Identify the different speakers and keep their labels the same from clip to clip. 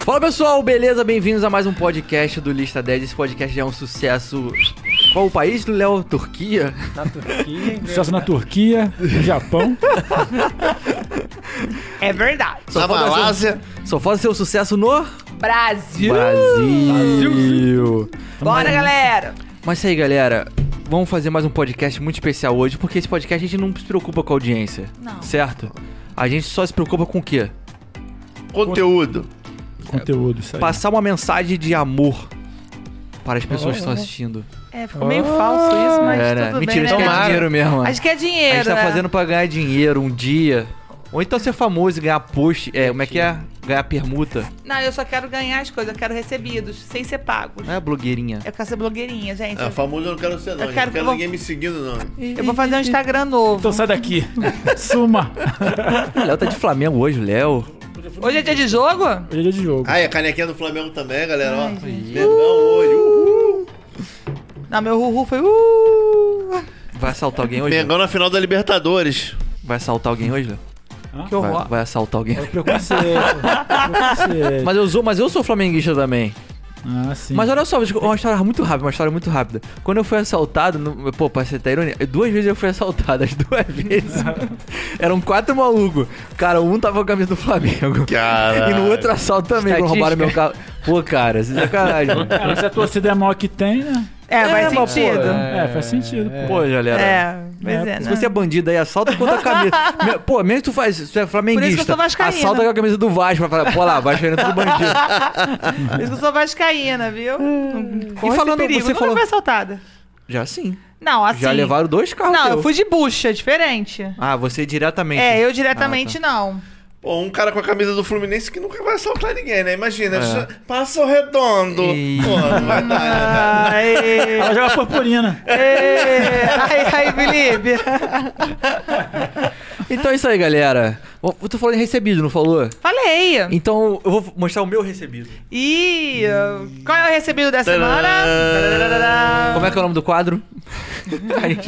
Speaker 1: Fala pessoal, beleza? Bem-vindos a mais um podcast do Lista 10. Esse podcast já é um sucesso. Qual o país, Léo? Turquia?
Speaker 2: Na Turquia, em
Speaker 3: Sucesso na Turquia, no Japão.
Speaker 4: É verdade.
Speaker 1: Só
Speaker 5: na
Speaker 1: falta ser- um-
Speaker 5: Malásia.
Speaker 1: Só faz seu sucesso no
Speaker 4: Brasil.
Speaker 1: Brasil.
Speaker 4: Bora, galera.
Speaker 1: Mas é isso aí, galera. Vamos fazer mais um podcast muito especial hoje, porque esse podcast a gente não se preocupa com a audiência.
Speaker 4: Não.
Speaker 1: Certo? A gente só se preocupa com o quê?
Speaker 5: Conteúdo.
Speaker 3: Conteúdo, isso aí.
Speaker 1: Passar uma mensagem de amor para as pessoas que estão assistindo.
Speaker 4: É, ficou meio falso isso, mas
Speaker 1: É, né?
Speaker 4: tudo
Speaker 1: Mentira,
Speaker 4: bem,
Speaker 1: a gente
Speaker 4: né?
Speaker 1: quer dinheiro mesmo. mano.
Speaker 4: A gente quer dinheiro,
Speaker 1: A gente tá
Speaker 4: né?
Speaker 1: fazendo pra ganhar dinheiro um dia. Ou então ser famoso e ganhar post. É, como é que é? Ganhar permuta.
Speaker 4: Não, eu só quero ganhar as coisas, eu quero recebidos, sem ser pagos.
Speaker 1: Não é blogueirinha.
Speaker 4: Eu quero ser blogueirinha, gente.
Speaker 5: Ah, famoso eu não quero ser, não.
Speaker 4: Eu
Speaker 5: Eu
Speaker 4: quero-
Speaker 5: não quero
Speaker 4: vou-
Speaker 5: ninguém me seguindo, não.
Speaker 4: Eu vou fazer um Instagram novo.
Speaker 3: Então sai daqui. Suma.
Speaker 1: O Léo tá de Flamengo hoje, o Léo.
Speaker 4: Hoje é dia de jogo?
Speaker 3: Hoje é dia de jogo.
Speaker 5: Ah, e a canequinha do Flamengo também, galera. Ó, Verdão hoje. Uhul.
Speaker 4: Não, meu Ruhu foi. Uh,
Speaker 1: Vai assaltar alguém hoje? Léo?
Speaker 5: Mengão na final da Libertadores.
Speaker 1: Vai assaltar alguém hoje, Léo?
Speaker 4: que
Speaker 1: Vai,
Speaker 4: horror.
Speaker 1: vai assaltar alguém.
Speaker 3: É o preconceito. preconceito.
Speaker 1: Mas eu, sou, mas eu sou flamenguista também.
Speaker 3: Ah, sim.
Speaker 1: Mas olha só, uma história muito rápida, uma história muito rápida. Quando eu fui assaltado, no, pô, pra ser até ironia, duas vezes eu fui assaltado, as duas vezes. Eram quatro malucos. Cara, um tava com a camisa do Flamengo.
Speaker 5: Cara.
Speaker 1: E no outro assalto também, quando roubaram meu carro. Pô, cara, você é sacanagem, mano.
Speaker 3: Cara, se a torcida é a maior que tem, né?
Speaker 4: É, faz
Speaker 1: mas, pô,
Speaker 4: sentido.
Speaker 3: É, faz sentido.
Speaker 1: Pô,
Speaker 3: pô.
Speaker 1: galera.
Speaker 4: É, mas é,
Speaker 3: É,
Speaker 1: Se
Speaker 4: né?
Speaker 1: você é bandido aí, assalta contra a camisa. Me- Pô, mesmo que tu faz, se tu é flamenguista,
Speaker 4: Por isso que eu sou vascaína.
Speaker 1: assalta com a camisa do Vasco pra falar, pô lá, Vasco é tudo bandido.
Speaker 4: Por isso que eu sou vascaína, viu? Não corre esse
Speaker 1: Ah. falando-
Speaker 4: perigo.
Speaker 1: você
Speaker 4: Nunca
Speaker 1: falou-
Speaker 4: fui assaltada.
Speaker 1: Já sim.
Speaker 4: Não, assim.
Speaker 1: Já levaram dois carros
Speaker 4: Não,
Speaker 1: teu.
Speaker 4: eu fui de bucha, diferente.
Speaker 1: Ah, você diretamente.
Speaker 4: É, eu diretamente
Speaker 1: Ah,
Speaker 4: não.
Speaker 5: Pô, um cara com a camisa do Fluminense que nunca vai assaltar ninguém, né? Imagina. só- Passa o redondo.
Speaker 1: Ih.
Speaker 5: Pô, não vai dar, né?
Speaker 4: Ai,
Speaker 3: Ela joga purpurina.
Speaker 4: ai, ai, Felipe.
Speaker 1: tá. Então é isso aí, galera. Bom, Tu falou em recebido, não falou?
Speaker 4: Falei.
Speaker 1: Então eu vou mostrar o meu recebido.
Speaker 4: E uh, qual é o recebido da semana?
Speaker 1: Como é que é o nome do quadro?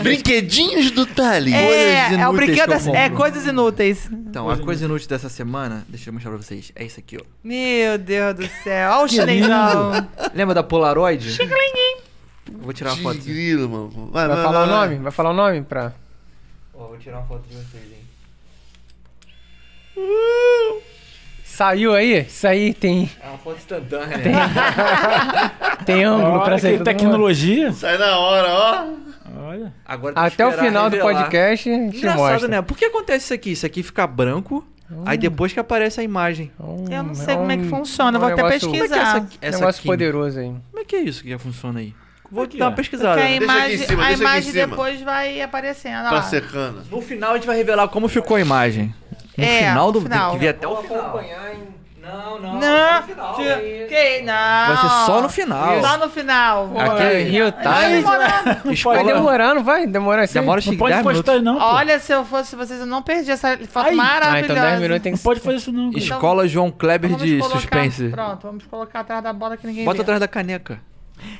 Speaker 5: Brinquedinhos do Thales.
Speaker 4: É, é o brinquedo,
Speaker 1: que eu
Speaker 4: das- é
Speaker 1: compro.
Speaker 4: coisas inúteis.
Speaker 1: Então, a coisa inútil dessa semana, deixa eu mostrar pra vocês. É isso aqui, ó.
Speaker 4: Meu Deus do céu, olha o
Speaker 3: Que lindo.
Speaker 4: chinêsão.
Speaker 1: Lembra da Polaroid? Eu Vou tirar uma foto.
Speaker 5: Desgrilo, mano.
Speaker 2: Vai falar o
Speaker 5: Ah.
Speaker 2: nome? Vai falar o nome pra.
Speaker 1: Ó, vou tirar uma foto de vocês, hein.
Speaker 2: Saiu aí? Isso aí tem,
Speaker 1: É uma foto instantânea.
Speaker 2: tem ângulo pra
Speaker 3: Olha
Speaker 2: sair.
Speaker 3: que
Speaker 2: todo
Speaker 3: tecnologia.
Speaker 5: Sai na hora, ó.
Speaker 3: Olha.
Speaker 1: Agora
Speaker 2: mundo.
Speaker 1: tem que
Speaker 2: Até o
Speaker 1: esperar
Speaker 2: final do
Speaker 1: revelar.
Speaker 2: podcast a gente
Speaker 1: Engraçado,
Speaker 2: mostra. Hum.
Speaker 1: né? Por que acontece isso aqui? Isso aqui fica branco, aí depois que aparece a imagem.
Speaker 3: Um-
Speaker 4: Eu não sei como é que
Speaker 2: Então, um-
Speaker 4: funciona, eu vou
Speaker 2: um
Speaker 4: até
Speaker 2: negócio- um
Speaker 1: Como é que é essa,
Speaker 4: pesquisar.
Speaker 1: essa
Speaker 2: negócio
Speaker 1: aqui?
Speaker 2: poderoso aí.
Speaker 1: Como é que é isso que já funciona aí? Vou
Speaker 3: Aqui,
Speaker 1: dar uma
Speaker 3: ó.
Speaker 1: pesquisada.
Speaker 4: Porque a
Speaker 5: Deixa aqui em
Speaker 4: imagem,
Speaker 5: cima,
Speaker 4: a
Speaker 5: deixa aqui em
Speaker 4: imagem
Speaker 5: cima.
Speaker 4: depois vai aparecendo. Olha
Speaker 5: Tá
Speaker 4: lá.
Speaker 5: secando.
Speaker 1: No final a gente vai revelar como ficou a imagem. No
Speaker 4: É,
Speaker 1: final do
Speaker 4: no final.
Speaker 1: tem que vir até o final.
Speaker 4: Não,
Speaker 2: é
Speaker 4: tio- que, não.
Speaker 1: Vai ser só no final.
Speaker 4: Só no final.
Speaker 1: Aqui é
Speaker 2: Olha, é Rio Time.
Speaker 4: Demorando.
Speaker 2: Vai
Speaker 1: Escola...
Speaker 2: demorar, não vai? Demorar assim?
Speaker 1: Demora
Speaker 3: Não
Speaker 1: chegar
Speaker 3: pode postar aí, não. pô.
Speaker 4: Olha, se eu fosse vocês, eu não perdi essa foto
Speaker 3: Ai.
Speaker 4: maravilhosa.
Speaker 2: Ah, então 10 minutos tem
Speaker 3: Não
Speaker 2: que
Speaker 3: pode fazer isso, não. cara.
Speaker 4: Então,
Speaker 1: Escola João Kleber
Speaker 4: Vamos
Speaker 1: de
Speaker 4: colocar-
Speaker 1: suspense.
Speaker 4: Pronto, vamos colocar atrás da bola que ninguém
Speaker 1: Bota
Speaker 4: vê.
Speaker 1: atrás da caneca.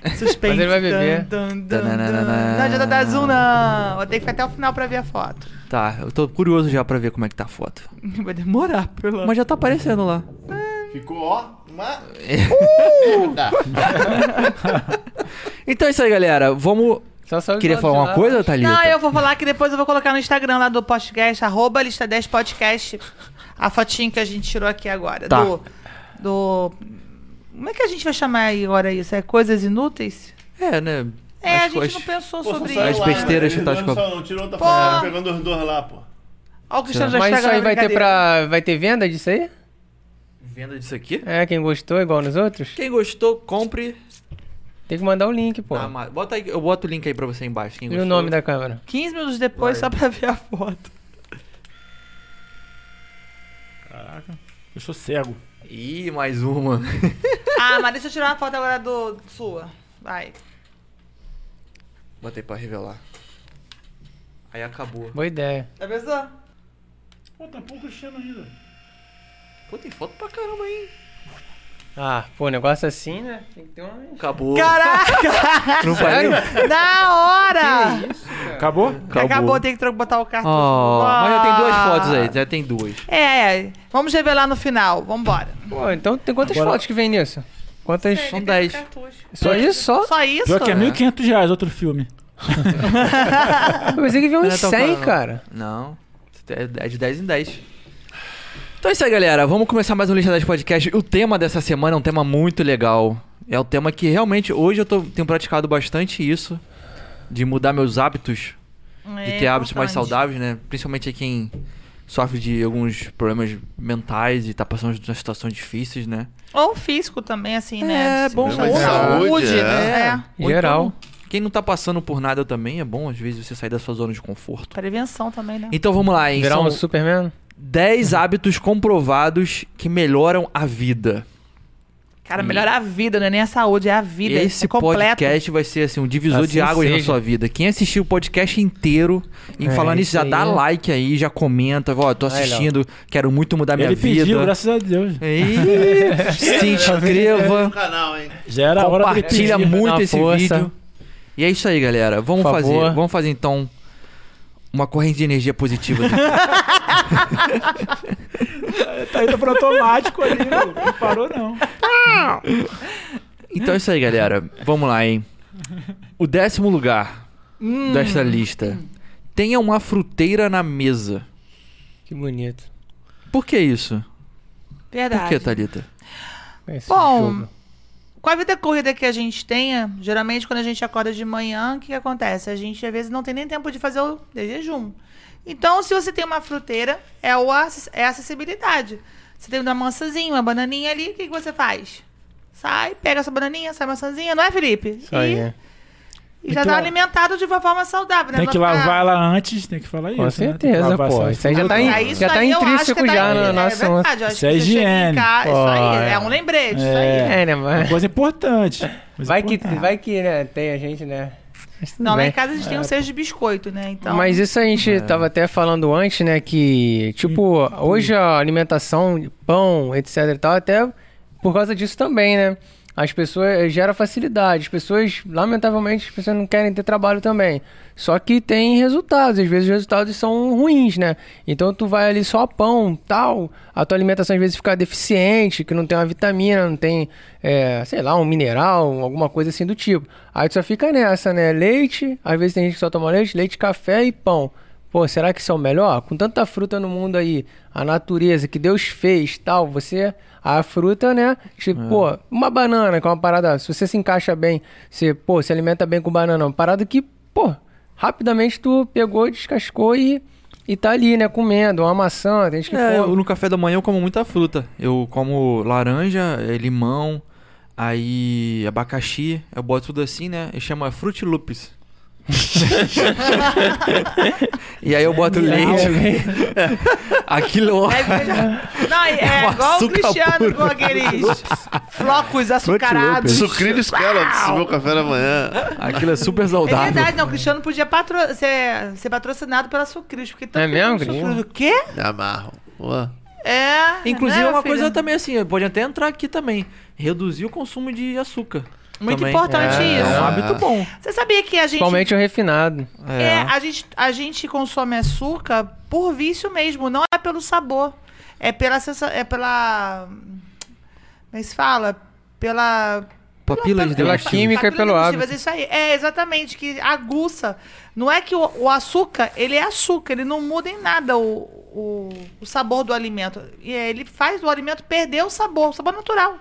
Speaker 4: Suspense.
Speaker 2: Mas ele vai beber.
Speaker 4: Dun, dun, dun, dun.
Speaker 1: Tananana.
Speaker 4: Não adianta dar zoom, não. Vou ter que ficar até o final pra ver a foto.
Speaker 1: Tá, eu tô curioso já pra ver como é que tá a foto.
Speaker 4: Vai demorar, pelo
Speaker 1: Mas já tá aparecendo lá.
Speaker 5: Ficou, ó. Uma...
Speaker 1: Então é isso aí, galera. Vamos.
Speaker 2: Só sobe
Speaker 1: Queria
Speaker 2: do
Speaker 1: falar uma
Speaker 2: lado.
Speaker 1: coisa, Thalita?
Speaker 4: Não, eu vou falar que depois eu vou colocar no Instagram lá do podcast, arroba lista 10 podcast, a fotinha que a gente tirou aqui agora.
Speaker 1: Tá.
Speaker 4: Do, do- Como é que a gente vai chamar aí agora isso? É coisas inúteis?
Speaker 1: É, né?
Speaker 4: É,
Speaker 1: As
Speaker 4: a gente
Speaker 1: coisas-
Speaker 4: não pensou
Speaker 5: Pô, só
Speaker 4: sobre
Speaker 5: sai
Speaker 1: As
Speaker 4: isso.
Speaker 5: lá,
Speaker 1: besteiras
Speaker 5: né?
Speaker 1: que tá de
Speaker 5: Não,
Speaker 1: copo.
Speaker 5: só Não tirou outra
Speaker 4: Pô.
Speaker 5: foto, tá pegando os dois lá, pô.
Speaker 4: Olha o Cristiano já
Speaker 2: Mas
Speaker 4: estraga
Speaker 2: isso aí
Speaker 4: na
Speaker 2: vai ter
Speaker 4: brincadeira.
Speaker 2: pra. Vai ter venda disso aí?
Speaker 1: Venda disso aqui?
Speaker 2: É, quem gostou, igual nos outros?
Speaker 1: Quem gostou, compre.
Speaker 2: Tem que mandar o link, pô.
Speaker 1: na Ama- Bota aí, eu boto o link aí pra você embaixo. Ah, Quem
Speaker 2: e
Speaker 1: gostou.
Speaker 2: o nome da câmera?
Speaker 4: 15 minutos depois, só pra ver a foto.
Speaker 3: Caraca. Eu sou cego.
Speaker 1: Ih, mais uma.
Speaker 4: Ah, mas deixa eu tirar uma foto agora do sua. Vai.
Speaker 1: Botei pra revelar. Aí acabou.
Speaker 2: Boa ideia.
Speaker 4: Já pensou?
Speaker 3: Pô, tá pouco cheio ainda.
Speaker 1: Pô, tem foto pra caramba, hein?
Speaker 2: Ah, pô, negócio assim, né? Tem que ter uma.
Speaker 1: Acabou.
Speaker 4: Caraca!
Speaker 1: Não falei?
Speaker 4: Na hora!
Speaker 2: Isso, cara.
Speaker 3: Acabou?
Speaker 4: Acabou. tem que tro- botar o
Speaker 1: Oh,
Speaker 4: cartão.
Speaker 1: mas já tem duas fotos aí, já tem duas.
Speaker 4: É, é. Vamos revelar no final. Vambora.
Speaker 2: Pô, então tem quantas
Speaker 3: Agora-
Speaker 2: fotos que vem nisso? Quantas.
Speaker 1: São dez.
Speaker 2: Só isso? Só?
Speaker 4: Só isso?
Speaker 3: Pior
Speaker 2: né?
Speaker 3: que é 1.500 reais outro filme.
Speaker 2: Eu pensei que vinha
Speaker 1: Não
Speaker 2: uns
Speaker 1: é tão
Speaker 2: 100,
Speaker 1: caro, não.
Speaker 2: cara.
Speaker 1: Não. É de 10 em 10. Então é isso aí, galera. Vamos começar mais um Lista 10 Podcast. O tema dessa semana é um tema muito legal. É o tema que realmente hoje eu tô- tenho praticado bastante isso. De mudar meus hábitos,
Speaker 4: É,
Speaker 1: de ter hábitos mais saudáveis, né? Principalmente quem sofre de alguns problemas mentais e tá passando por situações difíceis, né?
Speaker 4: Ou físico também, assim, né?
Speaker 1: É, bom,
Speaker 4: Ou
Speaker 1: mas
Speaker 5: saúde, é.
Speaker 4: né? É.
Speaker 1: Ou
Speaker 2: Geral.
Speaker 1: então, quem não tá passando por nada também, é bom às vezes você sair da sua zona de conforto.
Speaker 4: Prevenção também, né?
Speaker 1: Então vamos lá, hein?
Speaker 2: Virar
Speaker 1: São-
Speaker 2: um Superman?
Speaker 1: 10 hábitos comprovados que melhoram a vida.
Speaker 4: Cara, melhorar a vida, não é nem a saúde, é a vida.
Speaker 1: Esse
Speaker 4: é completo.
Speaker 1: podcast vai ser assim um divisor
Speaker 2: Assim
Speaker 1: de águas na
Speaker 2: seja.
Speaker 1: sua vida. Quem assistiu o podcast inteiro e
Speaker 2: É,
Speaker 1: falando isso, já
Speaker 2: isso
Speaker 1: dá
Speaker 2: aí.
Speaker 1: like aí, já comenta, ó, tô
Speaker 2: Aí, Léo.
Speaker 1: assistindo, quero muito mudar minha
Speaker 3: Ele
Speaker 1: vida.
Speaker 3: pediu, né? graças a Deus.
Speaker 1: Ih, se inscreva,
Speaker 5: canal, hein?
Speaker 3: Já era a hora dele
Speaker 1: compartilha
Speaker 3: pedir.
Speaker 2: Dá
Speaker 1: muito
Speaker 2: uma
Speaker 1: esse
Speaker 2: força.
Speaker 1: vídeo. E é isso aí, galera. Vamos
Speaker 2: Por
Speaker 1: fazer,
Speaker 2: favor.
Speaker 1: vamos fazer então uma corrente de energia positiva.
Speaker 3: Tá indo pro automático ali. né? Não parou, não.
Speaker 1: Então é isso aí, galera. Vamos lá, hein? O décimo lugar
Speaker 4: Hum.
Speaker 1: dessa lista. Tenha uma fruteira na mesa.
Speaker 2: Que bonito.
Speaker 1: Por que isso?
Speaker 4: Verdade.
Speaker 1: Por que, Thalita?
Speaker 2: Esse
Speaker 4: Bom,
Speaker 2: jogo.
Speaker 4: Com a vida corrida que a gente tenha, geralmente quando a gente acorda de manhã, o que, que acontece? A gente às vezes não tem nem tempo de fazer o de jejum. Então, se você tem uma fruteira, é, o, ac- é a acessibilidade. Você tem uma maçãzinha, uma bananinha ali, o que, que você faz? Sai, pega essa bananinha, sai a maçãzinha, não é, Felipe?
Speaker 2: Isso aí.
Speaker 4: E,
Speaker 2: é.
Speaker 4: e
Speaker 3: Tem que
Speaker 4: já tá
Speaker 3: la-
Speaker 4: alimentado de uma forma saudável, né?
Speaker 3: Tem que
Speaker 4: Não ficar-
Speaker 3: lavar ela antes, tem que falar isso.
Speaker 2: Com
Speaker 3: né? Tem que
Speaker 2: certeza,
Speaker 3: lavar
Speaker 2: pô.
Speaker 3: essa-
Speaker 2: Isso aí já tá,
Speaker 4: Ah,
Speaker 2: in,
Speaker 4: isso
Speaker 2: já tá
Speaker 4: aí eu acho
Speaker 2: intrínseco
Speaker 4: que tá
Speaker 2: já
Speaker 4: in-
Speaker 2: na
Speaker 4: é
Speaker 2: nossa.
Speaker 4: verdade, eu acho
Speaker 3: Isso
Speaker 4: que
Speaker 3: é
Speaker 4: você chega em
Speaker 3: higiene.
Speaker 4: casa-
Speaker 2: Pô,
Speaker 4: isso aí, é
Speaker 2: é.
Speaker 4: um lembrete, isso aí.
Speaker 3: É.
Speaker 2: É, né, mano?
Speaker 3: Uma coisa importante.
Speaker 2: Vai que, vai que né, tem a gente, né? Mas tudo
Speaker 4: Não, lá
Speaker 2: bem.
Speaker 4: em casa a gente tem
Speaker 3: É.
Speaker 4: um cesto de biscoito, né? Então,
Speaker 2: Mas isso a gente tava até falando antes, né? Que, tipo, hoje a alimentação, pão, etc e tal, até por causa disso também, né? As pessoas gera facilidade. As pessoas, lamentavelmente, as pessoas não querem ter trabalho também. Só que tem resultados. Às vezes os resultados são ruins, né? Então tu vai ali só pão, tal. A tua alimentação às vezes fica deficiente, que não tem uma vitamina, não tem, é, sei lá, um mineral, alguma coisa assim do tipo. Aí tu só fica nessa, né? Leite, às vezes tem gente que só toma leite, leite, café e pão. Pô, será que isso é o melhor? Com tanta fruta no mundo aí, a natureza que Deus fez, tal, você. A fruta, né?
Speaker 1: É.
Speaker 2: Tipo, pô, uma banana, que é uma parada. Se você se encaixa bem, você, pô, se alimenta bem com banana, é uma parada que, pô, rapidamente tu pegou, descascou e, e tá ali, né? Comendo. Uma maçã, tem gente que
Speaker 1: É, eu,
Speaker 2: come.
Speaker 1: no café da manhã eu como muita fruta. Eu como laranja, eh, limão, aí abacaxi. Eu boto tudo assim, né? E chama Fruit Loops. e aí eu boto leite. Aquilo é uma-
Speaker 4: É, veja- não, é, é
Speaker 1: um
Speaker 4: igual o
Speaker 1: açúcar
Speaker 4: Cristiano
Speaker 1: puro.
Speaker 4: com aqueles flocos açucarados.
Speaker 5: Sucrilhos Kellogg's, meu café da manhã.
Speaker 1: Aquilo é super
Speaker 4: É
Speaker 1: saudável.
Speaker 4: verdade, não. O Cristiano podia patro ser, ser patrocinado pela Sucris. Porque tanto
Speaker 2: É mesmo,
Speaker 4: que
Speaker 2: gringo?
Speaker 4: Sucris- O quê?
Speaker 5: Me amarro. Boa.
Speaker 4: É.
Speaker 1: Inclusive,
Speaker 4: né,
Speaker 1: é uma
Speaker 4: meu filho?
Speaker 1: coisa também assim, pode até entrar aqui também. Reduzir o consumo de açúcar.
Speaker 4: Muito
Speaker 1: também.
Speaker 4: importante
Speaker 1: É,
Speaker 4: isso.
Speaker 1: um hábito bom.
Speaker 4: Você sabia que a gente.
Speaker 2: Principalmente o refinado.
Speaker 4: É, a gente, a gente consome açúcar por vício mesmo, não é pelo sabor. É pela sensa, é pela. Como é que se fala? Pela.
Speaker 1: Papilas
Speaker 2: Pela
Speaker 1: delas.
Speaker 2: química. e pelo
Speaker 4: papilas
Speaker 2: hábito.
Speaker 4: gustativas, Isso aí. É, exatamente, que aguça. Não é que o, o açúcar, ele é açúcar, ele não muda em nada o, o, o sabor do alimento. E é, ele faz o alimento perder o sabor, o sabor natural.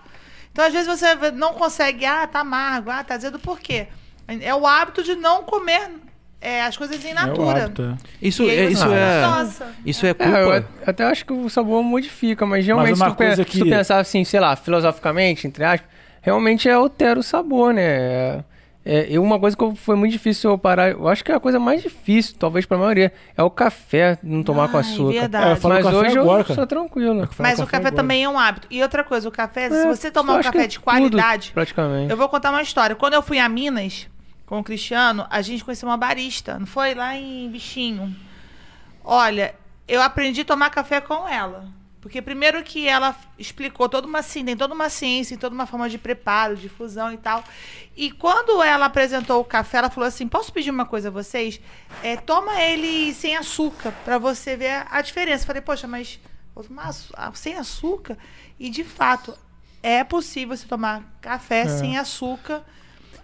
Speaker 4: Então, às vezes, você vê- não consegue, ah, tá amargo, ah, tá azedo, por quê? É o hábito de não comer é, as coisas em
Speaker 3: É o
Speaker 4: natura.
Speaker 3: hábito, é.
Speaker 1: Isso
Speaker 4: E aí
Speaker 1: é,
Speaker 4: você
Speaker 1: isso
Speaker 4: fala,
Speaker 1: é,
Speaker 4: Nossa.
Speaker 1: isso é
Speaker 2: É, eu
Speaker 1: culpa.
Speaker 2: at- até acho que o sabor modifica, mas realmente
Speaker 3: uma
Speaker 2: se, tu, pe-
Speaker 3: coisa
Speaker 2: se tu
Speaker 3: que-
Speaker 2: pensar assim, sei lá, filosoficamente, entre aspas, realmente é altera o sabor, né? É, é, e uma coisa que eu- foi muito difícil eu parar, eu acho que é a coisa mais difícil, talvez pra maioria, é o café não tomar com
Speaker 4: Ai,
Speaker 2: açúcar.
Speaker 4: Ah, verdade.
Speaker 3: É, eu falo
Speaker 2: mas
Speaker 3: café
Speaker 2: hoje
Speaker 3: agora,
Speaker 2: eu
Speaker 3: cara.
Speaker 2: sou tranquilo.
Speaker 4: Mas o café também é um hábito. E outra coisa, o café,
Speaker 3: É,
Speaker 2: É,
Speaker 4: se você tomar um café de qualidade,
Speaker 2: praticamente.
Speaker 4: Eu vou contar uma história. Quando eu fui a Minas com o Cristiano, a gente conheceu uma barista, não foi? Lá em Bichinho. Olha, eu aprendi a tomar café com ela. Porque primeiro que ela explicou toda uma ciência, tem toda uma ciência, toda uma forma de preparo, de fusão e tal. E quando ela apresentou o café, ela falou assim: "Posso pedir uma coisa a vocês? É, toma ele sem açúcar pra você ver a diferença". Eu falei: "Poxa, mas vou tomar açu- ah, sem açúcar?". E de fato, é possível você tomar café
Speaker 3: É.
Speaker 4: sem açúcar.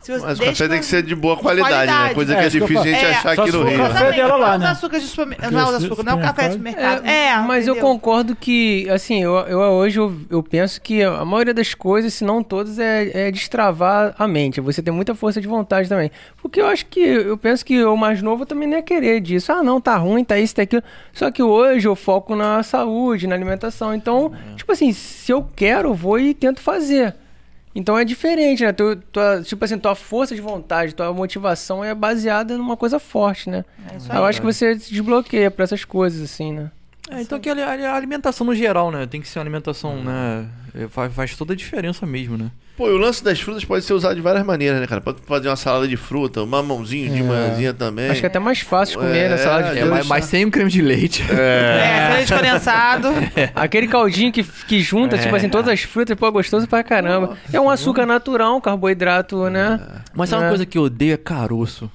Speaker 4: se você-
Speaker 5: Mas o
Speaker 4: desde
Speaker 5: café tem que ser de boa qualidade, né?
Speaker 4: Qualidade.
Speaker 5: Coisa
Speaker 3: É,
Speaker 5: que é
Speaker 3: isso que eu
Speaker 5: difícil a gente
Speaker 4: falo. É,
Speaker 5: achar
Speaker 4: só
Speaker 5: aqui
Speaker 3: se
Speaker 5: no
Speaker 3: for
Speaker 5: Rio.
Speaker 3: café-
Speaker 4: Exatamente,
Speaker 3: dela lá,
Speaker 4: não é
Speaker 3: né?
Speaker 4: açúcar de supermercado. Não é o da açúcar, não é o café de supermercado. É,
Speaker 2: mas eu
Speaker 4: entendeu?
Speaker 2: concordo que, assim, eu, eu hoje eu, eu penso que a maioria das coisas, se não todas, é, é destravar a mente. Você tem muita força de vontade também. Porque eu acho que, eu penso que o mais novo também não ia querer disso. Ah, não, tá ruim, tá isso, tá aquilo. Só que hoje eu foco na saúde, na alimentação. Então, tipo assim, se eu quero, eu vou e tento fazer. Então é diferente, né? Tu, tua, tipo assim, tua força de vontade, tua motivação é baseada numa coisa forte, né?
Speaker 4: É isso
Speaker 2: eu acho que você se desbloqueia pra essas coisas, assim, né?
Speaker 1: É, então que a a alimentação no geral, né? Tem que ser uma alimentação, né? é, Faz, faz toda a diferença mesmo, né?
Speaker 5: Pô, e o lance das frutas pode ser usado de várias maneiras, né, cara? Pode fazer uma salada de fruta, um mamãozinho de manhãzinha também.
Speaker 2: Acho que é até mais fácil comer na
Speaker 5: É,
Speaker 2: salada de
Speaker 5: é,
Speaker 1: É, mas,
Speaker 2: frutas.
Speaker 1: mas sem o creme de leite.
Speaker 4: É, leite condensado.
Speaker 2: Aquele caldinho que, que junta, tipo assim, todas as frutas, pô, é gostoso pra caramba. É um açúcar natural, um carboidrato, né?
Speaker 1: Mas sabe uma
Speaker 2: É.
Speaker 1: coisa que eu odeio é caroço.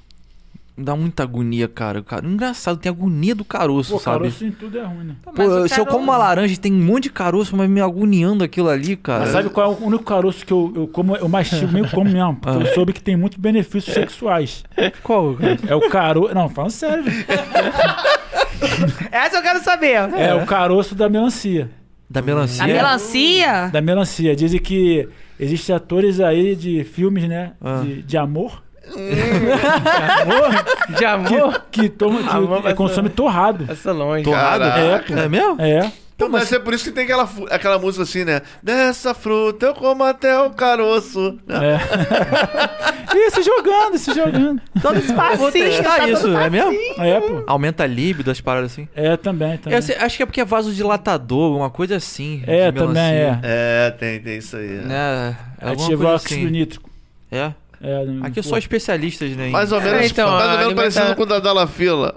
Speaker 1: Me dá muita agonia, cara. cara. Engraçado, tem agonia do caroço,
Speaker 3: Pô,
Speaker 1: sabe?
Speaker 3: caroço em tudo é ruim, né?
Speaker 1: Pô,
Speaker 4: Mas o
Speaker 1: se eu
Speaker 4: caroço-
Speaker 1: como uma laranja e tem um monte de caroço, mas me agoniando aquilo ali, cara.
Speaker 3: Mas sabe qual é o único caroço que eu, eu como, eu mastigo meio como mesmo? Porque eu soube que tem muitos benefícios sexuais.
Speaker 2: Qual?
Speaker 3: É o caroço. Não, falando sério. gente.
Speaker 4: Essa eu quero saber.
Speaker 3: É o caroço da melancia.
Speaker 1: Da melancia.
Speaker 4: A melancia?
Speaker 3: Da melancia. Dizem que existem atores aí de filmes, né?
Speaker 1: Ah.
Speaker 3: De, de amor. É.
Speaker 2: De amor?
Speaker 3: Que, toma, que é,
Speaker 2: Amor vai ser-
Speaker 3: consome torrado.
Speaker 2: Essa longe.
Speaker 1: Torrado?
Speaker 5: Caraca.
Speaker 1: É mesmo?
Speaker 3: É.
Speaker 5: Então, mas é por isso que tem aquela, fu- aquela música assim, né? Dessa fruta eu como até o caroço.
Speaker 3: é. Ih, se jogando, se jogando.
Speaker 1: Todo espaço. Vou testar
Speaker 4: tá todo
Speaker 1: isso, é mesmo?
Speaker 3: É, pô.
Speaker 1: Aumenta a libido, as paradas assim.
Speaker 3: É, também, também.
Speaker 1: Eu sei- acho que é porque é vasodilatador, uma coisa assim.
Speaker 3: É,
Speaker 1: de
Speaker 3: também, é.
Speaker 1: melancia.
Speaker 5: É, tem, tem isso aí. né?
Speaker 1: Né? Alguma
Speaker 3: Ativa o
Speaker 1: coisa
Speaker 3: óxido
Speaker 1: assim.
Speaker 3: nítrico.
Speaker 1: É.
Speaker 3: É, não-
Speaker 1: Aqui
Speaker 3: pô.
Speaker 1: só especialistas, né? em-
Speaker 5: Mais ou menos,
Speaker 2: É, então,
Speaker 5: mais ou menos
Speaker 2: alimenta-
Speaker 5: parecido com o da Dalafila.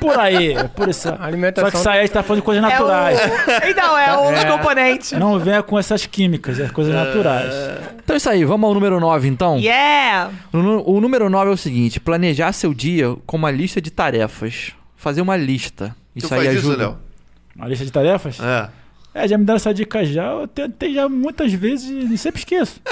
Speaker 3: Por aí, é por isso.
Speaker 2: A
Speaker 3: Só que
Speaker 2: alimentação.
Speaker 3: isso aí a gente tá falando de coisas
Speaker 4: É o...
Speaker 3: naturais.
Speaker 4: Então, é um dos
Speaker 2: É.
Speaker 4: componentes.
Speaker 3: Não venha com essas químicas, é coisas naturais.
Speaker 1: Então é isso aí, vamos ao número 9 então?
Speaker 4: Yeah!
Speaker 1: O nu- O número 9 é o seguinte: planejar seu dia com uma lista de tarefas. Fazer uma lista. Isso
Speaker 5: tu
Speaker 1: aí
Speaker 5: faz
Speaker 1: ajuda.
Speaker 5: isso, Léo?
Speaker 3: Uma lista de tarefas?
Speaker 5: É.
Speaker 3: É, já me deram essa dica já. Eu tentei já muitas vezes e sempre esqueço.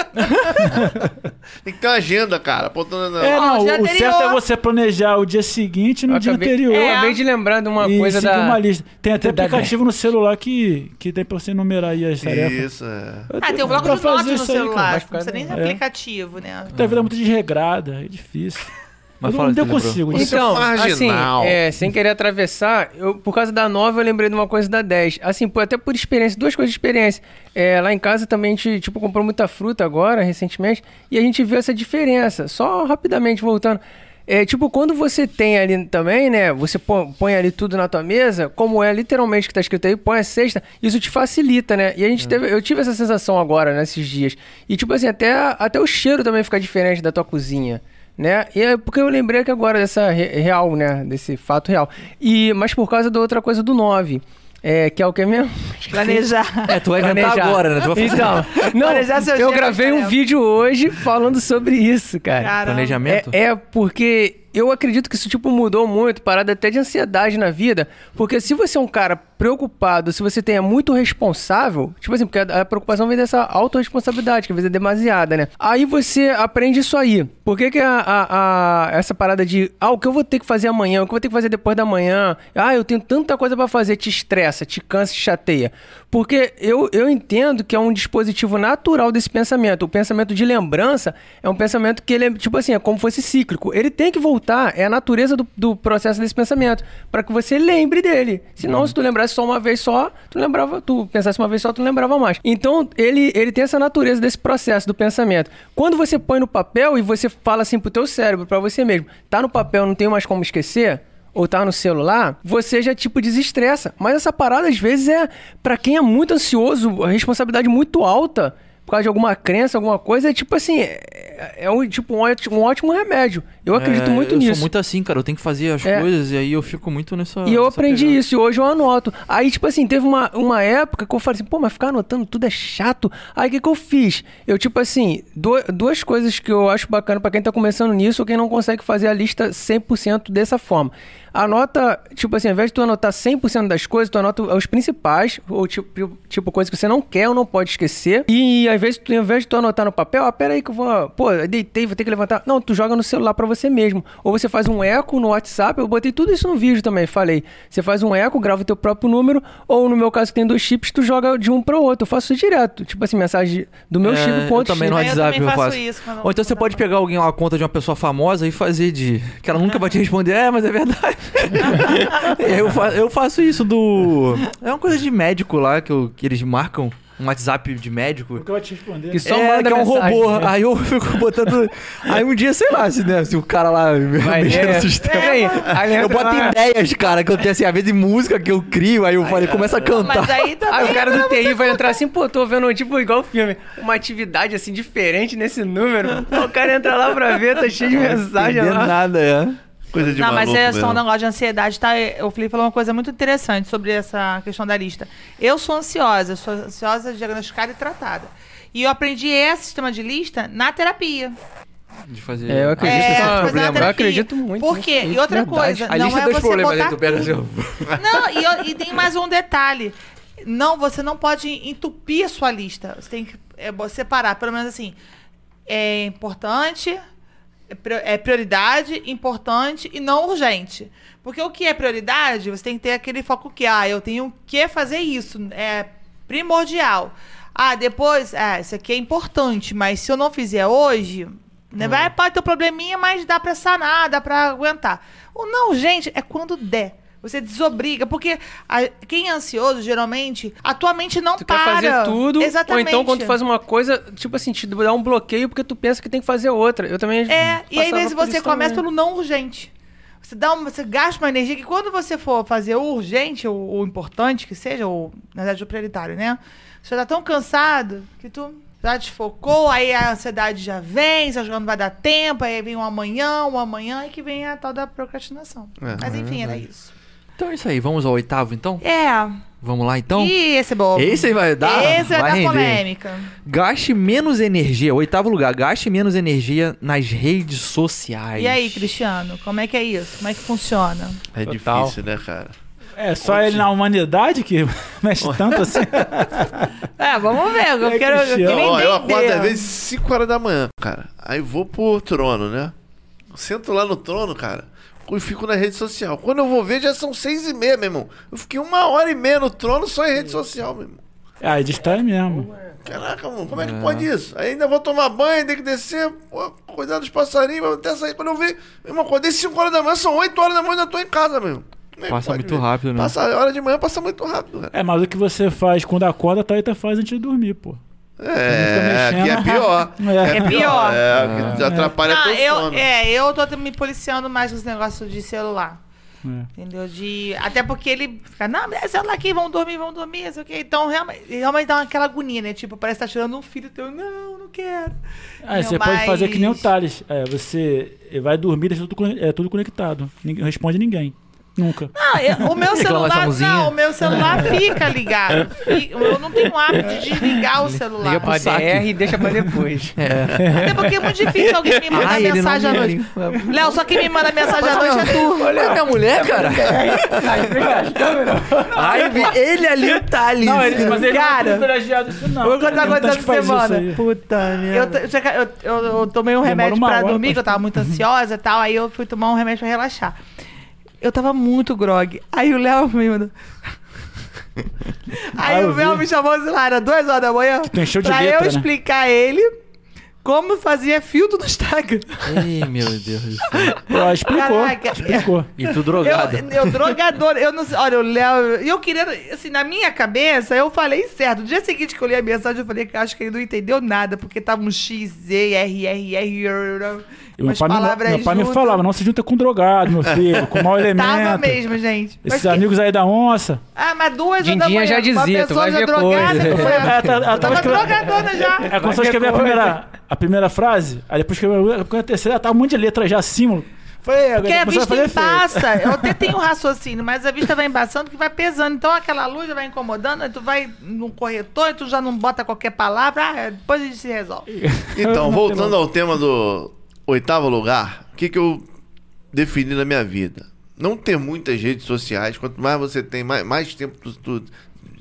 Speaker 5: Tem que ter uma agenda, cara. Apontando na...
Speaker 3: É,
Speaker 4: Ó,
Speaker 3: não,
Speaker 4: dia
Speaker 3: o
Speaker 4: anterior.
Speaker 3: certo é você planejar o dia seguinte no
Speaker 2: Eu
Speaker 3: dia
Speaker 2: acabei- É,
Speaker 3: anterior.
Speaker 2: Eu acabei de lembrar de uma
Speaker 3: e
Speaker 2: coisa
Speaker 3: seguir
Speaker 2: da.
Speaker 3: uma lista. Tem até
Speaker 2: da-
Speaker 3: aplicativo no celular que, que tem pra você enumerar aí as tarefas.
Speaker 5: Isso, é.
Speaker 3: Eu
Speaker 4: Ah, tem
Speaker 3: tenho
Speaker 4: um bloco
Speaker 3: pra
Speaker 4: de
Speaker 3: fazer
Speaker 4: notas no
Speaker 3: isso aí, cara.
Speaker 4: celular. tipo,
Speaker 2: vai
Speaker 4: Não precisa
Speaker 2: ficar
Speaker 4: nem de
Speaker 3: bem. É.
Speaker 4: aplicativo, né?
Speaker 3: Tua vida é muito desregrada, é difícil.
Speaker 1: Mas
Speaker 3: eu
Speaker 1: fala
Speaker 3: não
Speaker 1: que
Speaker 3: eu
Speaker 1: tu lembrou.
Speaker 3: consigo.
Speaker 5: Isso é
Speaker 2: Então, assim,
Speaker 5: marginal.
Speaker 2: é, sem querer atravessar, eu, por causa da 9 eu lembrei de uma coisa da 10. Assim, pô, até por experiência, duas coisas de experiência. É, lá em casa também a gente, tipo, comprou muita fruta agora, recentemente, e a gente viu essa diferença. Só rapidamente voltando. É, tipo, quando você tem ali também, né? Você põe, põe ali tudo na tua mesa, como é literalmente o que tá escrito aí, põe a cesta, isso te facilita, né? E a gente teve, eu tive essa sensação agora, nesses dias. E, tipo assim, até, até o cheiro também fica diferente da tua cozinha né? E é porque eu lembrei que agora dessa re- real, né? Desse fato real. E mas por causa da outra coisa do 9, é, que é o que mesmo?
Speaker 4: Planejar.
Speaker 1: É, tu vai inventar
Speaker 2: Planejar.
Speaker 1: agora, né? Tu vai fazer
Speaker 2: Então, não,
Speaker 4: Planejar seu
Speaker 2: eu
Speaker 4: dia,
Speaker 2: gravei um
Speaker 4: Rafael.
Speaker 2: vídeo hoje falando sobre isso, cara.
Speaker 4: Caramba.
Speaker 1: planejamento?
Speaker 2: É, é, porque eu acredito que isso, tipo, mudou muito, parada até de ansiedade na vida. Porque se você é um cara preocupado, se você tem, é muito responsável, tipo assim, porque a, a preocupação vem dessa autorresponsabilidade, que às vezes é demasiada, né? Aí você aprende isso aí. Por que, que a, a- a- essa parada de, ah, o que eu vou ter que fazer amanhã, o que eu vou ter que fazer depois da manhã, ah, eu tenho tanta coisa pra fazer, te estressa, te cansa, te chateia. Porque eu, eu entendo que é um dispositivo natural desse pensamento. O pensamento de lembrança é um pensamento que ele é, tipo assim, é como fosse cíclico. Ele tem que voltar, é a natureza do, do processo desse pensamento, pra que você lembre dele. Senão, se tu lembrasse só uma vez só, tu lembrava, tu pensasse uma vez só, tu não lembrava mais. Então, ele, ele tem essa natureza desse processo do pensamento. Quando você põe no papel e você fala assim pro teu cérebro, pra você mesmo, tá no papel, não tenho mais como esquecer, ou tá no celular, você já tipo desestressa. Mas essa parada às vezes é pra quem é muito ansioso, a responsabilidade muito alta por causa de alguma crença, alguma coisa, é tipo assim, é- é um, tipo, um ótimo, um ótimo remédio. Eu acredito
Speaker 1: É,
Speaker 2: muito
Speaker 1: eu
Speaker 2: nisso.
Speaker 1: sou muito assim, cara. Eu tenho que fazer as
Speaker 2: É.
Speaker 1: coisas e aí eu fico muito nessa.
Speaker 2: E eu
Speaker 1: nessa
Speaker 2: aprendi
Speaker 1: pegada.
Speaker 2: isso, e hoje eu anoto. Aí, tipo assim, teve uma, uma época que eu falei assim, pô, mas ficar anotando tudo é chato. Aí, o que, que eu fiz? Eu, tipo assim, du- duas coisas que eu acho bacana pra quem tá começando nisso ou quem não consegue fazer a lista 100% dessa forma. Anota, tipo assim, ao invés de tu anotar 100% das coisas, tu anota os principais, ou tipo, tipo coisa que você não quer ou não pode esquecer. E ao invés, de tu- ao invés de tu anotar no papel, ah, peraí que eu vou, pô, eu deitei, vou ter que levantar. Não, tu joga no celular pra você mesmo. Ou você faz um eco no WhatsApp, eu botei tudo isso no vídeo também, falei. Você faz um eco, grava o teu próprio número, ou no meu caso que tem dois chips, tu joga de um pro outro. Eu faço isso direto. Tipo assim, mensagem do meu
Speaker 1: É,
Speaker 2: chip
Speaker 1: eu
Speaker 2: pro outro
Speaker 1: também no
Speaker 4: não-
Speaker 2: chip.
Speaker 4: Eu
Speaker 1: WhatsApp
Speaker 4: também
Speaker 1: eu
Speaker 4: faço
Speaker 1: faço.
Speaker 4: isso quando-
Speaker 1: Ou então você
Speaker 4: quando
Speaker 1: pode
Speaker 4: eu-
Speaker 1: pegar alguém lá, a conta de uma pessoa famosa e fazer de. Que ela nunca vai te responder, é, mas é verdade. E aí eu, fa- eu faço isso do. É uma coisa de médico lá que, eu- que eles marcam. Um WhatsApp de médico.
Speaker 3: Porque eu vou te responder.
Speaker 2: Que só
Speaker 1: é,
Speaker 2: manda
Speaker 1: que é um
Speaker 2: mensagem,
Speaker 1: robô.
Speaker 2: né?
Speaker 1: Aí eu fico botando. Aí um dia, sei lá, se, né, se o cara lá me-
Speaker 2: Vai,
Speaker 1: mexer
Speaker 2: é.
Speaker 1: no sistema.
Speaker 2: Peraí, aí
Speaker 1: Eu
Speaker 2: entra
Speaker 1: boto
Speaker 2: lá-
Speaker 1: ideias, cara, que eu tenho assim, às vezes música que eu crio, aí eu falei, começa a
Speaker 4: Mas
Speaker 2: é,
Speaker 1: cantar.
Speaker 4: aí também.
Speaker 2: Aí o cara do TI vai entrar assim, pô, tô vendo, tipo, igual filme, uma atividade assim diferente nesse número. Pô, o cara entra lá pra ver, tá cheio de mensagem
Speaker 1: Entender
Speaker 2: lá.
Speaker 1: nada, é.
Speaker 5: Coisa de
Speaker 4: Não, mas
Speaker 5: maluco
Speaker 4: é só um
Speaker 5: mesmo.
Speaker 4: negócio de ansiedade, tá? O Felipe falou uma coisa muito interessante sobre essa questão da lista. Eu sou ansiosa, sou ansiosa diagnosticada e tratada. E eu aprendi esse sistema de lista na terapia.
Speaker 1: De fazer.
Speaker 2: É, eu acredito
Speaker 1: Ah,
Speaker 2: que
Speaker 1: esse
Speaker 2: é um
Speaker 4: fazer uma
Speaker 2: problema.
Speaker 4: terapia.
Speaker 2: Eu acredito muito
Speaker 4: Por
Speaker 2: nisso,
Speaker 4: quê?
Speaker 2: muito,
Speaker 4: tá E outra
Speaker 2: verdade.
Speaker 4: coisa,
Speaker 1: A
Speaker 4: não
Speaker 1: lista
Speaker 4: é
Speaker 1: tem
Speaker 4: você
Speaker 1: os problemas,
Speaker 4: botar
Speaker 1: aí tu pega
Speaker 4: tudo.
Speaker 1: seu.
Speaker 4: Não, e, eu- e tem mais um detalhe. Não, você não pode entupir a sua lista. Você tem que é, bo- separar, pelo menos assim. É importante, é prio- é prioridade, importante e não urgente. Porque o que é prioridade, você tem que ter aquele foco que, ah, eu tenho que fazer isso. É primordial. Ah, depois, ah, isso aqui é importante, mas se eu não fizer hoje, né,
Speaker 2: É.
Speaker 4: vai pode ter um probleminha, mas dá pra sanar, dá pra aguentar. O não, gente, é quando der. Você desobriga, porque a- quem é ansioso, geralmente, a tua mente não
Speaker 2: Tu quer
Speaker 4: para.
Speaker 2: fazer tudo, ou
Speaker 4: Exatamente.
Speaker 2: então quando tu faz uma coisa, tipo assim, te dá um bloqueio porque tu pensa que tem que fazer outra. Eu também
Speaker 4: É, e aí às
Speaker 2: Uhum. passava
Speaker 4: vezes
Speaker 2: por
Speaker 4: você
Speaker 2: isso
Speaker 4: começa
Speaker 2: também.
Speaker 4: pelo não urgente. Você, dá uma, você gasta uma energia que quando você for fazer o urgente, ou o importante que seja, ou na verdade o prioritário, né? Você já tá tão cansado que tu já desfocou, aí a ansiedade já vem, você acha que não vai dar tempo, aí vem um amanhã, um amanhã, e que vem a tal da procrastinação.
Speaker 5: É,
Speaker 4: Mas enfim, era isso.
Speaker 1: Então é isso aí, vamos ao oitavo então?
Speaker 4: É,
Speaker 1: Vamos lá então?
Speaker 4: e esse é bom.
Speaker 1: Esse aí vai dar.
Speaker 4: Esse vai,
Speaker 1: vai
Speaker 4: dar
Speaker 1: render.
Speaker 4: polêmica.
Speaker 1: Gaste menos energia, oitavo lugar, gaste menos energia nas redes sociais.
Speaker 4: E aí, Cristiano, como é que é isso? Como é que funciona?
Speaker 5: É
Speaker 2: Total.
Speaker 5: difícil, né, cara?
Speaker 3: É só ele na humanidade que mexe tanto assim.
Speaker 4: É, vamos ver. Eu
Speaker 3: É,
Speaker 4: quero. Eu
Speaker 3: Cristiano.
Speaker 4: queria
Speaker 5: Não, ó,
Speaker 4: entender.
Speaker 5: eu acordo às vezes 5 horas da manhã, cara. Aí vou pro trono, né? Sento lá no trono, cara. E fico na rede social. Quando eu vou ver, já são seis e meia, meu irmão. Eu fiquei uma hora e meia no trono só em rede social, meu irmão.
Speaker 3: Ah, distrai mesmo.
Speaker 5: Caraca, mano, como é que pode isso? Aí ainda vou tomar banho, tem que descer, pô, cuidar dos passarinhos, até sair. Quando eu ver, meu irmão, acordei 5 horas da manhã, são 8 horas da manhã, já tô em casa, meu irmão. Como é que
Speaker 1: Passa
Speaker 5: pode,
Speaker 1: muito
Speaker 5: velho?
Speaker 1: rápido, né?
Speaker 5: Passa, a hora de manhã passa muito rápido, cara.
Speaker 3: É, mas o que você faz quando acorda, a Thalita faz antes de dormir, pô.
Speaker 5: É,
Speaker 3: mexendo.
Speaker 5: aqui é pior.
Speaker 3: É.
Speaker 4: É pior.
Speaker 5: É, que atrapalha
Speaker 4: Não,
Speaker 5: teu
Speaker 4: eu,
Speaker 5: sono.
Speaker 4: é, eu tô te- me policiando mais com esse negócio de celular.
Speaker 3: É.
Speaker 4: Entendeu? De, até porque ele fica, não, é celular aqui, vão dormir, vão dormir, não sei o quê. Então, realmente, realmente dá aquela agonia, né? Tipo, parece que tá tirando um filho teu. Não, não quero.
Speaker 3: Ah,
Speaker 4: Não,
Speaker 3: você pode fazer que nem o
Speaker 4: mas-
Speaker 3: Thales. É, você vai dormir, deixa tudo, con- é, tudo conectado. Ninguém não responde ninguém. Nunca.
Speaker 4: Não, eu- o meu celular,
Speaker 1: Reclamaçãozinha.
Speaker 4: não, o meu celular fica ligado. Fi- Eu não tenho hábito de desligar o celular.
Speaker 1: Liga pro saque.
Speaker 2: ADR e deixa pra depois.
Speaker 4: Até porque é muito difícil alguém me mandar
Speaker 1: Ah, ele não
Speaker 4: mensagem à
Speaker 1: me
Speaker 4: noite. Léo, só quem me manda mensagem à noite é tu.
Speaker 1: Olha a minha mulher, cara. Ai, vi- ele ali, o Thales.
Speaker 4: Cara.
Speaker 3: privilegiado isso não.
Speaker 4: Vou contar
Speaker 3: Tem
Speaker 4: quantos
Speaker 3: tanta
Speaker 4: anos
Speaker 3: gente
Speaker 4: de
Speaker 3: que faz
Speaker 4: semana.
Speaker 3: isso aí.
Speaker 1: Puta
Speaker 4: Eu, t- eu tinha ca- eu, eu- eu tomei um remédio
Speaker 3: uma
Speaker 4: pra
Speaker 3: hora
Speaker 4: dormir,
Speaker 3: pra-
Speaker 4: que eu tava muito ansiosa e tal. Aí eu fui tomar um remédio pra relaxar. Eu tava muito grog. Aí o Léo me mandou. Aí
Speaker 3: Ah, eu
Speaker 4: o Léo
Speaker 3: vi.
Speaker 4: me chamou, sei lá, era duas horas da manhã.
Speaker 3: tu encheu de
Speaker 4: pra
Speaker 3: letra,
Speaker 4: eu
Speaker 3: né?
Speaker 4: explicar a ele como fazia filtro no Instagram.
Speaker 1: Ei, meu Deus do céu.
Speaker 3: Pô, explicou.
Speaker 4: Caraca.
Speaker 3: Explicou.
Speaker 1: E tu drogada.
Speaker 4: Eu, eu drogador, eu não sei. Olha, o Léo. Eu queria. Assim, na minha cabeça, eu falei certo. No dia seguinte que eu li a mensagem, eu falei que acho que ele não entendeu nada, porque tava um X, Z, R, R, R. R, R, R.
Speaker 3: Meu
Speaker 4: Mas
Speaker 3: pai, me,
Speaker 4: palavra
Speaker 3: meu
Speaker 4: é
Speaker 3: pai me
Speaker 4: juta.
Speaker 3: falava, não se junta com drogado, meu filho, com mau elemento.
Speaker 4: Tava mesmo, gente. Mas
Speaker 3: Esses
Speaker 4: que-
Speaker 3: amigos aí da onça.
Speaker 4: Ah, mas duas horas da
Speaker 2: Dindinha
Speaker 4: manhã.
Speaker 2: já dizia,
Speaker 4: uma
Speaker 2: tu vai
Speaker 4: pessoa já
Speaker 2: ver
Speaker 4: drogada.
Speaker 2: coisa.
Speaker 4: como é?
Speaker 3: Ela, tá- ela tava
Speaker 4: Tava
Speaker 3: escrevendo.
Speaker 4: drogadona já.
Speaker 3: Ela começou a escrever a primeira, a primeira frase, aí depois escreveu a a terceira, ela tava um monte de letra já, símbolo. Foi, agora
Speaker 4: Porque a
Speaker 3: começou
Speaker 4: vista
Speaker 3: efeito.
Speaker 4: embaça. Eu até tenho raciocínio, mas a vista vai embaçando que vai pesando. Então aquela luz já vai incomodando, aí tu vai num corretor e tu já não bota qualquer palavra, ah, depois a gente se resolve.
Speaker 5: Então,
Speaker 3: Não,
Speaker 5: voltando ao tema do oitavo lugar, o que, que eu defini na minha vida? Não ter muitas redes sociais, quanto mais você tem, mais, mais tempo tu, tu,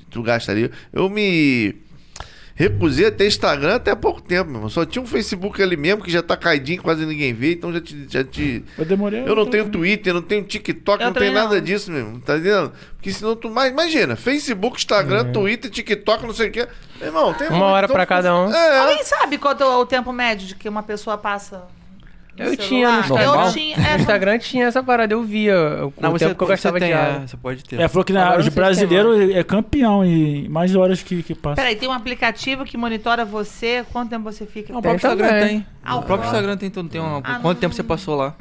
Speaker 5: tu gastaria. Eu me recusei a ter Instagram até há pouco tempo, meu irmão. Só tinha um Facebook ali mesmo, que já tá caidinho, quase ninguém vê, então já te- Já te
Speaker 3: Eu demorei. um
Speaker 5: eu não tenho Twitter, não tenho TikTok,
Speaker 4: Eu
Speaker 5: não tenho
Speaker 4: também
Speaker 5: nada
Speaker 4: não.
Speaker 5: disso mesmo, tá entendendo? Porque senão tu mais. Imagina, Facebook, Instagram, Twitter, TikTok, não sei o quê. Meu irmão, tem
Speaker 2: É. Uma hora pra cada um.
Speaker 5: É,
Speaker 4: Alguém sabe quanto é o tempo médio de que uma pessoa passa? no
Speaker 2: Eu
Speaker 4: celular?
Speaker 2: tinha no
Speaker 1: Normal?
Speaker 4: Eu tinha. é,
Speaker 2: No Instagram tinha essa parada, eu via o
Speaker 1: Não,
Speaker 2: tempo
Speaker 1: você,
Speaker 2: que eu gastava
Speaker 1: você
Speaker 2: de
Speaker 1: tem, é,
Speaker 2: ar.
Speaker 1: você pode ter.
Speaker 3: É, falou que
Speaker 2: Agora
Speaker 3: né,
Speaker 2: eu
Speaker 3: os
Speaker 2: não sei se
Speaker 3: brasileiros é campeão e mais horas que, que passa.
Speaker 4: Peraí, tem um aplicativo que monitora você, quanto tempo você fica.
Speaker 1: Não, o
Speaker 4: Não,
Speaker 1: próprio
Speaker 2: Tem
Speaker 1: Instagram
Speaker 2: também.
Speaker 1: tem.
Speaker 4: Ah,
Speaker 1: o
Speaker 4: o
Speaker 1: próprio Instagram tem, tudo, tem uma,
Speaker 4: Ah,
Speaker 1: quanto
Speaker 4: não.
Speaker 1: tempo você passou lá.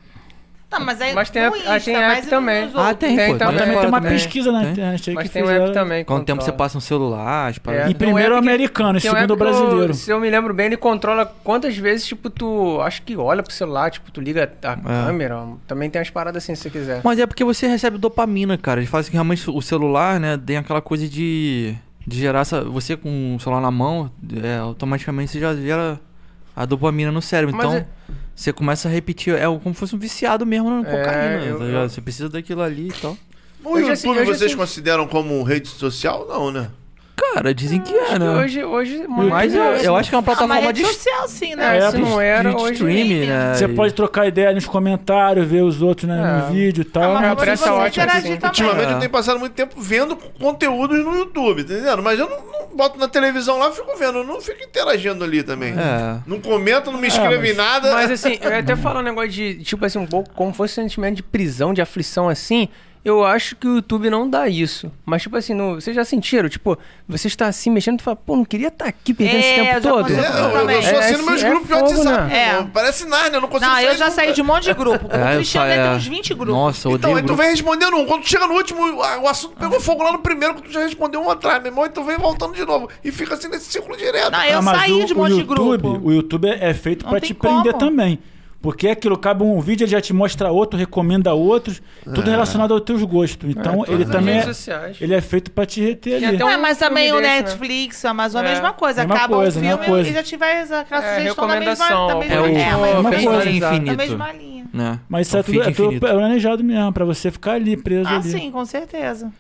Speaker 4: mas aí.
Speaker 2: Mas tem
Speaker 4: no
Speaker 2: app- ah, tem
Speaker 4: Insta,
Speaker 2: app
Speaker 4: mas e
Speaker 2: também.
Speaker 4: nos
Speaker 1: Ah,
Speaker 4: outros?
Speaker 1: tem,
Speaker 2: Tem
Speaker 1: pô.
Speaker 3: Mas
Speaker 2: também.
Speaker 4: um
Speaker 3: também
Speaker 1: fora
Speaker 3: tem uma
Speaker 1: também.
Speaker 3: pesquisa na
Speaker 1: Tem.
Speaker 3: internet aí
Speaker 2: Mas
Speaker 3: que
Speaker 2: tem um
Speaker 3: fizeram-
Speaker 2: app também. que
Speaker 1: Quanto tempo você
Speaker 2: controla.
Speaker 1: passa no celular, as paradas.
Speaker 3: E
Speaker 2: Tem um
Speaker 3: primeiro o
Speaker 2: app que-
Speaker 3: americano, e
Speaker 2: tem um
Speaker 3: segundo o
Speaker 2: app que eu-
Speaker 3: brasileiro.
Speaker 2: se eu me lembro bem, ele controla quantas vezes, tipo, tu. Acho que olha pro celular, tipo, tu liga a
Speaker 5: É.
Speaker 2: câmera. Também tem umas paradas assim, se você quiser.
Speaker 1: Mas é porque você recebe dopamina, cara. Eles falam assim que realmente o celular, né, tem aquela coisa de, de gerar essa. Você com o celular na mão, é, automaticamente você já gera a dopamina no cérebro.
Speaker 2: Mas
Speaker 1: então,
Speaker 2: é-
Speaker 1: você começa a repetir. É como se fosse um viciado mesmo na cocaína.
Speaker 2: eu-
Speaker 1: tá ligado?
Speaker 2: eu-
Speaker 1: Você precisa daquilo ali e tal.
Speaker 4: é
Speaker 5: O
Speaker 2: Eu
Speaker 4: assim,
Speaker 2: já
Speaker 5: YouTube
Speaker 2: sei- eu já
Speaker 5: vocês
Speaker 2: sei.
Speaker 5: consideram como rede social? Não, né?
Speaker 1: Cara, dizem que é, né?
Speaker 2: Hoje, hoje, muito
Speaker 1: Mas eu,
Speaker 2: isso.
Speaker 1: eu acho que é uma
Speaker 4: Ah, mas
Speaker 1: plataforma
Speaker 4: rede
Speaker 1: de,
Speaker 4: social, sim, né?
Speaker 2: É,
Speaker 3: É,
Speaker 2: se
Speaker 3: de-
Speaker 2: não era,
Speaker 1: de
Speaker 2: hoje.
Speaker 1: streaming, né?
Speaker 3: Você
Speaker 1: E-
Speaker 3: pode trocar ideia nos comentários, ver os outros né,
Speaker 2: É.
Speaker 3: no vídeo e tal.
Speaker 4: Ah, mas
Speaker 2: É, por
Speaker 4: se
Speaker 2: essa
Speaker 4: você
Speaker 2: ótica,
Speaker 4: interagir
Speaker 2: sim.
Speaker 4: também.
Speaker 5: Ultimamente
Speaker 1: É.
Speaker 5: eu tenho passado muito tempo vendo conteúdos no YouTube, tá entendendo? Mas eu não, não boto na televisão lá, fico vendo, eu não fico interagindo ali também.
Speaker 1: É.
Speaker 5: Não comento, não me inscrevo em
Speaker 3: mas-
Speaker 5: nada. É,
Speaker 2: Mas assim, eu ia até falar um negócio de, tipo assim, um pouco como fosse um sentimento de prisão, de aflição assim. Eu acho que o YouTube não dá isso. Mas, tipo assim, no, vocês já sentiram? Tipo, você está assim mexendo e fala, pô, não queria estar aqui perdendo
Speaker 4: É,
Speaker 2: esse tempo
Speaker 4: já
Speaker 2: todo.
Speaker 5: É,
Speaker 4: aconteceu
Speaker 5: eu, eu
Speaker 4: também.
Speaker 5: sou
Speaker 2: É,
Speaker 5: assim nos
Speaker 2: assim,
Speaker 5: menos
Speaker 2: é
Speaker 5: grupos de
Speaker 2: fogo,
Speaker 5: WhatsApp.
Speaker 4: né?
Speaker 5: pô.
Speaker 4: É.
Speaker 5: Parece nada, eu não consigo
Speaker 4: Não, eu
Speaker 5: sair
Speaker 4: já
Speaker 5: nunca.
Speaker 4: saí de um monte de grupo. Com
Speaker 1: É,
Speaker 4: o
Speaker 1: eu
Speaker 4: Cristiano
Speaker 1: saio-
Speaker 4: deve ter uns 20 grupos.
Speaker 1: Nossa, eu
Speaker 5: Então,
Speaker 1: odeio
Speaker 5: aí tu
Speaker 1: grupo.
Speaker 5: vem respondendo um, quando tu chega no último, a- o assunto pegou fogo lá no primeiro, que tu já respondeu um atrás, meu irmão, e tu vem voltando de novo. E fica assim nesse círculo direto.
Speaker 4: Não, eu
Speaker 3: Ah, mas
Speaker 4: saí
Speaker 3: o-
Speaker 4: de um
Speaker 3: o
Speaker 4: monte de
Speaker 3: YouTube,
Speaker 4: grupo.
Speaker 3: O YouTube é é feito
Speaker 4: Não
Speaker 3: pra
Speaker 4: tem
Speaker 3: te prender
Speaker 4: como.
Speaker 3: também. Porque é aquilo, cabe um vídeo, ele já te mostra outro, recomenda outros,
Speaker 1: É.
Speaker 3: tudo relacionado aos teus gostos. Então, ele também
Speaker 2: redes
Speaker 3: é,
Speaker 2: sociais.
Speaker 3: ele é feito pra te reter
Speaker 2: Tem
Speaker 3: ali.
Speaker 2: até um
Speaker 4: Ué, mas também
Speaker 2: filme
Speaker 4: o
Speaker 2: desse, né?
Speaker 4: Netflix, a Amazon, é
Speaker 2: É.
Speaker 4: a mesma coisa.
Speaker 3: Mesma
Speaker 4: Acaba
Speaker 3: coisa,
Speaker 4: o
Speaker 3: mesma
Speaker 4: filme
Speaker 3: coisa.
Speaker 4: e já te vai as- aquela
Speaker 2: É,
Speaker 4: sugestão da mesma,
Speaker 2: recomendação,
Speaker 4: da mesma,
Speaker 1: é o-
Speaker 4: é,
Speaker 3: é
Speaker 4: mas
Speaker 3: uma
Speaker 4: mesma-
Speaker 3: coisa
Speaker 4: Da
Speaker 1: infinito.
Speaker 4: mesma
Speaker 2: Uhum.
Speaker 4: linha.
Speaker 1: né?
Speaker 3: Mas isso
Speaker 1: É um
Speaker 3: é tudo,
Speaker 1: feed
Speaker 3: é tudo
Speaker 1: infinito.
Speaker 3: planejado mesmo, pra você ficar ali preso
Speaker 4: Ah,
Speaker 3: ali.
Speaker 4: sim, com certeza.
Speaker 2: Uhum.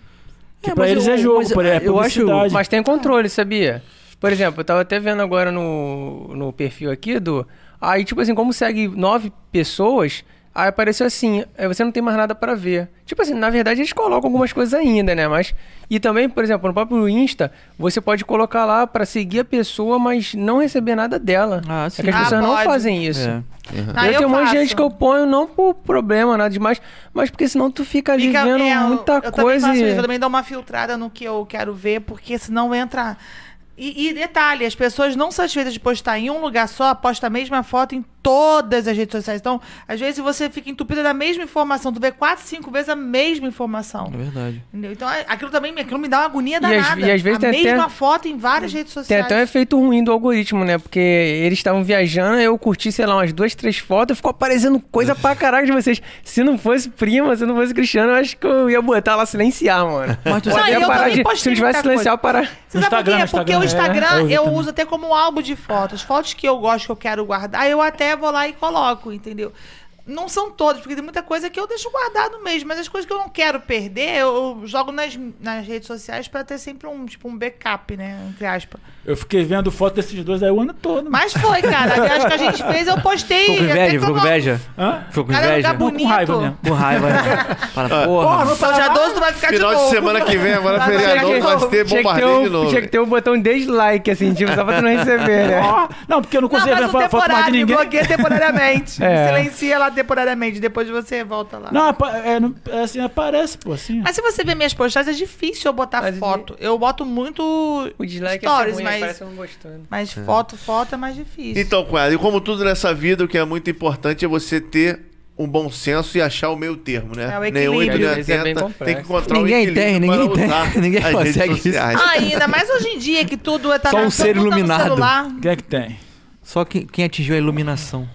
Speaker 3: Que
Speaker 1: É,
Speaker 3: pra
Speaker 1: mas
Speaker 3: eles
Speaker 1: eu-
Speaker 3: é jogo,
Speaker 1: mas
Speaker 3: por é
Speaker 1: eu acho-
Speaker 3: publicidade.
Speaker 2: Mas tem controle, sabia? Por exemplo, eu tava até vendo agora no, no perfil aqui do. Aí, tipo assim, como segue nove pessoas, aí apareceu assim: é, você não tem mais nada pra ver. Tipo assim, na verdade eles colocam algumas coisas ainda, né? Mas. E também, por exemplo, no próprio Insta, você pode colocar lá pra seguir a pessoa, mas não receber nada dela.
Speaker 1: Ah,
Speaker 2: É
Speaker 1: sim.
Speaker 2: que as
Speaker 4: Ah,
Speaker 2: pessoas não
Speaker 4: pode.
Speaker 2: fazem isso.
Speaker 1: É.
Speaker 4: Ah,
Speaker 2: eu, tenho um monte de gente
Speaker 4: faço.
Speaker 2: que eu ponho não por problema, nada demais, mas porque senão tu fica ali
Speaker 4: Fica-
Speaker 2: vendo
Speaker 4: é, eu-
Speaker 2: muita
Speaker 4: eu
Speaker 2: coisa.
Speaker 4: Também faço
Speaker 2: e-
Speaker 4: isso, eu também dou uma filtrada no que eu quero ver, porque senão entra. E, e detalhe, as pessoas não satisfeitas de postar em um lugar só, postam a mesma foto em todas as redes sociais. Então, às vezes você fica entupida da mesma informação, tu vê quatro, cinco vezes a mesma informação.
Speaker 1: É verdade.
Speaker 4: Entendeu? Então, é- aquilo também aquilo me dá uma agonia
Speaker 2: às-
Speaker 4: danada.
Speaker 2: e às vezes
Speaker 4: a
Speaker 2: tem até-
Speaker 4: mesma foto em várias redes
Speaker 2: Tem
Speaker 4: sociais.
Speaker 2: até um efeito ruim do algoritmo, né? Porque eles estavam viajando, eu curti, sei lá, umas duas, três fotos, ficou aparecendo coisa pra caraca de vocês. Se não fosse prima, se não fosse Cristiano, eu acho que eu ia botar lá silenciar, mano.
Speaker 1: Mas tu
Speaker 2: Eu
Speaker 4: Não,
Speaker 1: sabe
Speaker 2: ia
Speaker 4: eu
Speaker 2: parar
Speaker 4: também
Speaker 2: de-
Speaker 4: postei
Speaker 2: se não tivesse
Speaker 4: muita
Speaker 2: silenciar, eu parar.
Speaker 4: Você sabe por quê?
Speaker 3: Instagram,
Speaker 4: Porque
Speaker 3: Instagram. É, eu
Speaker 4: o Instagram
Speaker 3: vi
Speaker 4: eu
Speaker 3: também.
Speaker 4: uso até como álbum de fotos. Fotos que eu gosto, que eu quero guardar, eu até vou lá e coloco, entendeu? Não são todas, porque tem muita coisa que eu deixo guardado mesmo, mas as coisas que eu não quero perder, eu eu jogo nas, nas redes sociais pra ter sempre um, tipo, um backup, né? Entre aspas.
Speaker 3: Eu fiquei vendo foto desses dois aí o ano todo. mano.
Speaker 4: Mas foi, cara. A viagem que a gente fez, eu postei.
Speaker 1: Ficou com
Speaker 4: até
Speaker 1: inveja, ficou com
Speaker 4: tomar-
Speaker 1: inveja.
Speaker 3: Hã?
Speaker 1: Ficou com
Speaker 4: Cada lugar
Speaker 1: inveja.
Speaker 3: Não, com
Speaker 4: bonito.
Speaker 3: raiva mesmo.
Speaker 1: Com raiva, né? Fala, porra.
Speaker 4: Então, dia 12 tu vai ficar
Speaker 5: Final
Speaker 4: de
Speaker 5: de,
Speaker 4: novo.
Speaker 5: semana que vem, agora
Speaker 4: Vai ficar
Speaker 5: feriador,
Speaker 4: de
Speaker 5: vai
Speaker 4: novo.
Speaker 5: ter
Speaker 2: Tinha que, ter
Speaker 5: bombardeio de
Speaker 2: um,
Speaker 5: novo.
Speaker 2: tinha que ter um botão dislike, assim, tipo, só pra tu não receber, né?
Speaker 3: Ó, Não, porque eu não
Speaker 4: Não,
Speaker 3: conseguia
Speaker 4: mas
Speaker 3: ver
Speaker 4: o
Speaker 3: fo- foto mais de
Speaker 4: temporário,
Speaker 3: ninguém.
Speaker 4: bloqueia temporariamente.
Speaker 2: É.
Speaker 4: Silencia lá temporariamente, depois você volta lá.
Speaker 3: Não, apa- é, não- é assim, aparece, pô, assim.
Speaker 4: Mas se você ver minhas postagens, é difícil eu botar
Speaker 2: Mas
Speaker 4: foto. Eu boto muito
Speaker 2: O dislike
Speaker 4: stories,
Speaker 2: é ruim,
Speaker 4: mas,
Speaker 2: parece um- que eu não gostando.
Speaker 4: mas foto, foto é mais difícil.
Speaker 5: Então, cunhado, e como tudo nessa vida, o que é muito importante é você ter um bom senso e achar o meio termo, né?
Speaker 4: É, o
Speaker 5: nem
Speaker 4: equilíbrio.
Speaker 5: nem
Speaker 2: Às vezes é bem
Speaker 5: 80, tem que
Speaker 2: complexo.
Speaker 5: encontrar
Speaker 1: Ninguém
Speaker 5: o equilíbrio
Speaker 1: tem, ninguém
Speaker 5: para
Speaker 1: tem,
Speaker 5: usar
Speaker 1: ninguém
Speaker 5: as redes
Speaker 1: consegue isso.
Speaker 5: sociais.
Speaker 4: Ah, Ainda, mas hoje em dia que tudo é tá
Speaker 1: Só
Speaker 4: na-
Speaker 1: um
Speaker 4: todo
Speaker 1: ser
Speaker 4: mundo tá no
Speaker 1: iluminado.
Speaker 4: celular.
Speaker 3: O que é que tem?
Speaker 1: Só que, quem atingiu a iluminação.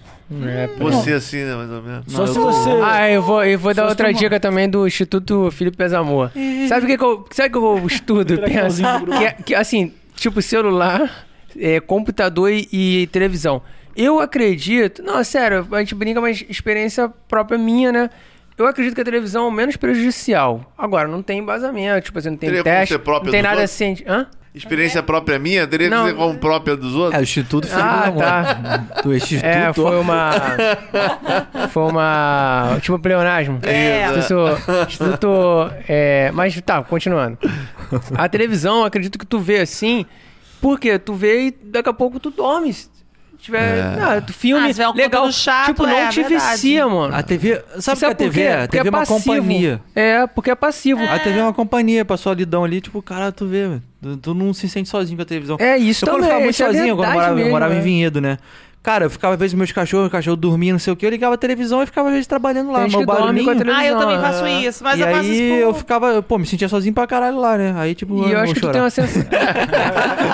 Speaker 2: É, pô.
Speaker 5: Você assim, né, mais ou menos.
Speaker 3: Só
Speaker 1: eu
Speaker 3: se
Speaker 1: tô- é.
Speaker 3: você.
Speaker 2: Ah, eu vou, eu vou dar
Speaker 3: Só se É.
Speaker 2: outra
Speaker 3: tomar.
Speaker 2: dica também do Instituto Felipe Pesamor. Sabe o que, que eu. Sabe o que eu estudo? e penso?
Speaker 3: Tracalzinho do grupo.
Speaker 2: Que, é- que, assim, tipo celular, é, computador e, e televisão. Eu acredito. Não, sério, a gente brinca, mas experiência própria minha, né? Eu acredito que a televisão é o menos prejudicial. Agora, não tem embasamento, tipo assim, não tem
Speaker 5: Teria como
Speaker 2: teste.
Speaker 5: ser própria
Speaker 2: Não tem
Speaker 5: dos
Speaker 2: nada
Speaker 5: outros?
Speaker 2: assim. Hã?
Speaker 5: Experiência própria minha, teria
Speaker 2: Não.
Speaker 5: que ser como própria dos
Speaker 1: É,
Speaker 5: outros?
Speaker 1: o Instituto Felipe
Speaker 2: Ah,
Speaker 1: Amor.
Speaker 2: tá.
Speaker 1: Do Instituto.
Speaker 2: É, foi uma. foi uma. Tipo pleonasmo.
Speaker 4: É.
Speaker 2: Instituto. instituto, é, mas tá, continuando. A televisão, eu acredito que tu vê assim, porque tu vê e daqui a pouco tu dorme. Se Tiver,
Speaker 1: É.
Speaker 2: ah, tu
Speaker 4: Ah,
Speaker 2: filme
Speaker 4: se tiver um
Speaker 2: legal,
Speaker 4: conteúdo chato,
Speaker 2: tipo, não
Speaker 4: é,
Speaker 2: te
Speaker 4: verdade.
Speaker 2: vicia, mano.
Speaker 1: A TV. Ah, Sabe,
Speaker 2: Sabe
Speaker 1: que a
Speaker 2: por
Speaker 1: TV
Speaker 2: quê?
Speaker 1: é? A
Speaker 2: Porque
Speaker 1: TV é uma
Speaker 2: passivo.
Speaker 1: companhia.
Speaker 2: É, porque é passivo.
Speaker 1: A TV é uma companhia pra solidão ali, tipo, cara, tu vê, velho. tu, tu não se sente sozinho com a televisão.
Speaker 2: É, isso
Speaker 1: eu
Speaker 2: também,
Speaker 1: quando ficava muito
Speaker 2: isso é
Speaker 1: sozinho, quando eu
Speaker 2: verdade
Speaker 1: morava, eu
Speaker 2: mesmo,
Speaker 1: morava
Speaker 2: é.
Speaker 1: em Vinhedo, né? Cara, eu ficava às vezes com meus cachorros, o cachorro dormia, não sei o que, eu ligava a televisão e ficava às vezes trabalhando lá,
Speaker 2: Tem gente
Speaker 1: meu
Speaker 2: que dorme
Speaker 1: barulhinho.
Speaker 2: com a televisão.
Speaker 4: Ah, eu também faço
Speaker 2: é.
Speaker 4: isso, mas
Speaker 1: e
Speaker 4: eu faço
Speaker 1: aí
Speaker 4: isso por...
Speaker 1: eu ficava, pô, me sentia sozinho pra caralho lá, né? Aí tipo,
Speaker 2: E eu acho que tu
Speaker 1: chorar.
Speaker 2: tem uma sensação.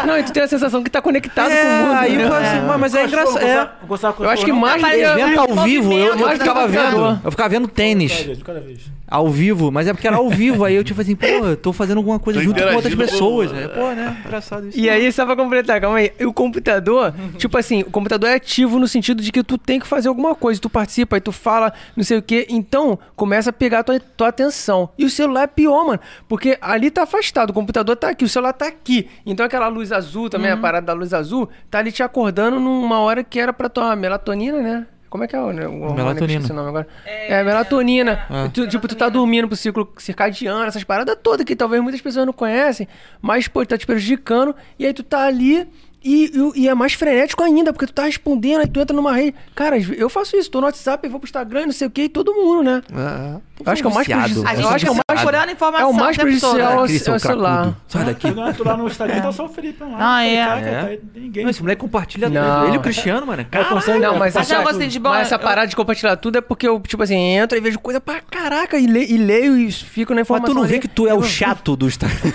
Speaker 2: não, e tu tem a sensação que tá conectado
Speaker 1: é,
Speaker 2: com o mundo.
Speaker 1: Aí
Speaker 2: né?
Speaker 1: eu falava assim, mas- mas é engraçado. É,
Speaker 3: Gostava- gostava-
Speaker 2: Eu acho que
Speaker 3: não,
Speaker 2: mais
Speaker 4: Mas eu-
Speaker 1: evento
Speaker 4: eu-
Speaker 1: ao vivo, eu, eu
Speaker 4: movimento,
Speaker 1: ficava
Speaker 5: é
Speaker 4: eu
Speaker 1: vendo.
Speaker 2: tava-
Speaker 1: Eu ficava vendo tênis
Speaker 3: de cada vez.
Speaker 1: ao vivo, mas é porque era ao vivo. Aí eu tipo assim, pô, eu tô fazendo alguma coisa
Speaker 5: Tô
Speaker 1: junto com outras
Speaker 5: interagindo com-
Speaker 1: pessoas. né? Pô, né? Engraçado isso.
Speaker 2: E é aí, só pra completar, calma aí. E o computador, tipo assim, o computador é ativo no sentido de que tu tem que fazer alguma coisa, tu participa, aí tu fala, não sei o quê. Então, começa a pegar tua, tua atenção. E o celular é pior, mano. Porque ali tá afastado, o computador tá aqui, o celular tá aqui. Então, aquela luz azul também, a parada da luz azul, tá ali te acordando numa hora que era pra tua melatonina, né? Como é que é o, né, o hormônio?
Speaker 1: Melatonina.
Speaker 2: Esqueci o nome agora. É, melatonina.
Speaker 4: é.
Speaker 2: Tu- tipo, tu tá dormindo pro ciclo circadiano, essas paradas todas que talvez muitas pessoas não conhecem, mas, pô, tá te prejudicando, e aí tu tá ali. E, e- e é mais frenético ainda, porque tu tá respondendo, aí tu entra numa rede. Cara, eu faço isso, tô no WhatsApp, eu vou pro Instagram, e não sei o que, e todo mundo, né?
Speaker 5: Ah,
Speaker 2: Eu acho que é o mais
Speaker 1: viciado.
Speaker 2: prejudicial.
Speaker 4: A
Speaker 1: Eu
Speaker 4: gente
Speaker 2: Eu acho que é o
Speaker 4: fica
Speaker 2: mais,
Speaker 4: procurando
Speaker 2: é
Speaker 4: informação
Speaker 2: o mais
Speaker 4: o tempo todo,
Speaker 2: prejudicial
Speaker 4: né?
Speaker 2: é o,
Speaker 1: Cris,
Speaker 2: é
Speaker 1: seu
Speaker 2: o celular.
Speaker 1: cracudo. Sai daqui.
Speaker 3: Não, tu lá é no Instagram tá só o Felipe lá.
Speaker 4: Ah, é.
Speaker 3: Caraca,
Speaker 1: É.
Speaker 3: tá aí, não tem ninguém.
Speaker 1: Não, esse moleque compartilha
Speaker 2: Não.
Speaker 1: tudo. Ele e o Cristiano, mano.
Speaker 3: Cara, consegue-
Speaker 2: Não,
Speaker 4: Mas
Speaker 2: mas, essa,
Speaker 4: eu gosto assim de bom,
Speaker 2: mas essa
Speaker 4: eu-
Speaker 2: parada de compartilhar tudo é porque eu, tipo assim, entro e vejo coisa pra caraca e, le- e leio e fico na
Speaker 1: Mas
Speaker 2: informação.
Speaker 1: tu não vê
Speaker 2: ali.
Speaker 1: que tu é
Speaker 2: Eu-
Speaker 1: o chato do Instagram.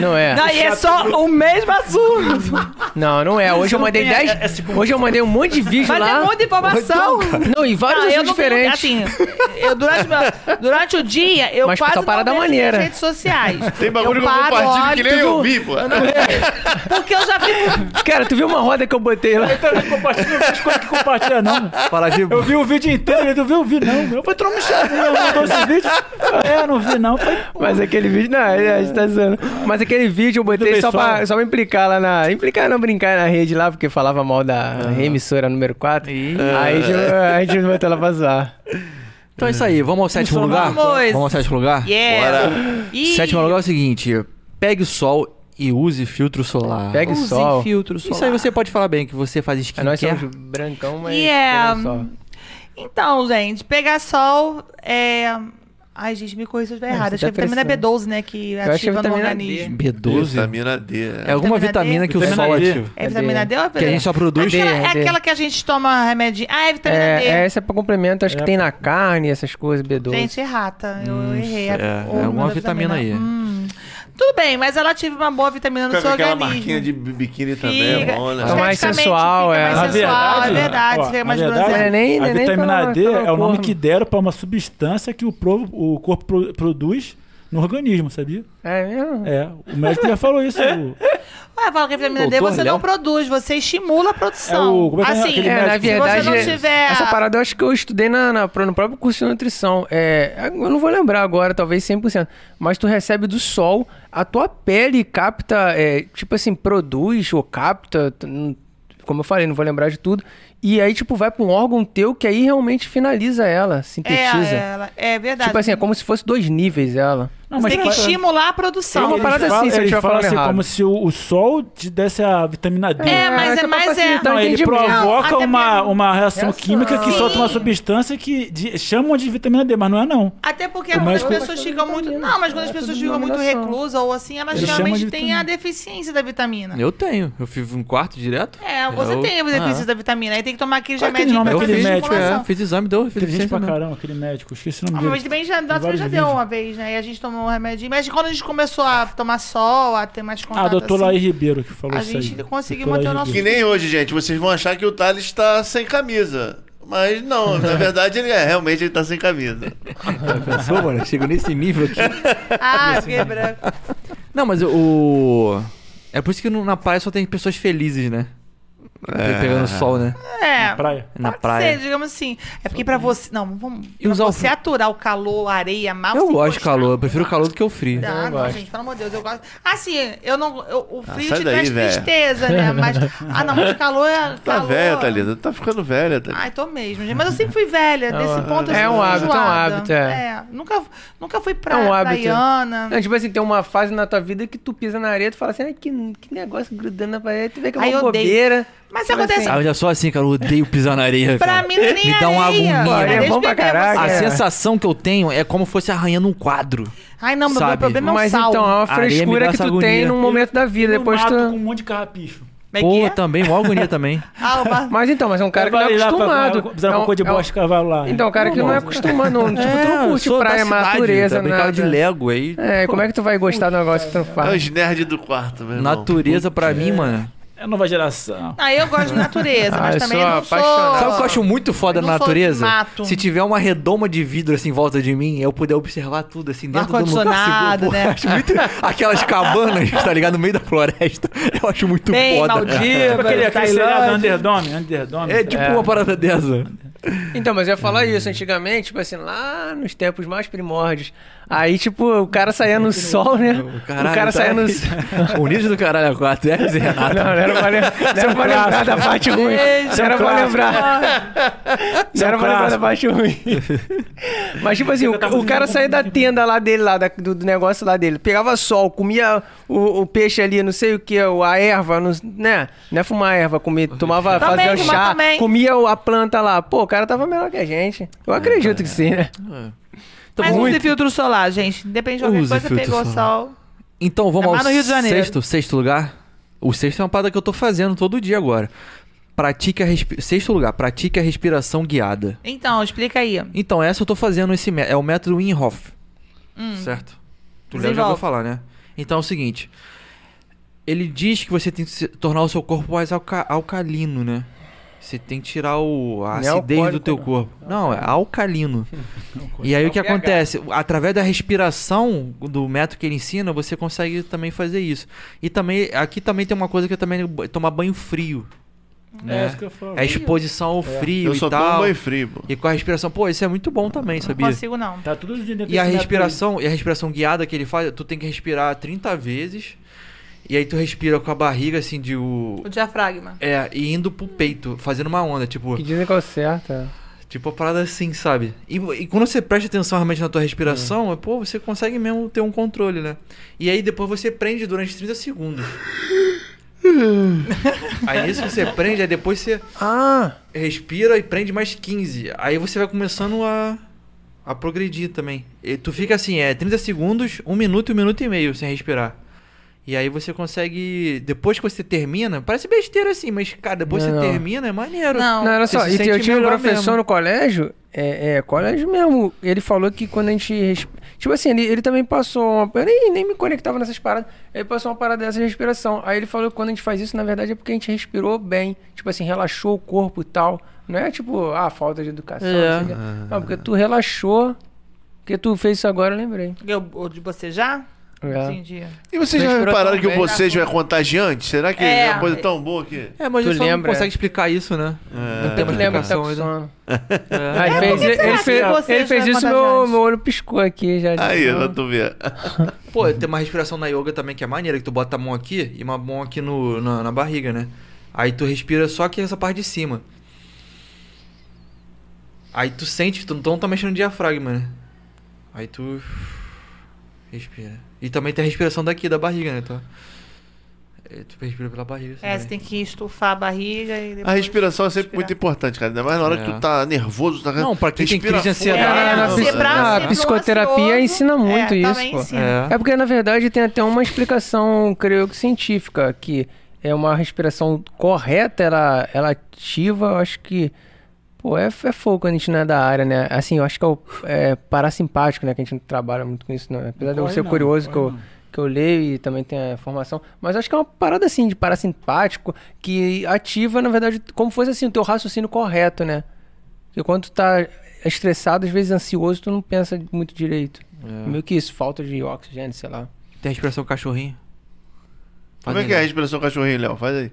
Speaker 2: Não é.
Speaker 4: Não, e é só o mesmo assunto.
Speaker 2: Não, não é. Hoje eu
Speaker 3: não
Speaker 2: mandei
Speaker 3: tem
Speaker 2: 10.
Speaker 3: essa conversa.
Speaker 2: Hoje eu mandei um monte de vídeo
Speaker 4: Mas
Speaker 2: lá. então,
Speaker 4: é muita informação.
Speaker 2: Não, e vários
Speaker 4: Ah, eu
Speaker 2: assuntos
Speaker 4: não tenho-
Speaker 2: diferentes.
Speaker 4: assim, eu durante, meu- durante o dia, eu
Speaker 2: Mas
Speaker 4: quase
Speaker 2: tá
Speaker 4: não
Speaker 2: parada
Speaker 4: vejo
Speaker 2: maneira.
Speaker 4: minhas redes sociais.
Speaker 5: Tem bagulho que eu
Speaker 4: paro,
Speaker 5: compartilho
Speaker 4: olho
Speaker 5: que nem
Speaker 4: tudo,
Speaker 5: eu vi, pô.
Speaker 4: Porque eu já fico...
Speaker 2: Cara, tu viu uma roda que eu botei lá?
Speaker 3: Eu também compartilho as coisas que compartilha, não.
Speaker 1: Fala,
Speaker 3: Eu vi o vídeo inteiro, eu não vi o vídeo, não. Eu falei, tu não me chamou, mandou esse vídeo? É, não vi, não. Eu Falei,
Speaker 2: Mas aquele vídeo. Não, a gente tá zoando. Mas aquele vídeo eu botei
Speaker 3: bem,
Speaker 2: só
Speaker 3: só-
Speaker 2: pra, só pra implicar lá na. Implicar não brincar na rede lá, porque falava mal da emissora número 4.
Speaker 1: Ih.
Speaker 2: Aí a gente- a gente botou ela pra zoar.
Speaker 1: Então é isso aí, vamos ao sétimo lugar?
Speaker 4: Vamos.
Speaker 1: Vamos ao sétimo lugar?
Speaker 4: Yeah. Ih,
Speaker 1: Sétimo lugar é o seguinte: pegue o sol e use filtro solar.
Speaker 2: Pegue o
Speaker 1: use
Speaker 2: sol.
Speaker 1: filtro solar. Isso aí você pode falar bem que é? você faz
Speaker 2: Ah, Nós
Speaker 1: skincare.
Speaker 2: somos brancão, mas.
Speaker 4: Yeah.
Speaker 2: olha só.
Speaker 4: Então, gente, pegar sol é... Ai, gente, me corrija se eu estiver errado.
Speaker 2: você
Speaker 4: Acho que é
Speaker 2: tá
Speaker 4: vitamina
Speaker 2: apressando.
Speaker 4: B12, né? Que
Speaker 2: acho que é
Speaker 4: ativa no
Speaker 2: vitamina
Speaker 4: organismo.
Speaker 1: B12.
Speaker 5: Vitamina D.
Speaker 1: É alguma
Speaker 4: Vitamina
Speaker 1: vitamina
Speaker 4: D.
Speaker 1: que o
Speaker 3: Vitamina
Speaker 1: sol
Speaker 3: D.
Speaker 1: ativa.
Speaker 4: É vitamina D ou é
Speaker 1: Que a gente só produz.
Speaker 4: Aquela,
Speaker 2: D,
Speaker 4: é
Speaker 2: D.
Speaker 4: aquela que a gente toma remédio. Ah, é vitamina D.
Speaker 2: É, é, essa é pra complemento, acho que tem na carne, essas coisas, B12.
Speaker 4: Gente, errata. Eu errei.
Speaker 1: é, é
Speaker 4: hormônio
Speaker 1: alguma
Speaker 4: da
Speaker 1: vitamina aí.
Speaker 4: Hum. Tudo bem, mas ela ativa uma boa vitamina no
Speaker 5: Fica com
Speaker 4: seu
Speaker 5: aquela
Speaker 4: organismo.
Speaker 5: marquinha de bi- biquíni também,
Speaker 4: Fica-
Speaker 5: é bom, né?
Speaker 2: Tá mais
Speaker 4: esteticamente
Speaker 2: sensual,
Speaker 4: fica
Speaker 2: é.
Speaker 4: mais
Speaker 2: Na
Speaker 4: sensual, é verdade.
Speaker 3: né? ó,
Speaker 4: fica
Speaker 3: na
Speaker 4: mais
Speaker 3: verdade,
Speaker 4: bronzeado.
Speaker 2: É, nem-
Speaker 3: a
Speaker 2: nem
Speaker 3: vitamina
Speaker 2: pela-
Speaker 3: D
Speaker 2: pela
Speaker 3: é o nome
Speaker 2: cor,
Speaker 3: que
Speaker 2: né?
Speaker 3: deram pra uma substância que o, pro- o corpo pro- produz no organismo, sabia?
Speaker 2: É mesmo?
Speaker 3: É, o médico já falou isso. o-
Speaker 4: Ué, Ah, fala que a vitamina D
Speaker 1: Doutor
Speaker 4: você
Speaker 1: Léo?
Speaker 4: não produz, você estimula a produção.
Speaker 3: né? É o- como é que é
Speaker 4: assim,
Speaker 3: aquele
Speaker 2: É, na
Speaker 3: médico-
Speaker 2: verdade,
Speaker 4: se você não tiver...
Speaker 2: essa parada eu acho que eu estudei na, na- pro- no próprio curso de nutrição. É, eu não vou lembrar agora, talvez 100%. Mas tu recebe do sol, a tua pele capta, é, tipo assim, produz ou capta, tu não- como eu falei, não vou lembrar de tudo. E aí, tipo, vai pra um órgão teu que aí realmente finaliza ela,
Speaker 4: é,
Speaker 2: sintetiza. assim,
Speaker 4: ela, é verdade.
Speaker 2: Tipo assim, é como se fosse dois níveis ela.
Speaker 3: Não,
Speaker 4: Você tem que estimular a produção.
Speaker 2: É uma
Speaker 3: Eles
Speaker 2: parada
Speaker 3: falam-
Speaker 2: assim, se eu
Speaker 3: eles
Speaker 2: estiver
Speaker 3: falam
Speaker 2: falando
Speaker 3: assim,
Speaker 2: errado.
Speaker 3: como se o, o sol te desse a vitamina D.
Speaker 4: É, mas
Speaker 2: só
Speaker 4: é
Speaker 2: pra
Speaker 4: mais é.
Speaker 2: facilitar o
Speaker 3: Não, ele
Speaker 2: entendimento.
Speaker 3: provoca
Speaker 4: Não, até
Speaker 3: uma,
Speaker 4: mesmo.
Speaker 3: uma reação,
Speaker 2: Reação.
Speaker 3: química que
Speaker 4: Sim.
Speaker 3: solta uma substância que de- chamam de vitamina D, mas não é não.
Speaker 4: Até porque
Speaker 3: O
Speaker 4: quando as
Speaker 3: médico-
Speaker 4: pessoas ficam muito. Não, mas quando as
Speaker 2: É tudo
Speaker 4: pessoas ficam muito
Speaker 2: denominação.
Speaker 4: reclusas ou assim, elas
Speaker 3: Ele chama
Speaker 4: realmente
Speaker 3: de
Speaker 4: têm
Speaker 3: vitamina.
Speaker 4: a deficiência da vitamina.
Speaker 1: Eu tenho. Eu fiz um quarto direto.
Speaker 4: É, você
Speaker 1: Eu-
Speaker 4: tem a deficiência
Speaker 1: Ah,
Speaker 4: da vitamina, aí tem que tomar aqueles
Speaker 3: Qual é aquele
Speaker 4: remédios
Speaker 3: nome
Speaker 4: pra
Speaker 1: Eu
Speaker 3: daquele
Speaker 4: fazer
Speaker 1: fiz,
Speaker 3: médico,
Speaker 4: estimulação.
Speaker 1: é, fiz exame, deu
Speaker 3: Inteligente
Speaker 1: deficiência
Speaker 3: pra
Speaker 1: mesmo.
Speaker 3: caramba, aquele médico. Esqueci o nome
Speaker 4: Ah,
Speaker 3: dele.
Speaker 4: mas também já, nós
Speaker 3: vários
Speaker 4: já deu
Speaker 3: vídeos.
Speaker 4: uma vez, né? E a gente tomou um remedinho. Mas quando a gente começou a tomar sol, a ter mais contato.
Speaker 3: Ah, doutor
Speaker 4: assim,
Speaker 3: Laí Ribeiro que falou
Speaker 4: A
Speaker 3: isso aí.
Speaker 4: gente conseguiu
Speaker 3: Dr. Laí
Speaker 4: manter o nosso-
Speaker 5: Que
Speaker 3: Ribeiro.
Speaker 5: nem hoje, gente. Vocês vão achar que o Thales tá sem camisa. Mas não, na verdade ele é. Realmente ele tá sem camisa.
Speaker 1: Pensou, mano? Chegou nesse nível aqui.
Speaker 4: Ah, fiquei branco.
Speaker 1: Não, mas o. É por isso que no- na praia só tem pessoas felizes, né?
Speaker 5: É.
Speaker 1: Pegando sol, né?
Speaker 4: É.
Speaker 3: Praia.
Speaker 1: Na
Speaker 4: pode
Speaker 1: praia.
Speaker 4: ser, digamos assim. É porque pra você. Não, vamos.
Speaker 1: E os
Speaker 4: pra
Speaker 1: alf-
Speaker 4: você aturar o calor, a areia, mal.
Speaker 1: Eu gosto de calor, eu prefiro calor Ah, do que o frio.
Speaker 4: Ah,
Speaker 2: Eu
Speaker 4: não,
Speaker 2: gosto.
Speaker 4: gente, pelo amor de Deus, eu gosto. Assim, eu não. eu- o frio
Speaker 5: sai
Speaker 4: te
Speaker 5: daí,
Speaker 4: traz
Speaker 5: véia.
Speaker 4: tristeza, né? Mas. Ah, não, mas calor é.
Speaker 5: Tá
Speaker 4: calor.
Speaker 5: velha, Thalita. Tá ficando velha, Thalita.
Speaker 4: Ai, tô mesmo, gente. Mas eu sempre fui velha. Desse ponto eu
Speaker 5: é
Speaker 4: sempre
Speaker 5: um
Speaker 4: fui
Speaker 2: hábito, é um
Speaker 4: enjoada.
Speaker 2: hábito, é.
Speaker 4: Nunca, nunca fui pra
Speaker 2: É um hábito.
Speaker 4: praiana.
Speaker 2: Não, tipo assim, tem uma fase na tua vida que tu pisa na areia, tu fala assim, "Ai, que, que negócio grudando na parede, tu vê que é
Speaker 4: Aí
Speaker 2: uma
Speaker 4: eu odeio.
Speaker 2: bobeira.
Speaker 4: Mas acontece-
Speaker 1: Ah, eu já sou assim, cara. Eu odeio pisar na areia.
Speaker 4: Pra
Speaker 1: cara.
Speaker 4: mim não é nem
Speaker 1: Me dá uma
Speaker 4: areia.
Speaker 1: agonia.
Speaker 4: Olha,
Speaker 2: Areia é
Speaker 4: deixa
Speaker 2: bom
Speaker 4: eu
Speaker 2: pra
Speaker 4: pegar
Speaker 2: caraca.
Speaker 1: A
Speaker 4: você.
Speaker 2: É.
Speaker 1: sensação que eu tenho é como se fosse arranhando um quadro.
Speaker 4: Ai, não, meu
Speaker 1: Sabe?
Speaker 4: problema é o
Speaker 2: Mas
Speaker 4: sal.
Speaker 2: então, é uma
Speaker 1: Areia me dá
Speaker 2: frescura que
Speaker 1: essa
Speaker 2: tu
Speaker 1: agonia.
Speaker 2: tem num momento da vida,
Speaker 3: Eu
Speaker 2: depois
Speaker 3: mato
Speaker 2: tu...
Speaker 3: com um monte de carrapicho.
Speaker 4: Como é que
Speaker 1: Pô,
Speaker 4: é?
Speaker 1: também, mó agonia também.
Speaker 4: Ah, o bar-
Speaker 2: Mas então, mas é um cara que não é
Speaker 3: Vai lá pra-
Speaker 2: acostumado.
Speaker 3: Fizeram
Speaker 2: É um-
Speaker 3: cocô de
Speaker 2: é um-
Speaker 3: bosta de cavalo lá.
Speaker 2: Então, o cara que não é
Speaker 3: Não,
Speaker 2: acostumado, não, tipo, tu
Speaker 1: É,
Speaker 2: não curte
Speaker 1: sou da
Speaker 2: praia,
Speaker 1: cidade,
Speaker 2: natureza,
Speaker 1: tá? Brincava
Speaker 2: nada.
Speaker 1: de Lego aí.
Speaker 2: É, como é que tu vai gostar do negócio que tu não
Speaker 5: É
Speaker 2: faz?
Speaker 5: os nerds do quarto, meu irmão.
Speaker 1: É. Natureza pra mim, mano.
Speaker 3: É nova geração.
Speaker 4: Ah, eu gosto de natureza, mas
Speaker 2: Ah, eu
Speaker 4: também
Speaker 2: sou
Speaker 4: eu não
Speaker 2: apaixonado.
Speaker 4: sou...
Speaker 1: Sabe o que eu acho muito foda
Speaker 4: Eu
Speaker 1: na
Speaker 4: não sou
Speaker 1: natureza?
Speaker 4: mato.
Speaker 1: Se tiver uma redoma de vidro assim em volta de mim, eu puder observar tudo assim dentro do lugar
Speaker 4: Um Ar-condicionado,
Speaker 1: seguro.
Speaker 4: né?
Speaker 1: Eu acho muito aquelas cabanas, tá ligado? No meio da floresta. Eu acho muito
Speaker 4: Bem,
Speaker 1: foda.
Speaker 4: Maldivas,
Speaker 3: Tipo aquele,
Speaker 2: tá
Speaker 3: aquele seriado
Speaker 4: Tailândia.
Speaker 3: Underdome, Underdome.
Speaker 1: É tipo
Speaker 2: É.
Speaker 1: uma parada dessa.
Speaker 2: Então, mas eu ia falar isso antigamente, tipo assim, lá nos tempos mais primórdios. Aí, tipo, o cara saía no sol, né? o
Speaker 1: tá
Speaker 2: cara saía no sol.
Speaker 1: Unidos do Caralho 4, é e Renato.
Speaker 2: Ah, Não, não era pra, lem- não era pra lembrar da parte ruim.
Speaker 4: Isso
Speaker 2: Não
Speaker 4: é
Speaker 2: era
Speaker 4: um
Speaker 2: pra
Speaker 4: clássico.
Speaker 2: lembrar. Não era pra lembrar da
Speaker 3: clássico.
Speaker 2: parte ruim. Mas, tipo assim, o, o cara saía da tenda lá dele, lá, da- do, do negócio lá dele. Pegava sol, comia o, o peixe ali, não sei o que, a erva, não, né? Não é fumar erva, comer, tomava,
Speaker 4: Também,
Speaker 2: fazia o
Speaker 4: fumar
Speaker 2: chá,
Speaker 4: também.
Speaker 2: comia o- a planta lá. Pô, o cara tava melhor que a gente. Eu acredito que sim, né?
Speaker 4: Mas
Speaker 1: muito.
Speaker 4: use filtro solar, gente. Depende de qualquer
Speaker 1: Use
Speaker 4: coisa,
Speaker 1: filtro
Speaker 4: pegou
Speaker 1: solar.
Speaker 4: sol.
Speaker 1: Então vamos
Speaker 4: É lá
Speaker 1: ao
Speaker 4: no Rio de Janeiro.
Speaker 1: sexto, sexto lugar. O sexto é uma parada que eu tô fazendo todo dia agora. Pratique a respi... Sexto lugar, pratique a respiração guiada.
Speaker 4: Então, explica aí.
Speaker 1: Então, essa eu tô fazendo esse método. É o método Inhoff. Certo? Tu já
Speaker 4: Desenvolve.
Speaker 1: ouviu falar, né? Então é o seguinte. Ele diz que você tem que se tornar o seu corpo mais alca- alcalino, né? Você tem que tirar o, a
Speaker 2: Não é
Speaker 1: acidez do
Speaker 2: alcoólico,
Speaker 1: teu
Speaker 2: não.
Speaker 1: corpo. Não, é alcalino. E aí o que
Speaker 2: É o pH.
Speaker 1: acontece? Através da respiração do método que ele ensina, você consegue também fazer isso. E também, aqui também tem uma coisa que eu também tomar banho frio. né?
Speaker 3: isso que eu falo.
Speaker 1: É a exposição ao frio
Speaker 5: Eu
Speaker 1: e
Speaker 5: só tomo
Speaker 1: tal.
Speaker 5: banho frio, pô.
Speaker 1: E com a respiração, pô, isso é muito bom também, sabia?
Speaker 4: Não consigo, não.
Speaker 3: Tá tudo dentro desse
Speaker 1: E a
Speaker 3: método aí.
Speaker 1: respiração, e a respiração guiada que ele faz, tu tem que respirar 30 vezes. E aí tu respira com a barriga assim de o
Speaker 4: O diafragma.
Speaker 1: é, e indo pro peito, fazendo uma onda, tipo,
Speaker 2: Que dizem que é o certo. é.
Speaker 1: tipo a parada assim, sabe? E, e quando você presta atenção realmente na tua respiração, é, pô, você consegue mesmo ter um controle, né? E aí depois você prende durante 30 segundos. aí isso que você prende, aí depois você
Speaker 2: Ah,
Speaker 1: respira e prende mais 15. Aí você vai começando a, a progredir também. E tu fica assim, é 30 segundos, 1 minuto e 1 minuto e meio sem respirar. E aí você consegue. Depois que você termina, parece besteira assim, mas, cara, depois
Speaker 2: Não,
Speaker 1: você
Speaker 2: não.
Speaker 1: termina, é maneiro.
Speaker 4: Não.
Speaker 2: não, olha
Speaker 1: Você
Speaker 2: só.
Speaker 1: se
Speaker 2: E eu
Speaker 1: sente
Speaker 2: tive um
Speaker 1: melhor
Speaker 2: professor
Speaker 1: mesmo.
Speaker 2: no colégio, é, é, colégio mesmo. Ele falou que quando a gente. resp- Tipo assim, ele, ele também passou. Uma... Eu nem, nem me conectava nessas paradas. Ele passou uma parada dessa de respiração. Aí ele falou que quando a gente faz isso, na verdade, é porque a gente respirou bem. Tipo assim, relaxou o corpo e tal. Não é tipo, ah, falta de educação.
Speaker 1: É.
Speaker 2: Não, sei o quê. Não, porque tu relaxou. Porque tu fez isso agora, eu lembrei.
Speaker 4: Eu, o de você já?
Speaker 2: É.
Speaker 4: Entendi.
Speaker 5: E vocês já
Speaker 2: Respirou
Speaker 5: repararam
Speaker 2: tão
Speaker 5: que o
Speaker 2: bem.
Speaker 5: bocejo é contagiante? Será que
Speaker 4: É.
Speaker 5: é, uma coisa tão boa É. que...
Speaker 1: É, mas
Speaker 2: Tu
Speaker 1: você não
Speaker 2: lembra,
Speaker 1: consegue
Speaker 2: é.
Speaker 1: explicar isso, né? Não tem
Speaker 2: Eu
Speaker 1: uma
Speaker 2: lembro que tá
Speaker 1: explicação
Speaker 2: com
Speaker 1: ainda.
Speaker 2: sono.
Speaker 1: É.
Speaker 2: Aí fez-
Speaker 4: por que será
Speaker 2: Ele
Speaker 4: que
Speaker 2: fez-
Speaker 4: você
Speaker 2: ele fez
Speaker 4: já é
Speaker 2: isso, meu,
Speaker 4: contagiante?
Speaker 2: meu olho piscou aqui já. de
Speaker 5: Aí,
Speaker 2: sono.
Speaker 5: pra tu ver.
Speaker 1: Pô, tem uma respiração na yoga também que é maneira, que tu bota a mão aqui e uma mão aqui no, na, na barriga, né? Aí tu respira só aqui essa parte de cima. tá Aí tu sente que tu não tá mexendo no diafragma, né? Aí tu Respira. E também tem a respiração daqui, da barriga, né? Então, é, tu respira pela barriga.
Speaker 4: É, você
Speaker 1: também.
Speaker 4: tem que estufar a barriga e
Speaker 5: A
Speaker 4: depois
Speaker 5: respiração é sempre
Speaker 4: respirar.
Speaker 5: muito importante, cara. Ainda mais na hora que
Speaker 1: É.
Speaker 5: tu tá nervoso, tu tá.
Speaker 1: Não, pra quem tem
Speaker 5: Respira
Speaker 1: crise de
Speaker 5: fundo.
Speaker 1: ansiedade, né?
Speaker 2: É, na
Speaker 5: não,
Speaker 2: psi-
Speaker 5: não,
Speaker 2: pra-
Speaker 5: não.
Speaker 4: quebrar
Speaker 2: a
Speaker 4: sempre um
Speaker 2: psicoterapia
Speaker 4: ansioso.
Speaker 2: ensina muito
Speaker 4: é,
Speaker 2: isso,
Speaker 4: Também
Speaker 2: pô.
Speaker 4: ensina.
Speaker 2: É porque, na verdade, tem até uma explicação, creio que científica, que é uma respiração correta, ela, ela ativa, eu acho que. Pô, é, é fogo quando a gente não é da área, né? Assim, eu acho que é o é, parasimpático, né? Que a gente não trabalha muito com isso, não. Apesar de eu
Speaker 3: Corre
Speaker 2: ser
Speaker 3: não,
Speaker 2: curioso que
Speaker 3: corre
Speaker 2: eu, que eu leio e também tenho a formação. Mas eu acho que é uma parada assim de parasimpático que ativa, na verdade, como fosse assim, o teu raciocínio correto, né? Porque quando tu tá estressado, às vezes ansioso, tu não pensa muito direito.
Speaker 1: É.
Speaker 2: Meio que isso, falta de oxigênio, sei lá.
Speaker 1: Tem a respiração cachorrinho.
Speaker 5: Como é que é a respiração cachorrinho, Léo? Faz aí.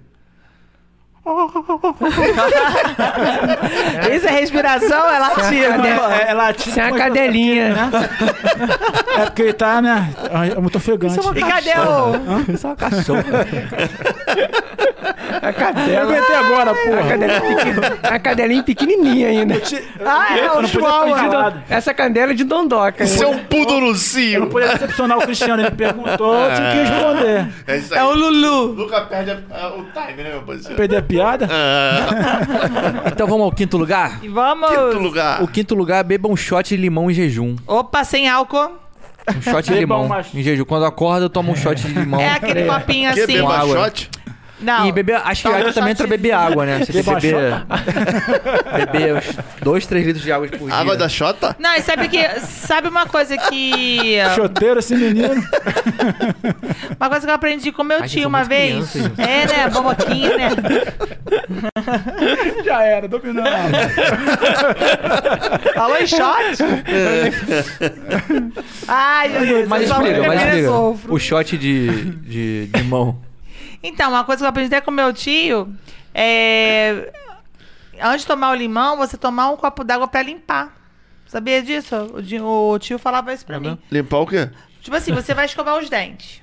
Speaker 4: Isso é respiração, é lativa.
Speaker 3: É, é latim,
Speaker 2: Isso é uma
Speaker 3: mas-
Speaker 2: cadelinha.
Speaker 3: É porque ele tá, né? É muito ofegante.
Speaker 4: E cadê o...
Speaker 1: Isso é uma cachorra.
Speaker 4: é
Speaker 2: A cadela.
Speaker 3: aguentei agora,
Speaker 2: A
Speaker 3: porra.
Speaker 2: cadelinha, pequen- a cadelinha pequenininha ainda.
Speaker 4: Ah, é,
Speaker 3: Eu não
Speaker 4: o
Speaker 3: podia ter
Speaker 4: Chihuahua.
Speaker 3: pedido a-
Speaker 2: Essa cadela é de dondoca.
Speaker 5: Isso é
Speaker 2: né?
Speaker 5: um
Speaker 3: Eu não
Speaker 5: pudorocinho.
Speaker 3: podia decepcionar o Cristiano, ele perguntou, eu tinha que responder.
Speaker 5: É isso aí.
Speaker 4: É o Lulu.
Speaker 5: Nunca perde ah, o time, né, meu parceiro?
Speaker 3: Perder a piada?
Speaker 5: Ah,
Speaker 1: então vamos ao quinto lugar?
Speaker 4: E vamos...
Speaker 5: quinto lugar.
Speaker 1: O quinto lugar, beba um shot de limão em jejum.
Speaker 4: Opa, sem álcool.
Speaker 1: Um shot de
Speaker 3: Beba
Speaker 1: limão
Speaker 3: uma-
Speaker 1: em jejum. Quando acorda, eu tomo um shot de limão.
Speaker 4: É aquele copinho
Speaker 5: Quer
Speaker 4: assim.
Speaker 5: beber
Speaker 1: Com água.
Speaker 5: shot?
Speaker 4: Não.
Speaker 1: E beber, acho que
Speaker 4: Toma
Speaker 1: água
Speaker 4: um
Speaker 1: também entra
Speaker 4: shotzinho.
Speaker 1: beber água, né? Você tem que
Speaker 3: Beba
Speaker 1: beber, beber uns 2, 3 litros de água por dia.
Speaker 5: Água da Xota?
Speaker 4: Não, e sabe que. Sabe uma coisa que.
Speaker 3: Choteiro esse menino.
Speaker 4: Uma coisa que eu aprendi com meu
Speaker 1: Ai, vocês
Speaker 4: tio
Speaker 1: são
Speaker 4: uma
Speaker 1: muito
Speaker 4: vez.
Speaker 1: crianças, gente.
Speaker 4: é, né? Boboquinha, né?
Speaker 3: Já era, dominando.
Speaker 4: Falou em shot? Ai, meu Deus.
Speaker 1: Mas
Speaker 4: eu só-
Speaker 1: explica,
Speaker 4: eu
Speaker 1: mas explica.
Speaker 4: sofro.
Speaker 1: O shot de, de, de limão.
Speaker 4: Então, uma coisa que eu aprendi até com meu tio é. Antes de tomar o limão, você tomar um copo d'água pra limpar. Sabia disso? O di- O tio falava isso pra mim.
Speaker 5: Limpar o quê?
Speaker 4: Tipo assim, você vai escovar os dentes.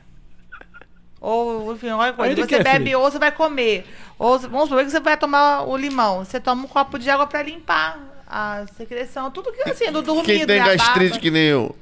Speaker 4: Ou, enfim, alguma coisa.
Speaker 3: Ainda
Speaker 4: Você
Speaker 3: que é,
Speaker 4: bebe,
Speaker 3: filho.
Speaker 4: ou você vai comer. Ou, vamos supor que você vai tomar o limão. Você toma um copo de água pra limpar a secreção. Tudo que, assim, do dormido,
Speaker 5: Quem
Speaker 4: né,
Speaker 5: tem
Speaker 4: a
Speaker 5: gastrite
Speaker 4: barba.
Speaker 5: que nem eu?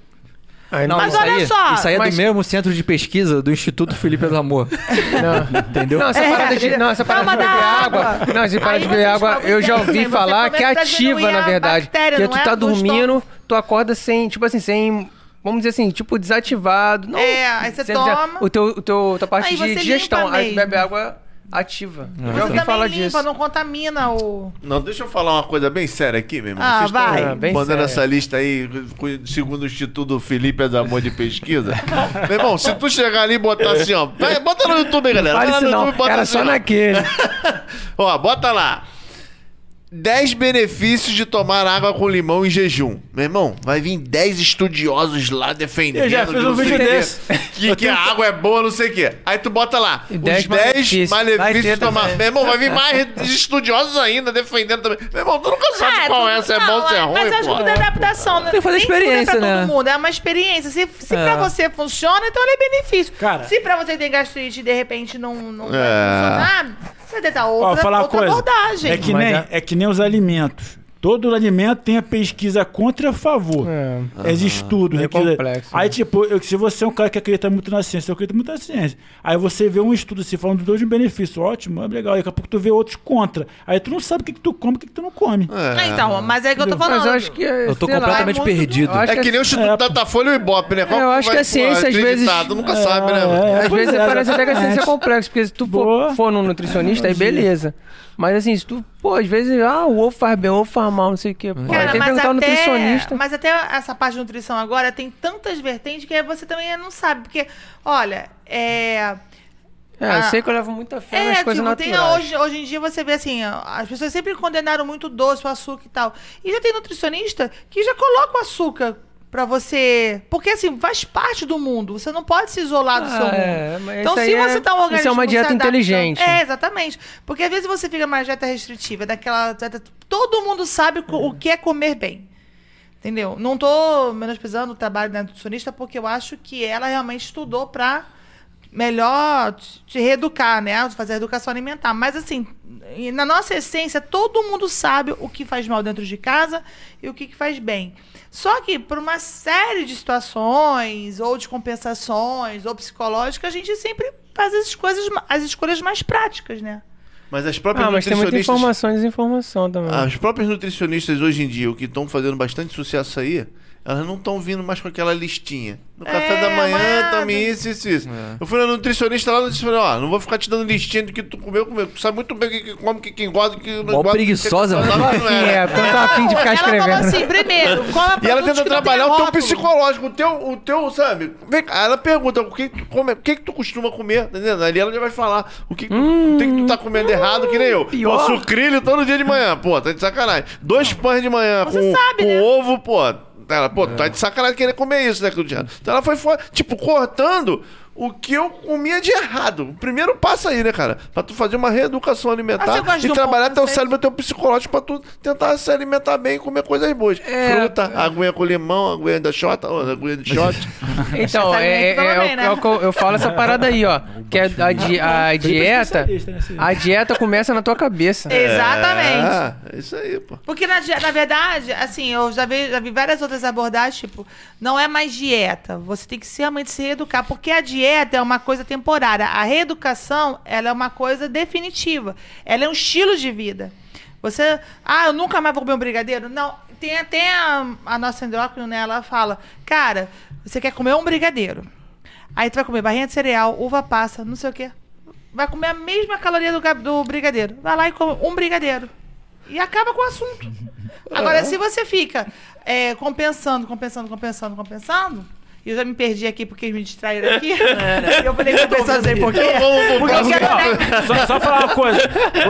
Speaker 2: Aí
Speaker 1: Não,
Speaker 4: Mas
Speaker 1: isso
Speaker 4: olha
Speaker 1: aí,
Speaker 4: só,
Speaker 1: Isso aí é
Speaker 2: mas-
Speaker 1: do mesmo centro de pesquisa do Instituto Felipe do Amor.
Speaker 2: não.
Speaker 1: Entendeu?
Speaker 2: Não, essa parada de, não, essa parada de
Speaker 4: Calma
Speaker 2: beber
Speaker 4: É, da
Speaker 2: água.
Speaker 4: água.
Speaker 2: Não, essa parada
Speaker 4: Aí
Speaker 2: de
Speaker 4: você descobre
Speaker 2: beber água,
Speaker 4: que
Speaker 2: eu
Speaker 4: tem,
Speaker 2: já ouvi
Speaker 4: você
Speaker 2: falar
Speaker 4: começa
Speaker 2: que é
Speaker 4: a
Speaker 2: ativa,
Speaker 4: diminuir
Speaker 2: na
Speaker 4: a
Speaker 2: verdade.
Speaker 4: bactéria,
Speaker 2: Porque
Speaker 4: não
Speaker 2: tu
Speaker 4: é
Speaker 2: tá
Speaker 4: a do
Speaker 2: dormindo, tu acorda sem, tipo assim, sem. Vamos dizer assim, tipo, desativado. Não,
Speaker 4: É, aí você
Speaker 2: sem desativado.
Speaker 4: toma.
Speaker 2: O teu, o teu, tua parte
Speaker 4: Aí você
Speaker 2: de
Speaker 4: limpa
Speaker 2: digestão. Aí
Speaker 4: mesmo.
Speaker 2: tu bebe água ativa.
Speaker 1: É.
Speaker 2: Eu
Speaker 4: Você
Speaker 2: já ouvi
Speaker 4: também
Speaker 2: falar
Speaker 4: limpa,
Speaker 2: disso.
Speaker 4: não contamina o...
Speaker 5: Não, deixa eu falar uma coisa bem séria aqui, meu irmão.
Speaker 4: Ah,
Speaker 5: Vocês tão
Speaker 4: vai.
Speaker 2: Ah, bem
Speaker 5: mandando
Speaker 2: séria.
Speaker 5: essa lista aí, cu- segundo o Instituto Felipe Adamor de Pesquisa. meu irmão, se tu chegar ali e botar assim, ó. vai, bota no YouTube, aí, galera.
Speaker 2: Fala
Speaker 5: Vai lá
Speaker 2: isso
Speaker 5: no YouTube e
Speaker 2: não,
Speaker 5: bota
Speaker 2: era
Speaker 5: assim,
Speaker 2: só
Speaker 5: ó.
Speaker 2: naquele.
Speaker 5: Ó, bota lá. 10 benefícios de tomar água com limão em jejum. Meu irmão, vai vir 10 estudiosos lá defendendo.
Speaker 3: Eu já fiz
Speaker 5: de não
Speaker 3: um
Speaker 5: sei
Speaker 3: vídeo
Speaker 5: o quê,
Speaker 3: desse.
Speaker 5: Que, que a água é boa, não sei o quê. Aí tu bota lá.
Speaker 2: E
Speaker 5: os 10
Speaker 2: 10 malefícios.
Speaker 5: malefícios,
Speaker 2: Vai ter
Speaker 5: de tomar.
Speaker 2: também.
Speaker 5: Meu irmão, vai vir mais estudiosos ainda defendendo também. Meu irmão, tu nunca sabe
Speaker 4: Ah,
Speaker 5: qual
Speaker 4: tudo-
Speaker 5: é, se é
Speaker 4: não,
Speaker 5: bom, se é ruim,
Speaker 4: Mas acho que
Speaker 5: pô.
Speaker 4: tudo é adaptação, né?
Speaker 1: Tem que fazer
Speaker 4: Nem tudo
Speaker 1: experiência,
Speaker 4: é pra
Speaker 1: né?
Speaker 4: todo mundo, é uma experiência. Se, se
Speaker 1: É.
Speaker 4: pra você funciona, então ele é benefício.
Speaker 3: Cara.
Speaker 4: se pra você tem gastrite e de repente não, não vai
Speaker 5: É.
Speaker 4: funcionar, você tenta
Speaker 3: Ó,
Speaker 4: outra,
Speaker 3: falar uma
Speaker 4: outra
Speaker 3: coisa.
Speaker 4: abordagem.
Speaker 3: É que,
Speaker 2: Mas
Speaker 3: nem,
Speaker 2: a-
Speaker 3: é que nem os alimentos. Todo alimento tem a pesquisa contra e a favor.
Speaker 2: É.
Speaker 3: Existe estudo. né,
Speaker 2: Meio
Speaker 3: que-
Speaker 2: complexo,
Speaker 3: Aí,
Speaker 2: né?
Speaker 3: tipo, eu- se você é um cara que acredita muito na ciência, eu acredito muito na ciência. Aí você vê um estudo se falando dos dois de benefício, ótimo, é legal. Aí daqui a pouco tu vê outros contra. Aí tu não sabe o que, que tu come e o que, que tu não come.
Speaker 4: Ah, então, mas é que eu tô falando.
Speaker 2: Mas eu acho que. é,
Speaker 1: Eu tô
Speaker 2: sei lá,
Speaker 1: completamente
Speaker 4: muito-
Speaker 1: perdido.
Speaker 2: Eu acho
Speaker 5: É que nem o Instituto
Speaker 3: É.
Speaker 5: Datafolha e o Ibope, né? Qual
Speaker 2: eu acho
Speaker 5: vai,
Speaker 2: que a ciência, às vezes-
Speaker 5: acreditar? Tu nunca sabe, né? mano?
Speaker 2: Às
Speaker 3: pois
Speaker 2: vezes
Speaker 3: é,
Speaker 2: parece até que a ciência é complexa, porque se tu for,
Speaker 3: Boa.
Speaker 2: for num nutricionista, aí beleza. Mas assim, se tu, pô, às vezes, ah, o ovo faz bem, o ovo faz mal, não sei o quê. Pô, aí
Speaker 4: Cara,
Speaker 2: tem que
Speaker 4: mas
Speaker 2: perguntar ao
Speaker 4: até,
Speaker 2: nutricionista.
Speaker 4: mas até essa parte de nutrição agora tem tantas vertentes que aí você também não sabe. Porque, olha, é.
Speaker 2: É, eu
Speaker 4: Ah.
Speaker 2: sei que eu levo muita fé
Speaker 4: É,
Speaker 2: nas coisas
Speaker 4: tipo, tem,
Speaker 2: naturais.
Speaker 4: hoje, hoje em dia você vê assim, ó, as pessoas sempre condenaram muito o doce, o açúcar e tal. E já tem nutricionista que já coloca o açúcar pra você. Porque assim, faz parte do mundo. Você não pode se isolar do
Speaker 2: Ah,
Speaker 4: seu mundo.
Speaker 2: é, mas
Speaker 4: então,
Speaker 2: isso
Speaker 4: se
Speaker 2: aí é-
Speaker 4: você tá um organismo.
Speaker 2: isso é uma
Speaker 4: que se
Speaker 2: dieta
Speaker 4: adapta-
Speaker 2: inteligente.
Speaker 4: É, exatamente. Porque às vezes você fica numa dieta restritiva, daquela. dieta- Todo mundo sabe co- o que é comer bem. Entendeu? Não tô menosprezando o trabalho da nutricionista, porque eu acho que ela realmente estudou pra melhor te te reeducar, né? Fazer a educação alimentar. Mas, assim, e na nossa essência, todo mundo sabe o que faz mal dentro de casa e o que, que faz bem. Só que, por uma série de situações, ou de compensações, ou psicológicas, a gente sempre faz as, coisas, ma- as escolhas mais práticas, né?
Speaker 5: Mas as próprias
Speaker 2: Ah, mas tem muita
Speaker 5: nutricionistas.
Speaker 2: informação e desinformação também.
Speaker 5: As próprias nutricionistas hoje em dia, o que estão fazendo bastante sucesso aí, elas não estão vindo mais com aquela listinha. No
Speaker 4: É,
Speaker 5: café da manhã,
Speaker 4: amanhã,
Speaker 5: tome
Speaker 4: tem-
Speaker 5: isso, isso, isso.
Speaker 1: É.
Speaker 5: Eu fui na nutricionista lá e disse: ó, não vou ficar te dando listinha do que tu comeu, comeu. Tu sabe muito bem o que, que come, o que, que engorda, o que não
Speaker 1: Mó
Speaker 5: engorda. o que que é
Speaker 1: preguiçosa,
Speaker 5: saudável,
Speaker 1: mano.
Speaker 5: não
Speaker 2: Sim,
Speaker 5: é.
Speaker 2: é, porque eu não tô afim de ficar
Speaker 4: ela
Speaker 2: escrevendo.
Speaker 4: falou assim, primeiro, qual é
Speaker 5: E ela tenta trabalhar o teu
Speaker 4: psicólogo.
Speaker 5: psicológico, o teu, o teu, sabe? Vem cá, ela pergunta o que que tu come, o que que tu costuma comer, tá entendendo? Ali ela já vai falar o que, que tu- o que que tu tá comendo errado, que nem eu. Pô, sucrilho todo dia de manhã, pô, tá de sacanagem. Dois pães de manhã
Speaker 4: Você
Speaker 5: com,
Speaker 4: sabe,
Speaker 5: com
Speaker 4: né?
Speaker 5: ovo, pô. Ela, pô, tá de sacanagem querer comer isso, né, Claudiano? Então ela foi, fora, tipo, cortando o que eu comia de errado. O primeiro passo aí, né, cara? Pra tu fazer uma reeducação
Speaker 4: Ah,
Speaker 5: alimentar
Speaker 4: você gosta de
Speaker 5: e
Speaker 4: um
Speaker 5: trabalhar
Speaker 4: pão
Speaker 5: teu
Speaker 4: francês?
Speaker 5: cérebro, teu psicológico pra tu tentar se alimentar bem e comer coisas boas. Fruta, aguinha com limão, aguinha da xota, ó, aguinha de shot.
Speaker 2: Então,
Speaker 4: Essa
Speaker 2: é, é,
Speaker 4: alimenta
Speaker 2: é,
Speaker 4: também,
Speaker 2: o-
Speaker 4: né?
Speaker 2: é o que eu, eu falo essa parada aí, ó. Que é a, di- a
Speaker 3: Felipe é
Speaker 2: dieta.
Speaker 3: especialista nesse-
Speaker 4: Ah,
Speaker 2: A dieta começa na tua cabeça.
Speaker 4: Exatamente.
Speaker 5: É, é isso aí, pô.
Speaker 4: Porque, na, di- na verdade, assim, eu já vi, já vi várias outras abordagens, tipo, não é mais dieta. Você tem que se- realmente se reeducar. Porque a dieta é uma coisa temporária. A reeducação, ela é uma coisa definitiva. Ela é um estilo de vida. Você, ah, eu nunca mais vou comer um brigadeiro? Não. Tem até a, a nossa endócrina, né? Ela fala, cara, você quer comer um brigadeiro. Aí tu vai comer barrinha de cereal, uva passa, não sei o quê. Vai comer a mesma caloria do, ga- do brigadeiro. Vai lá e come um brigadeiro. E acaba com o assunto. Agora, se você fica é, compensando, compensando, compensando, compensando. E eu já me perdi aqui porque eles me distraíram aqui. Eu falei compensando, sei por quê.
Speaker 5: Vamos
Speaker 4: Porque
Speaker 5: voltar
Speaker 4: eu quero, né?
Speaker 3: Só, só falar uma coisa.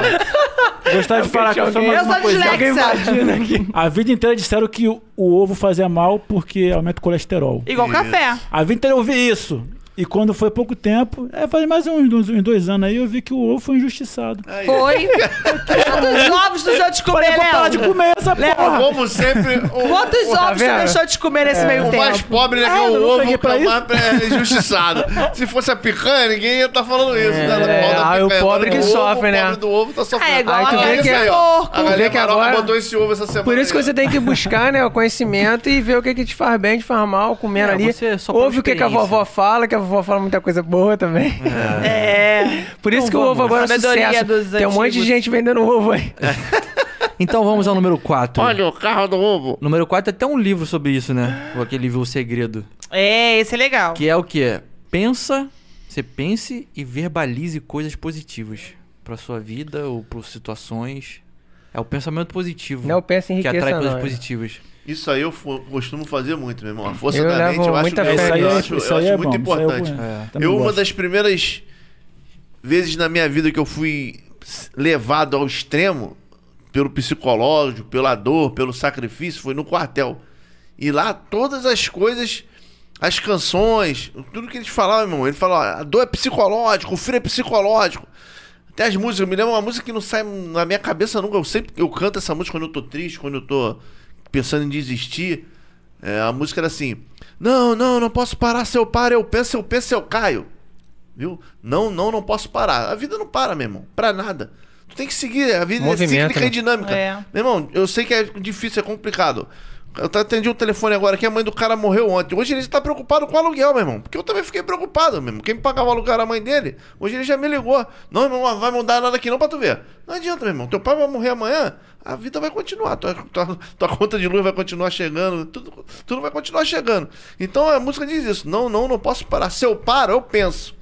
Speaker 3: Vou- Gostaria de falar aqui só mais
Speaker 4: Eu
Speaker 3: uma
Speaker 4: sou
Speaker 3: coisa.
Speaker 4: dislexa.
Speaker 3: A vida inteira disseram que o, o ovo fazia mal porque aumenta o colesterol.
Speaker 4: Igual café.
Speaker 3: A vida inteira eu ouvi isso. E quando foi pouco tempo, é, faz mais uns, uns- uns dois anos aí, eu vi que o ovo foi injustiçado.
Speaker 4: É, Foi. Quantos ovos tu já
Speaker 3: Falei,
Speaker 4: descobriu,
Speaker 3: vou parar de
Speaker 4: Léo?
Speaker 3: comer essa porra.
Speaker 5: Como sempre, o,
Speaker 4: Quantos ovos tu
Speaker 2: vendo?
Speaker 4: deixou de comer nesse meio
Speaker 5: o mais
Speaker 4: tempo?
Speaker 5: pobre né, que é
Speaker 3: Ah, eu
Speaker 5: o
Speaker 3: não
Speaker 5: ovo
Speaker 3: peguei
Speaker 5: que é
Speaker 3: pra
Speaker 5: o mais é, injustiçado. Se fosse a picanha, ninguém ia estar falando isso. né?
Speaker 2: É,
Speaker 5: Mal da
Speaker 2: ah, o
Speaker 5: picanha,
Speaker 2: pobre
Speaker 5: mal do
Speaker 2: que
Speaker 5: ovo,
Speaker 2: sofre,
Speaker 5: O
Speaker 2: né?
Speaker 5: pobre do ovo tá sofrendo.
Speaker 4: É, igual
Speaker 2: Aí tu
Speaker 5: Ah,
Speaker 2: vê
Speaker 5: isso
Speaker 2: que-
Speaker 5: aí,
Speaker 4: porco.
Speaker 5: ó. A
Speaker 4: Tu
Speaker 2: vê
Speaker 5: galera
Speaker 2: que
Speaker 5: Maroca
Speaker 2: agora-
Speaker 5: botou esse ovo essa semana.
Speaker 2: Por isso que
Speaker 5: aí,
Speaker 2: você tem que buscar, né, o conhecimento e ver o que que te faz bem, te faz mal, comendo
Speaker 1: É,
Speaker 2: ali.
Speaker 1: você só pela
Speaker 2: Ouve o que, que a
Speaker 1: experiência.
Speaker 2: vovó fala, que a vovó fala muita coisa boa também.
Speaker 4: É.
Speaker 2: Por isso que o ovo agora é
Speaker 6: Sabedoria
Speaker 2: sucesso.
Speaker 6: dos
Speaker 2: Tem um monte de
Speaker 6: antigos.
Speaker 2: gente vendendo ovo aí.
Speaker 1: Então vamos ao número 4.
Speaker 5: ó. Olha o carro do ovo.
Speaker 1: Número 4 até um livro sobre isso, né? Ou Aquele livro O Segredo.
Speaker 4: É, esse é legal.
Speaker 1: Que é o que? Pensa, você pense e verbalize coisas positivas pra sua vida ou para situações. É o pensamento positivo.
Speaker 2: Não pensa em
Speaker 1: que
Speaker 2: riqueza,
Speaker 1: atrai
Speaker 2: não.
Speaker 1: coisas
Speaker 2: é.
Speaker 1: positivas.
Speaker 5: Isso aí eu fo- costumo fazer muito, meu irmão. A força
Speaker 2: Eu
Speaker 5: da
Speaker 2: levo
Speaker 5: mente, eu acho,
Speaker 2: muita
Speaker 5: eu acho-
Speaker 2: fé
Speaker 5: eu
Speaker 2: nisso.
Speaker 5: acho, eu acho muito
Speaker 3: bom, isso aí eu
Speaker 5: importante.
Speaker 3: gosto.
Speaker 1: É.
Speaker 3: Também
Speaker 5: Eu, uma
Speaker 3: gosto.
Speaker 5: das primeiras vezes na minha vida que eu fui s- levado ao extremo pelo psicológico, pela dor, pelo sacrifício, foi no quartel. E lá todas as coisas, as canções, tudo que eles falavam, meu irmão, ele falava, a dor é psicológico, o frio é psicológico. Até as músicas, eu me lembro uma música que não sai na minha cabeça nunca. Eu sempre eu canto essa música quando eu tô triste, quando eu tô pensando em desistir. É, a música era assim: Não, não, não posso parar, se eu paro, eu penso, eu penso, eu caio. Viu? Não, não, não posso parar. A vida não para, meu irmão. Pra nada. Tu tem que seguir. A vida é
Speaker 2: Movimento,
Speaker 5: cíclica
Speaker 2: né?
Speaker 5: e dinâmica.
Speaker 4: É.
Speaker 5: Meu irmão, eu sei que é difícil, é complicado. Eu tá- atendi um telefone agora que a mãe do cara morreu ontem. Hoje ele está preocupado com o aluguel, meu irmão. Porque eu também fiquei preocupado mesmo. Quem pagava o aluguel era a mãe dele. Hoje ele já me ligou. Não, irmão, não vai mudar nada aqui não pra tu ver. Não adianta, meu irmão. Teu pai vai morrer amanhã, a vida vai continuar. Tua, tua- tua conta de luz vai continuar chegando. Tudo, tudo vai continuar chegando. Então a música diz isso. Não, não, não posso parar. Se eu paro, eu penso.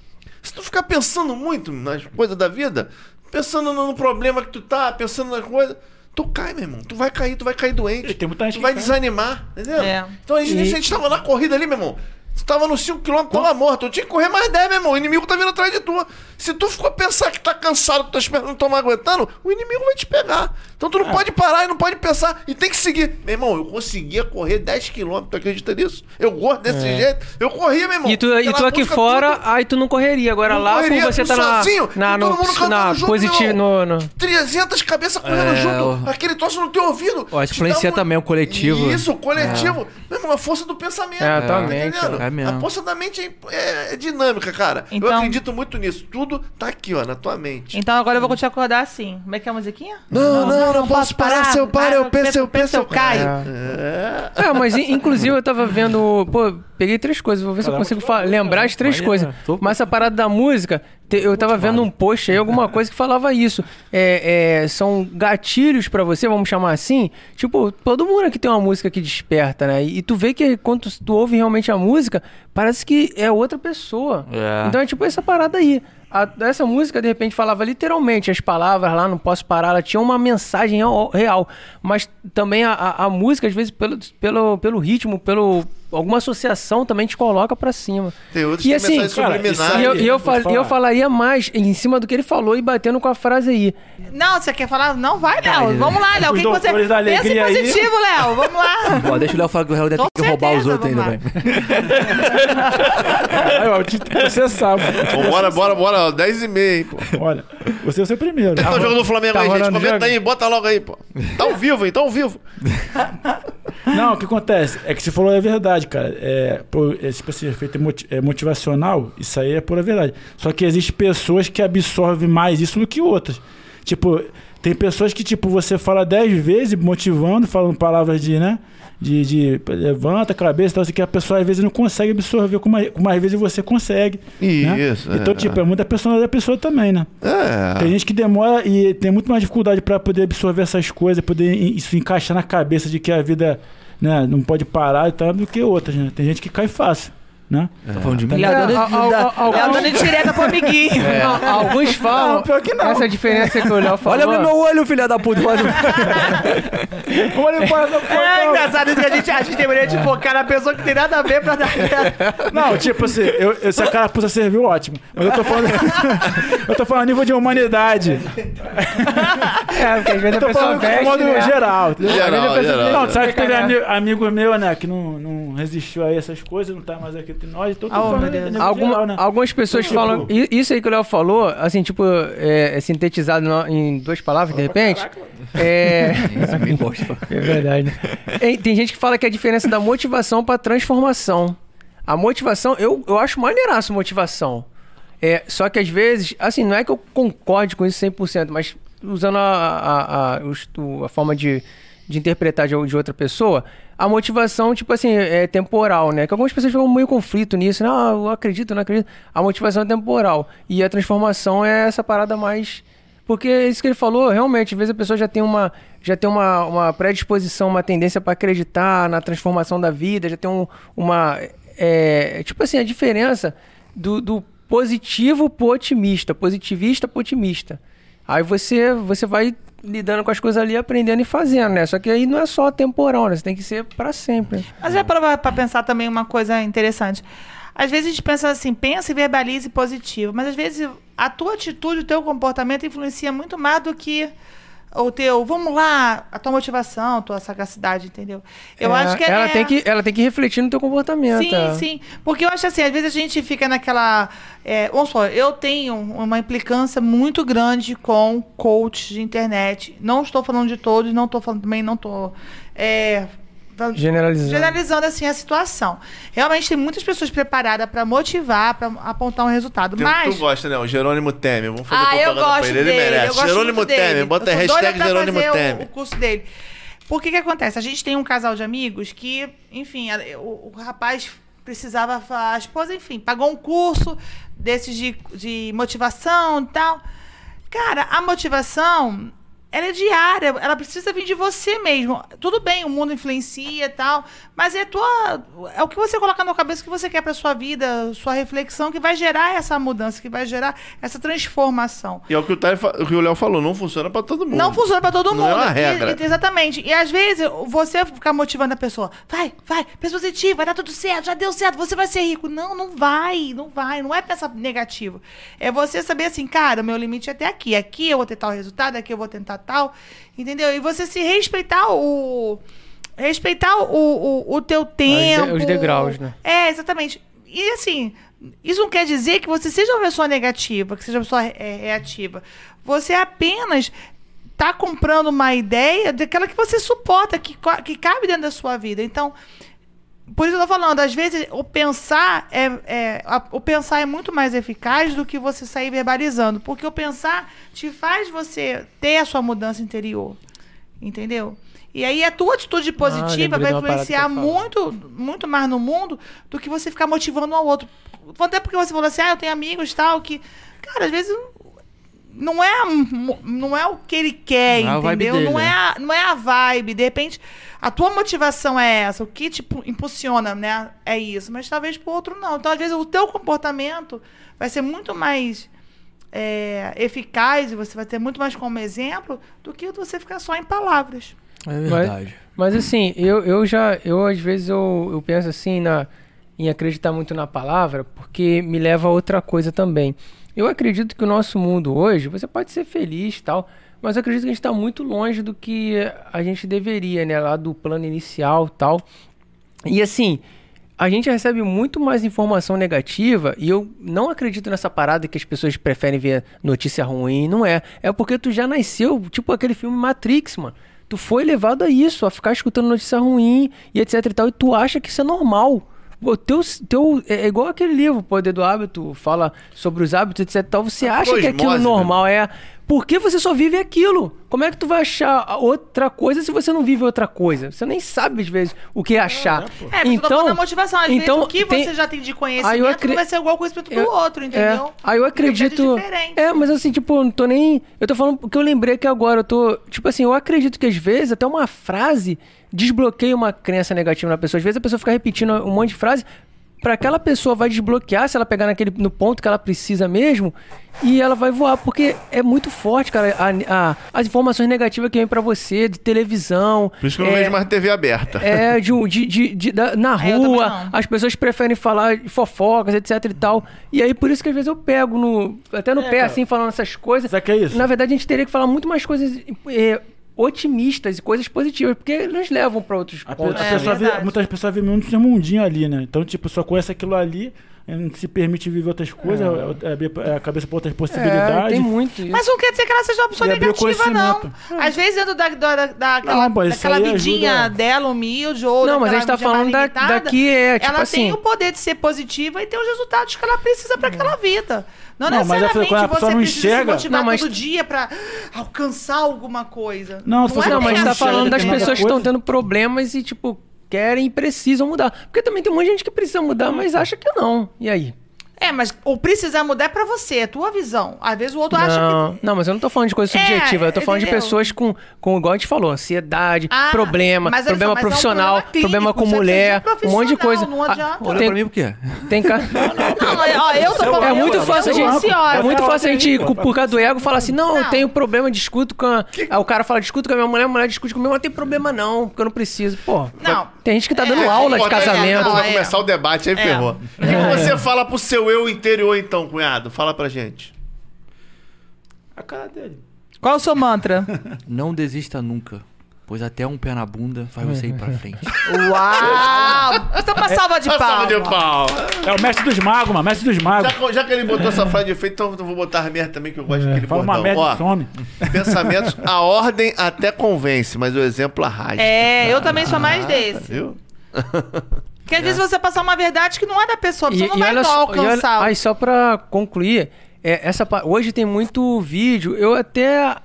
Speaker 5: Se tu ficar pensando muito nas coisas da vida, pensando no no problema que tu tá, pensando nas coisas, tu cai, meu irmão. Tu vai cair, tu vai cair doente.
Speaker 3: E tem muita gente
Speaker 5: tu
Speaker 3: que
Speaker 5: vai
Speaker 3: cai.
Speaker 5: desanimar, entendeu?
Speaker 4: É.
Speaker 5: Então a gente, a gente tava na corrida ali, meu irmão. Tu tava nos 5km, tava morto. Eu tinha que correr mais 10, meu irmão. O inimigo tá vindo atrás de tu. Se tu ficou a pensar que tá cansado, que tuas pernas não estão mais aguentando, o inimigo vai te pegar. Então
Speaker 3: É.
Speaker 5: tu não pode parar e não pode pensar. E tem que seguir. Meu irmão, eu conseguia correr 10km. Tu acredita nisso? Eu gordo desse
Speaker 3: É.
Speaker 5: jeito. Eu corria, meu irmão.
Speaker 2: E tu, e
Speaker 5: Aquela
Speaker 2: tu aqui
Speaker 5: música
Speaker 2: fora,
Speaker 5: toda.
Speaker 2: aí tu não correria. Agora
Speaker 5: Não
Speaker 2: lá,
Speaker 5: correria,
Speaker 2: por você
Speaker 5: tu
Speaker 2: tá na,
Speaker 5: sozinho,
Speaker 2: na,
Speaker 5: e todo
Speaker 2: no,
Speaker 5: mundo cantando
Speaker 2: na
Speaker 5: junto,
Speaker 2: positivo,
Speaker 5: meu
Speaker 2: no, no,
Speaker 5: 300 cabeças correndo
Speaker 1: É,
Speaker 5: junto,
Speaker 1: o-
Speaker 5: aquele troço no teu ouvido.
Speaker 1: Ó, isso
Speaker 5: te
Speaker 1: influencia
Speaker 5: dá um-
Speaker 1: também o coletivo.
Speaker 5: Isso, o coletivo. Mesmo, a força do pensamento. tá
Speaker 2: É, totalmente,
Speaker 5: entendendo?
Speaker 2: é.
Speaker 1: É mesmo.
Speaker 5: A poça da mente é, é- é dinâmica, cara. Eu
Speaker 4: Então-
Speaker 5: acredito muito nisso. Tudo tá aqui, ó, na tua mente.
Speaker 4: Então agora eu vou te acordar assim. Como é que é a musiquinha?
Speaker 5: Não, não, não, posso parar. Seu pai, eu penso, eu penso, eu caio.
Speaker 2: É.
Speaker 5: É.
Speaker 2: É, mas in- inclusive eu tava vendo. Pô, peguei três coisas, vou ver se eu
Speaker 3: Caraca,
Speaker 2: consigo
Speaker 3: que
Speaker 2: fa-
Speaker 3: loucura,
Speaker 2: lembrar
Speaker 3: cara.
Speaker 2: as três
Speaker 3: Olha,
Speaker 2: coisas.
Speaker 1: tô-
Speaker 2: Mas essa parada da música, te- eu tava vendo um post aí, alguma coisa que falava isso. É, é, são gatilhos pra você, vamos chamar assim. Tipo, todo mundo aqui tem uma música que desperta, né? E tu vê que quando tu- tu ouve realmente a música, parece que é outra pessoa.
Speaker 1: É.
Speaker 2: Então é tipo essa parada aí. A- essa música, de repente, falava literalmente as palavras lá, não posso parar, ela tinha uma mensagem real. real. Mas também a, a- a música, às vezes, pelo, pelo, pelo ritmo, pelo. Alguma associação também te coloca pra cima.
Speaker 5: Tem outras
Speaker 2: E
Speaker 5: que
Speaker 2: assim,
Speaker 5: mensagens
Speaker 3: cara, isso
Speaker 5: subliminares.
Speaker 2: E eu, e eu,
Speaker 3: Vou
Speaker 2: fal-
Speaker 3: falar.
Speaker 2: eu falaria mais em cima do que ele falou e batendo com a frase aí.
Speaker 4: É. Não, você quer falar? Não, vai, Léo. Vamos lá, Léo.
Speaker 3: Os
Speaker 4: Quem que você...
Speaker 3: doutores da
Speaker 4: Pense
Speaker 3: alegria aí.
Speaker 4: positivo, Léo. Vamos lá.
Speaker 1: Ó, deixa o Léo falar que o Léo ainda tem
Speaker 4: Com
Speaker 1: que roubar os
Speaker 4: certeza,
Speaker 1: outros ainda,
Speaker 4: vamos
Speaker 1: velho.
Speaker 3: Aí, ó, te- você sabe.
Speaker 5: Bom, bora, bora, bora. ó, 10 e meia, hein, pô.
Speaker 3: Olha, você é o seu primeiro.
Speaker 5: Tá o jogo do Flamengo
Speaker 2: tá
Speaker 5: aí, gente.
Speaker 2: rolando
Speaker 5: Comenta
Speaker 2: jogo?
Speaker 5: aí, bota logo aí, pô. Tá ao vivo, hein? Tá ao vivo.
Speaker 3: Não, o que acontece? É que você falou a verdade, cara. É, pô, é, tipo assim, efeito moti- é, motivacional, isso aí é pura verdade. Só que existem pessoas que absorvem mais isso do que outras. Tipo, tem pessoas que, tipo, você fala dez vezes, motivando, falando palavras de, né? De, de levanta a cabeça, e tal, assim, que a pessoa às vezes não consegue absorver, como, a- como às vezes você consegue. né?
Speaker 5: Isso, é.
Speaker 3: Então, tipo, é muita personalidade da pessoa também, né?
Speaker 1: Ah.
Speaker 3: Tem
Speaker 5: É.
Speaker 3: gente que demora e tem muito mais dificuldade para poder absorver essas coisas, poder en- isso encaixar na cabeça de que a vida né, não pode parar e tal, do que outras, né? Tem gente que cai fácil, né?
Speaker 1: Tá falando de mim?
Speaker 2: É,
Speaker 1: Léo,
Speaker 2: al- al- al-
Speaker 4: Léo
Speaker 2: alguns-
Speaker 4: dando direta pro amiguinho.
Speaker 2: al- Alguns falam.
Speaker 3: Não, pior que não.
Speaker 2: Essa diferença que o Léo falou.
Speaker 1: Olha no meu olho, filha da puta. Olha
Speaker 3: Olha, para, não, É.
Speaker 4: É
Speaker 3: não.
Speaker 4: engraçado isso que a gente, a gente deveria te focar na pessoa que tem nada a ver pra dar certo.
Speaker 3: Não, tipo assim, eu, eu, se a carapuça serviu, ótimo. Mas eu tô falando. eu tô falando nível de humanidade.
Speaker 2: É, porque às vezes
Speaker 3: Eu
Speaker 2: a
Speaker 3: tô
Speaker 2: pessoa
Speaker 3: falando de
Speaker 2: veste,
Speaker 3: modo
Speaker 2: né?
Speaker 3: geral, entendeu?
Speaker 5: Geral, geral.
Speaker 3: Não, sabe que teve ami- amigo meu, né, que não, não resistiu a essas coisas, não tá mais aqui entre nós, então eu tô
Speaker 4: Ah,
Speaker 3: falando
Speaker 4: meu
Speaker 3: de
Speaker 4: Deus.
Speaker 3: nível
Speaker 2: oh, Alguma- Ah,
Speaker 3: geral, né?
Speaker 2: Algumas pessoas
Speaker 3: Tipo-
Speaker 2: falam. i- Isso aí que o Léo falou, assim, tipo, é, é sintetizado na- em duas palavras, de repente. É. É verdade. né? É, Tem gente que fala que é a diferença da motivação pra transformação. A motivação, eu, eu acho maneiraço motivação. É, só que às vezes, assim, não é que eu concorde com isso 100%, mas usando a, a, a, os- o- a forma de, de interpretar de, de outra pessoa, a motivação, tipo assim, é temporal, né? Que algumas pessoas ficam meio conflito nisso, né? Ah, eu acredito, não acredito. A motivação é temporal. E a transformação é essa parada mais porque é isso que ele falou, realmente, às vezes a pessoa já tem uma, já tem uma, uma predisposição, uma tendência para acreditar na transformação da vida, já tem um- uma. é, tipo assim, a diferença do, do positivo pro otimista, positivista pro otimista. Aí você, você vai lidando com as coisas ali, aprendendo e fazendo, né? Só que aí não é só temporal, né? Você tem que ser para sempre.
Speaker 4: Mas já parou pra pensar também uma coisa interessante. Às vezes a gente pensa assim, pensa e verbalize positivo. Mas às vezes a tua atitude, o teu comportamento influencia muito mais do que o teu, vamos lá, a tua motivação, a tua sagacidade, entendeu? Eu
Speaker 2: É,
Speaker 4: acho que
Speaker 2: ela
Speaker 4: é-
Speaker 2: tem que Ela tem que refletir no teu comportamento. é.
Speaker 4: Sim, sim. Porque eu acho assim, às vezes a gente fica naquela. É, vamos supor, eu tenho uma implicância muito grande com coaches de internet. Não estou falando de todos, não estou falando também, não estou. É, falando-
Speaker 2: Generalizando.
Speaker 4: Generalizando assim a situação. Realmente tem muitas pessoas preparadas para motivar, para apontar um resultado.
Speaker 5: Tem um que
Speaker 4: mas.
Speaker 5: tu gosta, né? O Jerônimo Temer. Vamos fazer
Speaker 4: Ah, eu
Speaker 5: propaganda
Speaker 4: gosto
Speaker 5: pra ele. Ele
Speaker 4: dele.
Speaker 5: merece.
Speaker 4: Eu gosto
Speaker 5: Jerônimo
Speaker 4: muito dele.
Speaker 5: Temer. Bota
Speaker 4: eu
Speaker 5: a
Speaker 4: sou
Speaker 5: hashtag
Speaker 4: doida pra
Speaker 5: Jerônimo
Speaker 4: fazer o- O,
Speaker 5: Temer.
Speaker 4: curso dele. Por que que acontece? A gente tem um casal de amigos que, enfim, a- o, o rapaz precisava, a esposa, enfim, pagou um curso desses de, de motivação e tal. Cara, a motivação, ela é diária, ela precisa vir de você mesmo. Tudo bem, o mundo influencia e tal, mas é tua, é o que você coloca na cabeça que você quer para sua vida, sua reflexão que vai gerar essa mudança, que vai gerar essa transformação.
Speaker 5: E é o que o, Thay fa- o que o Léo falou. Não funciona pra todo mundo.
Speaker 4: Não funciona pra todo
Speaker 5: Não
Speaker 4: mundo.
Speaker 5: é uma
Speaker 4: E-
Speaker 5: regra.
Speaker 4: e- exatamente. E às vezes você ficar motivando a pessoa. Vai, vai, pensa positivo, vai dar tudo certo, já deu certo, você vai ser rico. Não, não vai, não vai. Não é pensar negativo. É você saber assim, cara, meu limite é até aqui. Aqui eu vou ter tal resultado, aqui eu vou tentar tal. Entendeu? E você se respeitar o. Respeitar o, o, o teu
Speaker 2: de-
Speaker 4: tempo.
Speaker 2: os degraus, né?
Speaker 4: É, exatamente. E assim, isso não quer dizer que você seja uma pessoa negativa, que seja uma pessoa é, reativa. Você apenas tá está comprando uma ideia daquela que você suporta, que, co- que cabe dentro da sua vida. Então, Por isso eu tô falando, às vezes o pensar é, é- a- o pensar é muito mais eficaz do que você sair verbalizando, porque o pensar te faz você ter a sua mudança interior. Entendeu? E aí a tua atitude positiva
Speaker 2: Ah, lembrei
Speaker 4: vai
Speaker 2: de uma parada
Speaker 4: influenciar
Speaker 2: que eu ia falar.
Speaker 4: muito, muito mais no mundo do que você ficar motivando um ao outro. Até porque você falou assim, ah, eu tenho amigos e tal, que. Cara, às vezes não é, a mo- não é o que ele quer,
Speaker 1: Não é a vibe
Speaker 4: entendeu? Não
Speaker 1: dele,
Speaker 4: é,
Speaker 1: né?
Speaker 4: a, não é a vibe. De repente, a tua motivação é essa, o que te pu- impulsiona, né? É isso. Mas talvez pro outro não. Então, às vezes, o teu comportamento vai ser muito mais é, eficaz e você vai ter muito mais como exemplo do que você ficar só em palavras.
Speaker 1: É verdade.
Speaker 2: Mas assim, eu, eu já, eu às vezes eu, eu penso assim na, em acreditar muito na palavra, porque me leva a outra coisa também. Eu acredito que o nosso mundo hoje, você pode ser feliz e tal, mas eu acredito que a gente está muito longe do que a gente deveria, né? Lá do plano inicial e tal. E assim, a gente recebe muito mais informação negativa e eu não acredito nessa parada que as pessoas preferem ver notícia ruim, não é. É porque tu já nasceu, tipo aquele filme Matrix, mano. Tu foi levado a isso, a ficar escutando notícia ruim e etc e tal, e tu acha que isso é normal. O teu, teu, é é igual aquele livro, O Poder do Hábito, fala sobre os hábitos, etc e tal. Você acha que aquilo é
Speaker 5: osmose,
Speaker 2: normal? normal, é porque você só vive aquilo. Como é que tu vai achar a outra coisa se você não vive outra coisa? Você nem sabe, às vezes, o que achar.
Speaker 4: É, porque eu tô falando da motivação. Às
Speaker 2: então,
Speaker 4: vezes, o que
Speaker 2: tem-
Speaker 4: você já tem de
Speaker 2: Aí eu
Speaker 4: conhecimento
Speaker 2: acre-
Speaker 4: não vai ser igual com o espírito do
Speaker 2: eu-
Speaker 4: outro, entendeu?
Speaker 2: É, aí eu
Speaker 4: É
Speaker 2: acredito.
Speaker 4: diferente.
Speaker 2: É, mas assim, tipo, eu não tô nem. Eu tô falando porque eu lembrei que agora eu tô. Tipo assim, eu acredito que às vezes até uma frase desbloqueia uma crença negativa na pessoa. Às vezes a pessoa fica repetindo um monte de frase. Pra aquela pessoa vai desbloquear se ela pegar naquele, no ponto que ela precisa mesmo e ela vai voar, porque é muito forte, cara, a- a- as informações negativas que vem pra você, de televisão.
Speaker 5: Por isso que eu não
Speaker 2: é,
Speaker 5: vejo mais TV aberta.
Speaker 2: é, de, um- de, de, de- da- na
Speaker 4: É, eu também
Speaker 2: rua,
Speaker 4: não.
Speaker 2: as pessoas preferem falar de fofocas, etc e tal. E aí, por isso que às vezes eu pego no, até no
Speaker 3: É,
Speaker 2: pé,
Speaker 3: cara.
Speaker 2: assim, falando essas coisas.
Speaker 3: Sabe que é isso?
Speaker 2: Na verdade, a gente teria que falar muito mais coisas eh, otimistas e coisas positivas, porque nos levam pra outros
Speaker 3: A, pe-
Speaker 2: pontos.
Speaker 3: a
Speaker 4: É,
Speaker 3: pessoa vê,
Speaker 4: verdade.
Speaker 3: muitas pessoas vivem muito seu mundinho ali, né? Então, tipo, só conhece aquilo ali, eh, não se permite viver outras coisas, é. a cabeça pra outras
Speaker 2: É,
Speaker 3: possibilidades.
Speaker 2: tem muito isso.
Speaker 4: Mas não quer dizer que ela seja uma pessoa
Speaker 3: E abriu
Speaker 4: negativa, não.
Speaker 3: conhecimento.
Speaker 4: Às vezes, dentro da, da, da- daquela,
Speaker 3: Não, pô, isso
Speaker 4: daquela
Speaker 3: aí
Speaker 4: vidinha
Speaker 3: ajuda.
Speaker 4: dela, humilde, ou
Speaker 2: Não, mas
Speaker 4: daquela
Speaker 2: a gente tá
Speaker 4: vidinha
Speaker 2: falando da,
Speaker 4: mais limitada,
Speaker 2: daqui, é, tipo
Speaker 4: ela
Speaker 2: assim.
Speaker 4: tem o poder de ser positiva e ter os resultados que ela precisa pra aquela vida. Não,
Speaker 3: Não, mas é
Speaker 4: necessariamente
Speaker 3: quando a pessoa
Speaker 4: você
Speaker 3: não
Speaker 4: precisa
Speaker 3: enxerga-
Speaker 4: se motivar
Speaker 2: Não, mas-
Speaker 4: todo dia pra alcançar alguma coisa.
Speaker 3: Não, se você
Speaker 2: Não, mas
Speaker 4: bem
Speaker 2: tá
Speaker 3: Não,
Speaker 4: assim,
Speaker 2: falando das
Speaker 4: entendeu?
Speaker 3: determinada
Speaker 2: pessoas que estão
Speaker 3: coisa.
Speaker 2: tendo problemas e, tipo, querem e precisam mudar. Porque também tem um monte de gente que precisa mudar, mas acha que não. E aí?
Speaker 4: É, mas o precisar mudar é pra você, é tua visão. Às vezes o outro acha que
Speaker 2: Não, não, mas eu não tô falando de coisa
Speaker 4: É,
Speaker 2: subjetiva, eu tô falando de
Speaker 4: entendeu?
Speaker 2: pessoas com, com, igual a gente falou, ansiedade,
Speaker 4: Ah,
Speaker 2: problema,
Speaker 4: mas olha
Speaker 2: problema
Speaker 4: só, mas é um
Speaker 2: profissional,
Speaker 4: problema clínico,
Speaker 2: problema com
Speaker 4: isso é
Speaker 2: mulher, um monte de coisa. Ah,
Speaker 4: profissional, não adianta.
Speaker 1: Olha
Speaker 2: tem,
Speaker 1: pra mim por quê?
Speaker 2: tem ca-
Speaker 4: Não, ó, eu tô falando.
Speaker 2: É muito
Speaker 4: eu sou
Speaker 2: fácil a gente.
Speaker 4: ansiosa.
Speaker 2: É muito
Speaker 3: Fala
Speaker 2: fácil a
Speaker 3: aí,
Speaker 2: gente,
Speaker 3: pô.
Speaker 2: com- por causa do ego, falar assim: não, eu
Speaker 4: Não.
Speaker 2: tenho problema, discuto com a. Aí o cara fala, discuto com a minha mulher, a mulher discute comigo, mas não tem problema não, porque eu não preciso. Pô,
Speaker 4: Não.
Speaker 2: tem gente que tá
Speaker 4: É,
Speaker 2: dando
Speaker 4: é,
Speaker 2: aula de
Speaker 5: Pô, tá ligado?
Speaker 2: casamento.
Speaker 5: Vai
Speaker 4: é.
Speaker 5: começar o debate, aí ferrou. O que que você fala pro seu eu interior, então, cunhado? Fala pra gente.
Speaker 3: A cara dele.
Speaker 4: Qual o seu mantra?
Speaker 1: Não desista nunca, pois até um pé na bunda faz você ir pra frente.
Speaker 4: Uau! Você uma salva de
Speaker 5: Uma salva
Speaker 4: palmas.
Speaker 5: de pau.
Speaker 3: É o mestre dos magos, mano, mestre dos magos.
Speaker 5: Já, co- já que ele botou essa frase de efeito, então eu vou botar a merda também, que eu gosto daquele
Speaker 3: É, Fala uma
Speaker 5: bordão.
Speaker 3: merda e
Speaker 5: Ó,
Speaker 3: some.
Speaker 5: pensamentos, a ordem até convence, mas o exemplo arrasta.
Speaker 4: É, eu também sou mais desse.
Speaker 5: Viu?
Speaker 4: Porque às vezes você passar uma verdade que não é da pessoa, a pessoa não vai
Speaker 2: olha
Speaker 4: não
Speaker 2: só- É. e olha-
Speaker 4: alcançar.
Speaker 2: aí, só pra concluir, é, essa, pa- hoje tem muito vídeo. Eu até.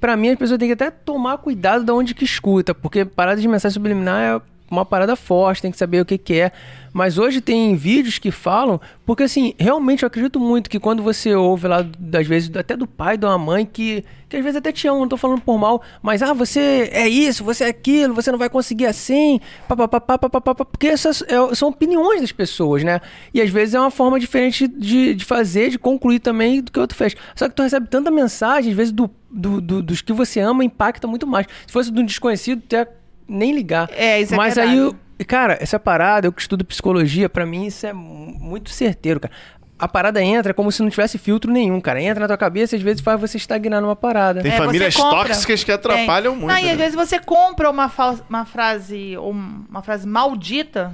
Speaker 2: Pra mim, as pessoas têm que até tomar cuidado da onde que escuta, porque parada de mensagem subliminar é uma parada forte, tem que saber o que, que é. Mas hoje tem vídeos que falam, porque assim, realmente eu acredito muito que quando você ouve lá, das vezes, até do pai, da mãe, que, que às vezes até te amam, não tô falando por mal, mas ah, você é isso, você é aquilo, você não vai conseguir assim, papapá, papapá, porque essas é, são opiniões das pessoas, né? E às vezes é uma forma diferente de, de fazer, de concluir também do que o outro fez. Só que tu recebe tanta mensagem, às vezes, do, do- do- dos que você ama, impacta muito mais. Se fosse de um desconhecido, tu ia nem ligar.
Speaker 4: É, isso é
Speaker 2: Mas aí,
Speaker 4: verdade.
Speaker 2: eu- cara, essa parada, eu que estudo psicologia, pra mim isso é mu- muito certeiro, cara. A parada entra como se não tivesse filtro nenhum, cara. Entra na tua cabeça e às vezes faz você estagnar numa parada.
Speaker 5: Tem
Speaker 4: É,
Speaker 5: famílias
Speaker 4: você compra.
Speaker 5: tóxicas que atrapalham
Speaker 4: Tem.
Speaker 5: muito.
Speaker 4: Não, e
Speaker 5: né?
Speaker 4: às vezes você compra uma, fal- uma frase, um- uma frase maldita,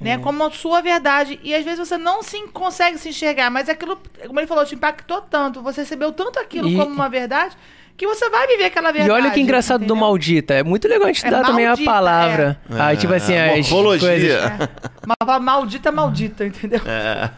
Speaker 4: né?
Speaker 2: É.
Speaker 4: Como a sua verdade. E às vezes você não se consegue se enxergar, mas aquilo, como ele falou, te impactou tanto, você recebeu tanto aquilo
Speaker 2: E-
Speaker 4: como uma verdade, que você vai viver aquela verdade.
Speaker 2: E olha que engraçado do
Speaker 4: entendeu?
Speaker 2: maldita. É muito legal a gente
Speaker 4: É
Speaker 2: dar também a
Speaker 4: maldita,
Speaker 2: palavra. Ah, tipo assim,
Speaker 5: É,
Speaker 2: as
Speaker 5: morfologia.
Speaker 2: coisas.
Speaker 4: Uma palavra maldita, maldita, entendeu?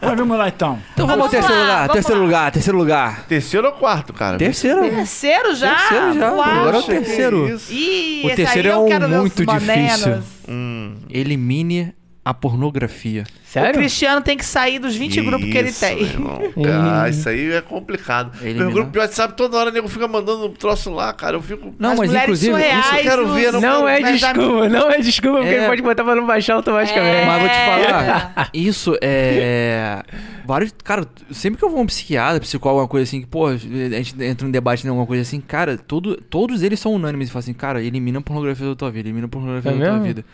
Speaker 3: Mas vamos lá então.
Speaker 1: Então vamos ao
Speaker 4: Vamos
Speaker 1: terceiro
Speaker 4: lá,
Speaker 1: lugar,
Speaker 4: vamos
Speaker 1: terceiro
Speaker 4: lá.
Speaker 1: lugar, terceiro lugar.
Speaker 5: Terceiro ou quarto, cara?
Speaker 1: Terceiro.
Speaker 4: Terceiro já?
Speaker 1: Terceiro já.
Speaker 4: Uau.
Speaker 1: Agora é o
Speaker 5: Que
Speaker 1: terceiro.
Speaker 5: isso?
Speaker 4: Ih,
Speaker 1: O
Speaker 4: esse
Speaker 1: terceiro
Speaker 4: aí
Speaker 1: é um
Speaker 4: eu quero ver os
Speaker 1: muito
Speaker 4: maneras.
Speaker 1: difícil.
Speaker 5: Hum,
Speaker 1: Elimine a pornografia.
Speaker 4: O
Speaker 2: Sério?
Speaker 4: Cristiano tem que sair dos 20 grupos que ele
Speaker 5: isso,
Speaker 4: tem.
Speaker 1: é.
Speaker 5: meu irmão. Ah, isso aí é complicado.
Speaker 1: Eliminar.
Speaker 5: Meu grupo de WhatsApp toda hora o nego fica mandando um troço lá, cara. Eu fico.
Speaker 1: Não,
Speaker 4: As
Speaker 1: mas
Speaker 4: mulheres
Speaker 1: inclusive.
Speaker 4: surreais.
Speaker 1: isso-
Speaker 5: eu quero ver, não,
Speaker 2: Não é
Speaker 4: Mas a-
Speaker 2: desculpa, não é desculpa, porque
Speaker 1: É.
Speaker 2: ele pode botar pra não baixar automaticamente.
Speaker 1: Mas vou te
Speaker 4: É.
Speaker 1: falar, isso é. Vários. Cara, sempre que eu vou a um psiquiatra, psicólogo, alguma coisa assim, que, pô, a gente entra em debate em alguma coisa assim, cara, todo, todos eles são unânimes. Falam assim, cara, elimina a pornografia da tua vida, elimina a pornografia
Speaker 2: É
Speaker 1: da tua
Speaker 2: mesmo?
Speaker 1: vida.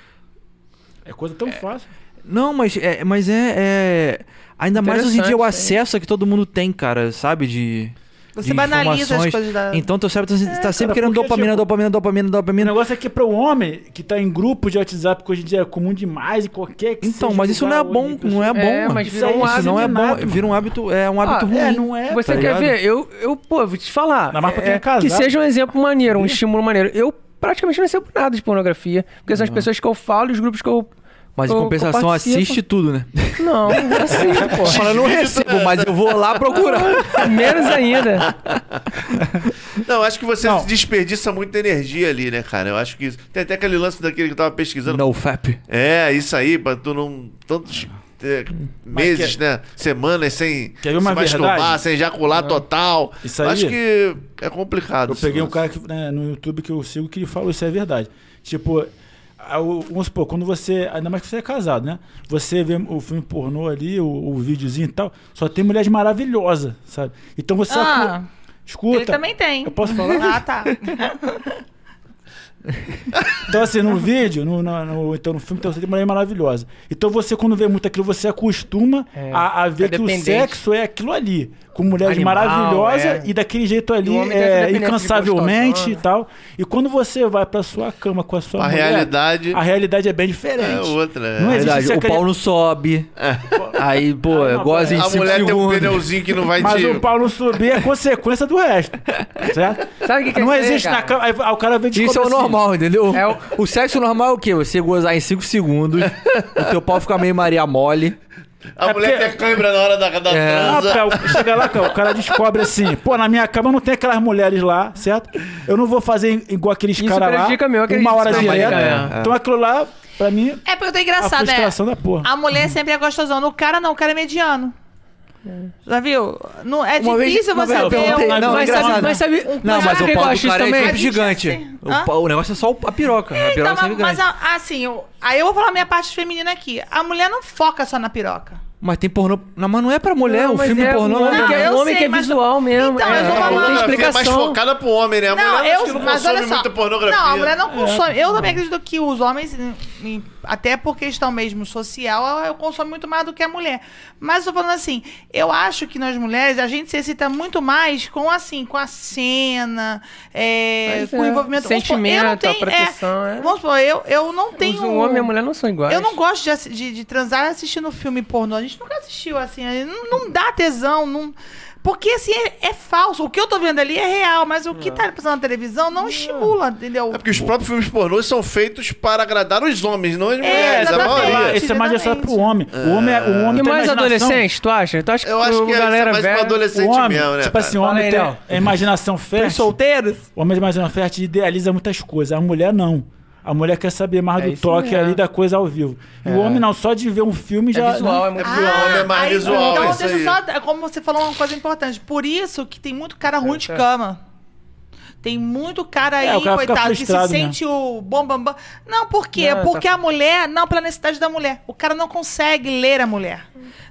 Speaker 3: É coisa tão fácil.
Speaker 1: Não, mas é. Mas é, é- Ainda mais hoje em dia o
Speaker 2: Interessante,
Speaker 1: acesso que todo mundo tem, cara, sabe? De.
Speaker 4: Você
Speaker 1: de
Speaker 4: banaliza as
Speaker 1: informações.
Speaker 4: coisas da.
Speaker 1: Então teu cérebro tá, tá sempre
Speaker 3: cara,
Speaker 1: querendo
Speaker 3: porque,
Speaker 1: dopamina,
Speaker 3: tipo,
Speaker 1: dopamina, dopamina,
Speaker 3: O
Speaker 1: dopamina.
Speaker 3: negócio é que para o homem que tá em grupo de WhatsApp, que hoje em dia é comum demais, e qualquer que
Speaker 1: Então,
Speaker 3: seja
Speaker 1: mas isso não
Speaker 3: lugar
Speaker 1: é
Speaker 3: hoje,
Speaker 1: bom,
Speaker 3: pessoal-
Speaker 1: não é bom.
Speaker 2: É,
Speaker 1: mano.
Speaker 2: mas
Speaker 1: isso
Speaker 3: virou um
Speaker 1: isso não é
Speaker 3: hábito
Speaker 1: bom,
Speaker 3: inato,
Speaker 1: vira um hábito, é um
Speaker 4: Ah,
Speaker 1: hábito ruim.
Speaker 3: É, não é.
Speaker 2: Você
Speaker 3: tá ligado?
Speaker 2: quer ver? Eu, eu, pô, vou te falar.
Speaker 3: Ainda mais pra
Speaker 2: é,
Speaker 3: quem é casado.
Speaker 2: que seja um exemplo maneiro, um estímulo maneiro. Eu praticamente não recebo nada de pornografia, porque são as pessoas que eu falo e os grupos que eu.
Speaker 1: Mas em
Speaker 2: eu- que eu
Speaker 1: compensação,
Speaker 2: participo.
Speaker 1: assiste tudo, né?
Speaker 2: Não, não assisto, pô.
Speaker 1: Fala, eu não recebo, mas eu vou lá procurar.
Speaker 2: Menos ainda.
Speaker 5: Não, acho que você
Speaker 3: Não.
Speaker 5: desperdiça muita energia ali, né, cara? Eu acho que isso. Tem até aquele lance daquele que eu tava pesquisando.
Speaker 1: No fap.
Speaker 5: É, isso aí, pra tu não. Tantos é, meses, né? Semanas sem
Speaker 3: é- Quer ver uma
Speaker 5: se masturbar,
Speaker 3: verdade? É.
Speaker 5: sem ejacular total.
Speaker 3: Isso aí-
Speaker 5: Acho que é complicado.
Speaker 3: Eu
Speaker 5: esse
Speaker 3: peguei um
Speaker 5: lance.
Speaker 3: cara que, né, no YouTube que eu sigo que ele falou isso é verdade. Tipo, a- o- vamos supor, quando você. Ainda mais que você é casado, né? Você vê o filme pornô ali, o, o videozinho e tal, só tem mulheres maravilhosas, sabe? Então você.
Speaker 4: Ah,
Speaker 3: acu- Escuta.
Speaker 4: ele também tem.
Speaker 3: Eu posso falar?
Speaker 4: Ah, tá.
Speaker 3: Então, assim, no vídeo, no, no- no- então, no filme, então, você tem mulher maravilhosa. Então, você, quando vê muito aquilo, você acostuma
Speaker 2: É,
Speaker 3: a, a ver
Speaker 2: é
Speaker 3: que o
Speaker 2: dependente.
Speaker 3: sexo é aquilo ali. Com mulheres
Speaker 2: Animal,
Speaker 3: maravilhosas
Speaker 2: é.
Speaker 3: e daquele jeito
Speaker 2: E o
Speaker 3: ali,
Speaker 2: homem deve
Speaker 3: é,
Speaker 2: depender de
Speaker 3: incansavelmente e
Speaker 2: gostosona.
Speaker 3: tal. E quando você vai pra sua cama com a sua
Speaker 5: A
Speaker 3: mulher,
Speaker 5: realidade-
Speaker 3: a realidade é bem diferente.
Speaker 5: É outra. é.
Speaker 3: Não
Speaker 1: Na
Speaker 3: existe
Speaker 1: verdade,
Speaker 3: essa
Speaker 1: o
Speaker 3: criança-
Speaker 1: pau não sobe. Aí, pô,
Speaker 3: Ah, não,
Speaker 1: goza em
Speaker 5: A
Speaker 1: 5
Speaker 5: mulher tem um
Speaker 1: segundos.
Speaker 5: pneuzinho que não vai
Speaker 3: Mas
Speaker 5: te.
Speaker 3: o pau não subir é consequência do resto. Certo?
Speaker 2: Sabe o que que é
Speaker 3: não
Speaker 2: isso aí,
Speaker 3: existe na
Speaker 2: cara?
Speaker 3: cama. Aí o cara vem assim, de
Speaker 1: Isso é o normal, entendeu?
Speaker 2: É o-
Speaker 1: o... sexo normal é o quê? Você gozar em 5 segundos, o teu pau fica meio Maria Mole.
Speaker 5: A
Speaker 3: É
Speaker 5: mulher
Speaker 3: porque-
Speaker 5: tem cãibra na hora da, da
Speaker 3: Ah,
Speaker 5: transa.
Speaker 3: pá, o- chega lá, cara, o cara descobre assim, pô, na minha cama não tem aquelas mulheres lá, certo? Eu não vou fazer igual aqueles
Speaker 2: Isso
Speaker 3: caras
Speaker 2: prejudica
Speaker 3: lá,
Speaker 2: meu, acredito
Speaker 3: uma hora
Speaker 2: que isso
Speaker 3: direto.
Speaker 2: prejudica,
Speaker 1: é.
Speaker 3: Então aquilo lá, pra mim,
Speaker 4: É porque eu tô
Speaker 3: a
Speaker 4: engraçado, né?
Speaker 3: frustração da porra.
Speaker 4: A mulher sempre é gostosona. O cara não, o cara é mediano. Já viu? Não, é
Speaker 1: Uma vez-
Speaker 4: difícil
Speaker 1: uma
Speaker 4: você
Speaker 1: vez eu
Speaker 4: ver.
Speaker 1: perguntei-
Speaker 4: um-
Speaker 1: Não, é
Speaker 2: mas, sabe,
Speaker 1: engraçado.
Speaker 2: mas sabe.
Speaker 1: Não, mas
Speaker 2: sabe
Speaker 1: o
Speaker 2: que eu
Speaker 1: pau do
Speaker 2: acho isso
Speaker 1: cara é
Speaker 2: também?
Speaker 1: sempre
Speaker 4: A gente é
Speaker 1: gigante.
Speaker 4: assim.
Speaker 1: O
Speaker 4: Hã?
Speaker 1: pau- O negócio é só o- a piroca. A piroca
Speaker 4: Então,
Speaker 1: é sempre
Speaker 4: mas, mas,
Speaker 1: grande.
Speaker 4: a- assim, eu- aí eu vou falar minha parte feminina aqui. A mulher não foca só na piroca.
Speaker 1: Mas tem pornô. Não, mas não é pra mulher,
Speaker 2: Não,
Speaker 1: o
Speaker 2: mas
Speaker 1: filme
Speaker 2: é
Speaker 1: pornô
Speaker 2: um
Speaker 1: não é
Speaker 2: homem
Speaker 1: pra
Speaker 4: Não,
Speaker 2: que é,
Speaker 4: eu
Speaker 2: um homem
Speaker 4: sei,
Speaker 2: que é
Speaker 4: mas-
Speaker 2: visual mesmo.
Speaker 4: Então,
Speaker 2: é,
Speaker 4: mas eu vou
Speaker 5: A
Speaker 4: falar-
Speaker 2: não tem
Speaker 5: pornografia é mais
Speaker 2: explicação.
Speaker 5: focada pro homem, né? A mulher
Speaker 4: Não,
Speaker 5: acho que
Speaker 4: eu,
Speaker 5: não
Speaker 4: mas olha
Speaker 5: consome
Speaker 4: só.
Speaker 5: muita pornografia.
Speaker 4: Não, a mulher
Speaker 2: É.
Speaker 4: não consome. Eu também acredito que os homens, em- em- até por questão mesmo social, eu consumo muito mais do que a mulher. Mas eu tô falando assim, eu acho que nós mulheres, a gente se excita muito mais com assim, com a cena, é,
Speaker 2: Pois
Speaker 4: com o
Speaker 2: é.
Speaker 4: envolvimento. Vamos supor,
Speaker 2: Sentimento,
Speaker 4: eu não
Speaker 2: a
Speaker 4: tenho-
Speaker 2: proteção, é.
Speaker 4: Vamos supor, eu, eu não tenho.
Speaker 2: O homem e a mulher não são iguais.
Speaker 4: um- Eu não gosto de, assi- de, de transar assistindo filme pornô. A gente nunca assistiu assim. aí Não, não dá tesão. Não... Porque assim, é, é falso. O que eu tô vendo ali é real, mas o que tá passando na televisão não estimula, entendeu?
Speaker 5: É porque os próprios filmes pornôs são feitos para agradar os homens, não as mulheres. a
Speaker 4: É, exatamente.
Speaker 5: maioria.
Speaker 3: Isso é mais direcionado pro
Speaker 4: exatamente.
Speaker 3: homem. O homem, é, o homem
Speaker 2: E
Speaker 3: tem
Speaker 2: mais
Speaker 3: imaginação.
Speaker 2: adolescente, tu acha? Tu acha
Speaker 5: Eu acho
Speaker 2: o
Speaker 5: que é
Speaker 2: galera
Speaker 5: mais
Speaker 2: velha...
Speaker 5: pra adolescente
Speaker 3: O homem,
Speaker 5: mesmo, né?
Speaker 3: tipo assim, o
Speaker 2: Fala
Speaker 3: homem
Speaker 2: aí,
Speaker 3: tem
Speaker 2: Léo.
Speaker 3: a imaginação fértil.
Speaker 4: solteiros?
Speaker 2: é
Speaker 3: O homem de imaginação fértil idealiza muitas coisas. A mulher não. A mulher quer saber mais
Speaker 2: É
Speaker 3: do
Speaker 2: isso
Speaker 3: toque
Speaker 2: mesmo.
Speaker 3: ali da coisa ao vivo. E o homem não, só de ver um filme já.
Speaker 2: É visual, é muito
Speaker 5: Ah, visual. homem é mais visual, é
Speaker 4: Então,
Speaker 5: isso
Speaker 4: deixa eu
Speaker 5: aí.
Speaker 4: só. Como você falou uma coisa importante. Por isso que tem muito cara ruim de
Speaker 2: É, tá.
Speaker 4: cama. Tem muito cara aí,
Speaker 3: É, o cara fica
Speaker 4: coitado, que se
Speaker 3: frustrado, né?
Speaker 4: sente o bom, bom, bom. Não, por quê?
Speaker 2: Não,
Speaker 4: Porque
Speaker 2: tá-
Speaker 4: a mulher. Não, pela necessidade da mulher. O cara não consegue ler a mulher.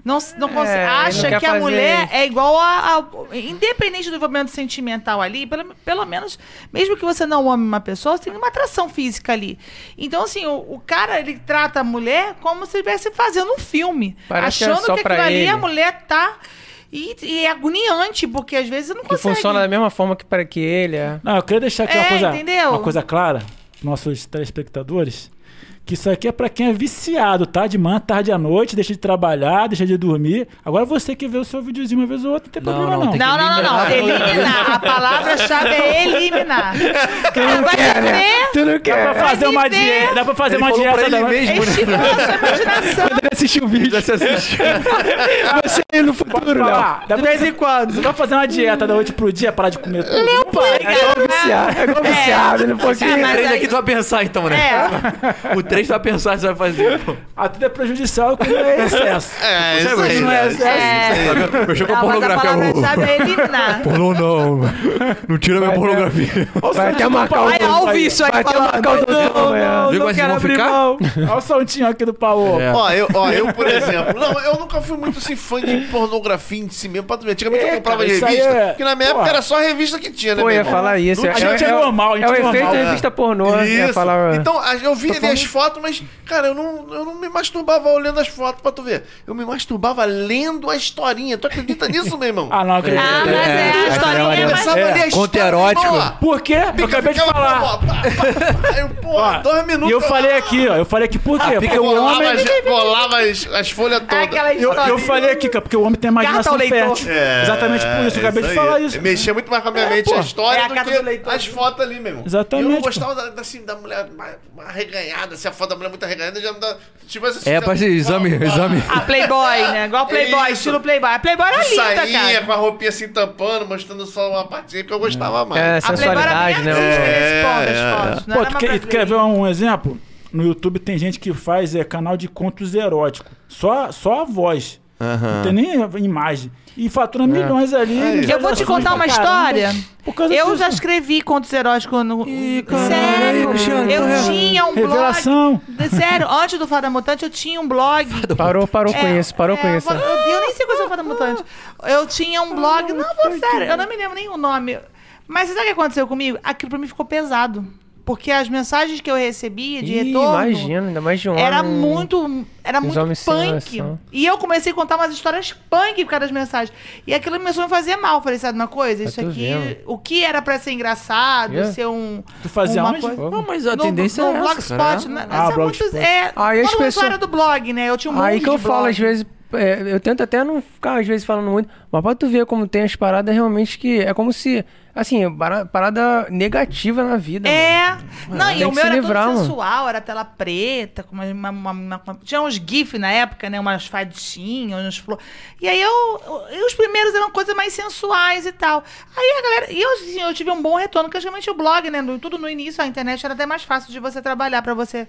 Speaker 4: Não, se- não consegue.
Speaker 2: ele não
Speaker 4: acha
Speaker 2: quer
Speaker 4: que a
Speaker 2: fazer-
Speaker 4: mulher é igual a, a- Independente do envolvimento sentimental ali, pelo, pelo menos, mesmo que você não ame uma pessoa, você tem uma atração física ali. Então, assim, o, o cara, ele trata a mulher como se estivesse fazendo um filme.
Speaker 2: Parece que é
Speaker 4: achando
Speaker 2: só
Speaker 4: que
Speaker 2: pra
Speaker 4: aquilo ali
Speaker 2: ele.
Speaker 4: a mulher tá. E, e é agoniante, porque às vezes você não
Speaker 2: Que
Speaker 4: consegue.
Speaker 2: funciona da mesma forma que para que ele é.
Speaker 3: Não, eu queria deixar aqui
Speaker 4: É,
Speaker 3: uma, coisa,
Speaker 4: entendeu?
Speaker 3: uma coisa clara pros nossos telespectadores. Que isso aqui é pra quem é viciado, tá? De manhã, tarde à noite, deixa de trabalhar, deixa de dormir. Agora você que vê o seu videozinho uma vez ou outra, não tem
Speaker 1: Não, não,
Speaker 3: problema não.
Speaker 1: tem
Speaker 2: é
Speaker 4: Não, não, não, não. Eliminar. A palavra-chave é eliminar. né? É Ela vai
Speaker 2: né?
Speaker 4: comer
Speaker 2: Tu não
Speaker 3: Dá
Speaker 2: quer?
Speaker 3: pra fazer
Speaker 4: Vai
Speaker 3: uma
Speaker 4: viver.
Speaker 3: dieta, dá pra fazer
Speaker 1: Ele
Speaker 3: é uma
Speaker 1: falou pra
Speaker 3: dieta
Speaker 1: ele
Speaker 3: da
Speaker 1: mesmo, um né?
Speaker 4: estimula a sua imaginação.
Speaker 2: Ele assistiu o vídeo.
Speaker 1: Já se assistiu.
Speaker 2: Você aí no futuro, não.
Speaker 3: Dá pra-
Speaker 4: vez em quando.
Speaker 3: Você vai fazer uma dieta da noite pro dia, parar de comer tudo? Não
Speaker 2: É igual viciado, é igual viciado. Ele falou
Speaker 4: É,
Speaker 1: O
Speaker 4: mas-
Speaker 2: que...
Speaker 1: 3
Speaker 4: aí-
Speaker 1: aqui tu vai pensar então, né?
Speaker 4: É,
Speaker 1: O 3 tu vai pensar, você vai fazer. pô.
Speaker 3: Ah, tudo é prejudicial quando é excesso.
Speaker 5: É, isso
Speaker 1: Sabe,
Speaker 5: aí.
Speaker 1: não
Speaker 5: né?
Speaker 1: é-
Speaker 5: Isso
Speaker 4: é.
Speaker 5: aí.
Speaker 1: Mexeu com a
Speaker 4: Não, mas é. a
Speaker 1: pornografia. ô.
Speaker 4: palavra-chave é eliminar.
Speaker 1: Pornô não. Não tira minha pornografia.
Speaker 2: Vai até marcar o...
Speaker 4: Vai, ó o vício aí
Speaker 2: Vai
Speaker 1: tá
Speaker 2: até
Speaker 4: falando.
Speaker 2: marcar o...
Speaker 3: Não,
Speaker 2: é.
Speaker 3: não,
Speaker 1: Viu como é
Speaker 3: não
Speaker 1: vocês
Speaker 3: quero
Speaker 1: vão
Speaker 3: abrir
Speaker 1: ficar?
Speaker 3: mão. Olha o saltinho aqui do Paô.
Speaker 1: É.
Speaker 5: Ó, eu, ó, eu, por exemplo, não, eu nunca fui muito assim fã de pornografia em si mesmo. pra tu ver. Antigamente eu
Speaker 3: É,
Speaker 5: comprava
Speaker 3: cara, isso aí
Speaker 5: revista,
Speaker 3: é-
Speaker 5: porque na minha época
Speaker 3: Porra.
Speaker 5: era só a revista que tinha, né?
Speaker 2: Pô,
Speaker 5: meu
Speaker 2: ia
Speaker 5: irmão?
Speaker 2: falar isso.
Speaker 5: Não
Speaker 3: A
Speaker 5: tinha-
Speaker 3: gente é normal, a gente
Speaker 2: É o
Speaker 3: é
Speaker 2: efeito
Speaker 3: normal.
Speaker 2: da revista pornô. né? Ia
Speaker 5: Isso.
Speaker 2: falar...
Speaker 5: Então, a- eu vi
Speaker 2: Tô
Speaker 5: ali as
Speaker 2: falando-
Speaker 5: fotos, mas, cara, eu não, eu não me masturbava olhando as fotos pra tu ver. Eu me masturbava lendo a historinha. Tu acredita nisso, meu irmão?
Speaker 3: Ah, não acredito.
Speaker 4: Ah, mas
Speaker 3: É.
Speaker 4: é a historinha,
Speaker 5: eu
Speaker 4: mas...
Speaker 5: começava
Speaker 3: é.
Speaker 5: a né? ler a
Speaker 1: Conto
Speaker 5: história.
Speaker 1: erótico.
Speaker 5: irmão, ó.
Speaker 3: Por quê? Eu
Speaker 5: Pica,
Speaker 3: acabei de
Speaker 5: ficava,
Speaker 3: falar.
Speaker 5: ó, pá, pá, pá. Aí, Pô,
Speaker 3: Ó,
Speaker 5: dois minutos.
Speaker 3: E eu falei aqui, ó. Eu falei aqui por quê? Porque o
Speaker 5: Rolava
Speaker 3: homem.
Speaker 5: as- rolava as, as folhas todas.
Speaker 4: É Aquela
Speaker 3: Eu,
Speaker 4: história.
Speaker 3: eu falei aqui, cara, porque o homem tem a
Speaker 4: Carta ao
Speaker 3: imaginação
Speaker 4: leitor.
Speaker 3: fértil. Exatamente por isso. Eu acabei de
Speaker 5: É, aí.
Speaker 3: falar isso.
Speaker 5: Mexia muito mais com a minha mente
Speaker 3: pô.
Speaker 5: a história
Speaker 4: É a
Speaker 5: do
Speaker 4: cara
Speaker 5: que
Speaker 4: do leitor,
Speaker 5: as
Speaker 4: né?
Speaker 5: fotos ali, meu irmão.
Speaker 3: Exatamente,
Speaker 5: Eu não
Speaker 3: pô.
Speaker 5: gostava da, da, assim, da mulher mais- mais arreganhada. Se a foto da mulher é muito arreganhada, já me dá... Tipo assim...
Speaker 1: É,
Speaker 5: já-
Speaker 1: parece exame,
Speaker 5: Ó, ó,
Speaker 1: exame.
Speaker 4: A Playboy, né? Igual Playboy,
Speaker 5: Isso.
Speaker 4: estilo Playboy. A Playboy era
Speaker 5: de
Speaker 4: Tá linda,
Speaker 5: sainha,
Speaker 4: cara.
Speaker 5: com a roupinha assim tampando, mostrando só uma partinha que eu gostava mais.
Speaker 2: É,
Speaker 4: A Playboy era
Speaker 2: sensualidade,
Speaker 4: bem
Speaker 2: né?
Speaker 4: artista
Speaker 2: o-
Speaker 4: nesse ponto,
Speaker 5: É,
Speaker 4: as
Speaker 5: é,
Speaker 4: fotos. Não
Speaker 3: Pô,
Speaker 4: era
Speaker 3: tu
Speaker 4: uma
Speaker 3: quer, tu quer ver
Speaker 4: brasileira.
Speaker 3: um exemplo? No YouTube tem gente que faz é, canal de contos eróticos. Só, só a voz. Não tem nem a imagem. E
Speaker 5: É.
Speaker 3: fatura milhões ali.
Speaker 4: Eu vou te contar uma história. Eu já escrevi contos eróticos no.
Speaker 1: caralho, aí,
Speaker 4: Sério,
Speaker 1: Cristiano,
Speaker 4: eu
Speaker 1: porra.
Speaker 4: tinha um
Speaker 3: Revelação.
Speaker 4: blog. Sério, antes do Fada Mutante eu tinha um blog.
Speaker 2: Parou, parou
Speaker 4: é,
Speaker 2: com isso, parou com isso.
Speaker 4: Eu, eu nem sei qual é o Fada Mutante. Eu tinha um blog. Não, vou sério, eu não me lembro nem o nome. Mas sabe o que aconteceu comigo? Aquilo pra mim ficou pesado. Porque as mensagens que eu recebia de
Speaker 2: Ih,
Speaker 4: retorno.
Speaker 2: Imagina, ainda mais de um
Speaker 4: Era
Speaker 2: homem.
Speaker 4: muito. Era muito
Speaker 2: homens sem
Speaker 4: punk.
Speaker 2: noção.
Speaker 4: E eu comecei a contar umas histórias punk por causa das mensagens. E aquilo começou a me fazer mal. Eu Falei, sabe uma coisa? Isso
Speaker 2: tô
Speaker 4: aqui,
Speaker 2: Tá vendo. É?
Speaker 4: o que era pra ser engraçado,
Speaker 2: Yeah.
Speaker 4: ser um.
Speaker 3: Tu fazia
Speaker 4: uma
Speaker 3: onde?
Speaker 4: coisa-
Speaker 1: Não, mas a
Speaker 4: no-
Speaker 1: tendência
Speaker 4: no
Speaker 1: é essa, cara.
Speaker 4: Blogspot, né?
Speaker 3: Ah,
Speaker 4: Isso é
Speaker 3: Blogspot.
Speaker 4: muito- é,
Speaker 2: Aí as
Speaker 4: todo mundo
Speaker 2: pessoas-
Speaker 4: era do blog, né? Eu tinha um monte
Speaker 2: Aí que
Speaker 4: de
Speaker 2: eu falo,
Speaker 4: blog.
Speaker 2: às vezes, é, eu tento até não ficar, às vezes, falando muito, mas pra tu ver como tem as paradas realmente que. É como se. Assim, bara- parada negativa na vida. mano.
Speaker 4: É. Não,
Speaker 2: tem
Speaker 4: e o
Speaker 2: que
Speaker 4: meu
Speaker 2: se
Speaker 4: era
Speaker 2: livrar,
Speaker 4: todo
Speaker 2: mano.
Speaker 4: sensual, era tela preta, com uma, uma- uma- uma- tinha uns GIF na época, né? Umas fadinhas, uns flor. E aí eu, eu- Os primeiros eram coisas mais sensuais e tal. Aí a galera. E eu, assim, eu tive um bom retorno, porque realmente o blog, né? no- Tudo no início, a internet era até mais fácil de você trabalhar pra você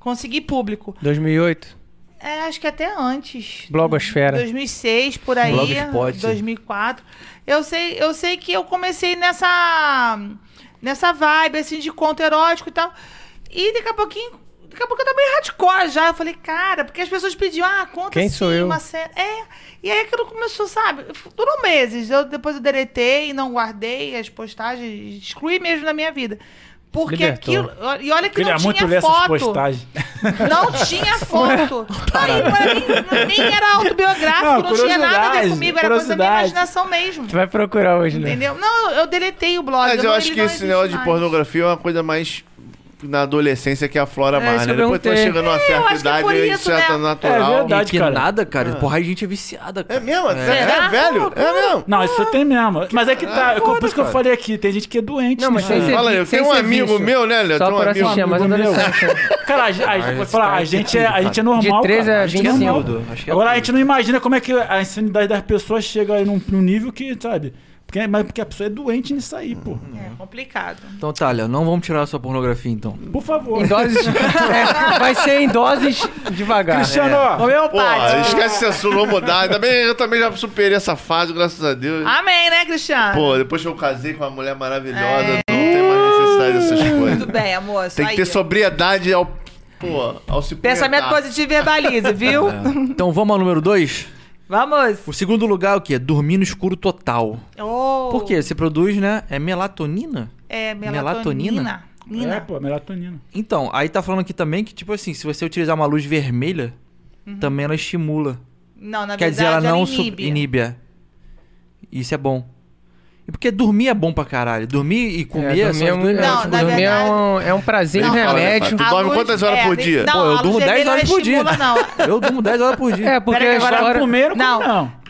Speaker 4: conseguir público.
Speaker 2: 2008.
Speaker 4: É, acho que até antes.
Speaker 2: Blogosfera.
Speaker 4: 2006 por aí,
Speaker 1: Blogspot.
Speaker 4: 2004. Eu sei, eu sei que eu comecei nessa nessa vibe assim de conto erótico e tal. E daqui a pouquinho, daqui a pouco eu tava bem hardcore já. Eu falei, cara, porque as pessoas pediam, ah, conta
Speaker 2: Quem
Speaker 4: assim,
Speaker 2: sou eu?
Speaker 4: uma cena. É. E aí aquilo começou, sabe? Durou meses. Eu depois eu deletei, não guardei as postagens, excluí mesmo da minha vida. Porque
Speaker 2: Libertou.
Speaker 4: aquilo. E olha que
Speaker 3: Queria
Speaker 4: não
Speaker 3: é muito
Speaker 4: tinha
Speaker 3: ler essas
Speaker 4: foto.
Speaker 3: postagens.
Speaker 4: Não tinha foto. Não, e pra mim, nem era
Speaker 3: Não,
Speaker 4: autobiográfico, não, tinha nada a ver
Speaker 3: curiosidade,
Speaker 4: comigo, era coisa da minha
Speaker 3: curiosidade.
Speaker 4: imaginação mesmo.
Speaker 2: Tu vai procurar hoje, né?
Speaker 4: Entendeu? Não, eu, eu deletei o blog.
Speaker 5: Mas eu
Speaker 4: não-
Speaker 5: acho
Speaker 4: ele
Speaker 5: que
Speaker 4: não
Speaker 5: esse
Speaker 4: existe
Speaker 5: negócio de
Speaker 4: mais.
Speaker 5: pornografia é uma coisa mais na adolescência que
Speaker 3: É,
Speaker 5: aflora mais,
Speaker 2: isso
Speaker 5: né?
Speaker 2: que eu
Speaker 5: Depois tu vai
Speaker 2: perguntei.
Speaker 5: chegando a uma
Speaker 4: eu
Speaker 5: certa
Speaker 4: acho que é por
Speaker 5: idade, isso,
Speaker 4: isso,
Speaker 5: certa
Speaker 4: né?
Speaker 5: natural.
Speaker 3: É verdade.
Speaker 1: que
Speaker 3: cara.
Speaker 1: nada, cara. Porra, a gente é viciada,
Speaker 5: É
Speaker 1: cara.
Speaker 5: mesmo? É,
Speaker 4: Será?
Speaker 5: é velho? É mesmo?
Speaker 3: Não, isso tem mesmo. Mas é que tá. eu- por isso que eu falei aqui, tem gente que é doente.
Speaker 2: Não,
Speaker 3: né,
Speaker 2: mas sem
Speaker 3: cara?
Speaker 2: ser-
Speaker 5: Fala aí, eu
Speaker 2: sem
Speaker 5: tenho um
Speaker 2: ser
Speaker 5: amigo
Speaker 2: vício.
Speaker 5: meu, né, Léo?
Speaker 2: Só
Speaker 5: Tem um
Speaker 2: por
Speaker 5: amigo
Speaker 2: assistir, é mais
Speaker 3: amigo meu.
Speaker 2: adolescente. né?
Speaker 3: Cara, a, a- vou
Speaker 1: esse
Speaker 3: falar,
Speaker 1: cara
Speaker 3: a
Speaker 1: é
Speaker 3: gente
Speaker 1: tudo,
Speaker 3: é, a gente
Speaker 1: cara.
Speaker 3: é normal.
Speaker 2: De 13
Speaker 3: cara.
Speaker 2: a
Speaker 3: gente é
Speaker 2: 25.
Speaker 3: normal.
Speaker 1: Tudo, acho que é
Speaker 3: Agora a
Speaker 1: tudo.
Speaker 3: gente não imagina como é que a insanidade das pessoas chega aí num, num nível que, sabe? Porque, mas porque a pessoa é doente nisso aí, pô.
Speaker 4: É complicado.
Speaker 1: Então tá, Léo, não vamos tirar a sua pornografia então.
Speaker 3: Por favor.
Speaker 2: Em doses. é, vai ser em doses devagar. É.
Speaker 3: Cristiano, ó,
Speaker 5: Pô, esquece censura, vamos mudar. Ainda bem, eu também já superei essa fase, graças a Deus.
Speaker 4: Amém, né, Cristiano?
Speaker 5: Pô, depois que eu casei com uma mulher maravilhosa, não tem mais necessidade dessas coisas.
Speaker 4: É. Tudo bem, amor. isso
Speaker 5: Tem que
Speaker 4: aí.
Speaker 5: ter sobriedade ao, pô, ao se
Speaker 4: Pensamento
Speaker 5: punhetar.
Speaker 4: positivo e verbalize, viu?
Speaker 5: É.
Speaker 1: Então vamos ao número 2.
Speaker 4: Vamos.
Speaker 1: O segundo lugar é o quê? Dormir no escuro total.
Speaker 4: Oh,
Speaker 1: Por quê? Você produz, né? É melatonina?
Speaker 4: É
Speaker 1: Melatonina?
Speaker 4: melatonina. Nina.
Speaker 3: É, pô, melatonina.
Speaker 1: Então, aí tá falando aqui também que, tipo assim, se você utilizar uma luz vermelha, também ela estimula.
Speaker 4: Não, Uhum. na
Speaker 1: Quer
Speaker 4: verdade, é
Speaker 1: dizer, ela não sub-
Speaker 4: inibe.
Speaker 1: inibe. é. Isso é bom. Porque dormir é bom pra caralho. Dormir e comer
Speaker 2: é,
Speaker 1: é,
Speaker 2: dormir é,
Speaker 1: só...
Speaker 2: um,
Speaker 4: Não, na
Speaker 2: dormir é,
Speaker 4: verdade-
Speaker 2: um, é um prazer e
Speaker 5: Não, fala,
Speaker 2: remédio.
Speaker 5: Tu dorme quantas horas por dia?
Speaker 1: Pô, eu
Speaker 4: é, a luz
Speaker 1: durmo 10
Speaker 4: vermelha
Speaker 1: horas
Speaker 4: não
Speaker 1: por dia.
Speaker 4: estimula, Não.
Speaker 1: Eu durmo 10 horas por dia.
Speaker 2: um- É, porque
Speaker 4: Peraí,
Speaker 2: a
Speaker 4: agora
Speaker 2: história...
Speaker 3: Comeram,
Speaker 4: Não.
Speaker 3: não. não.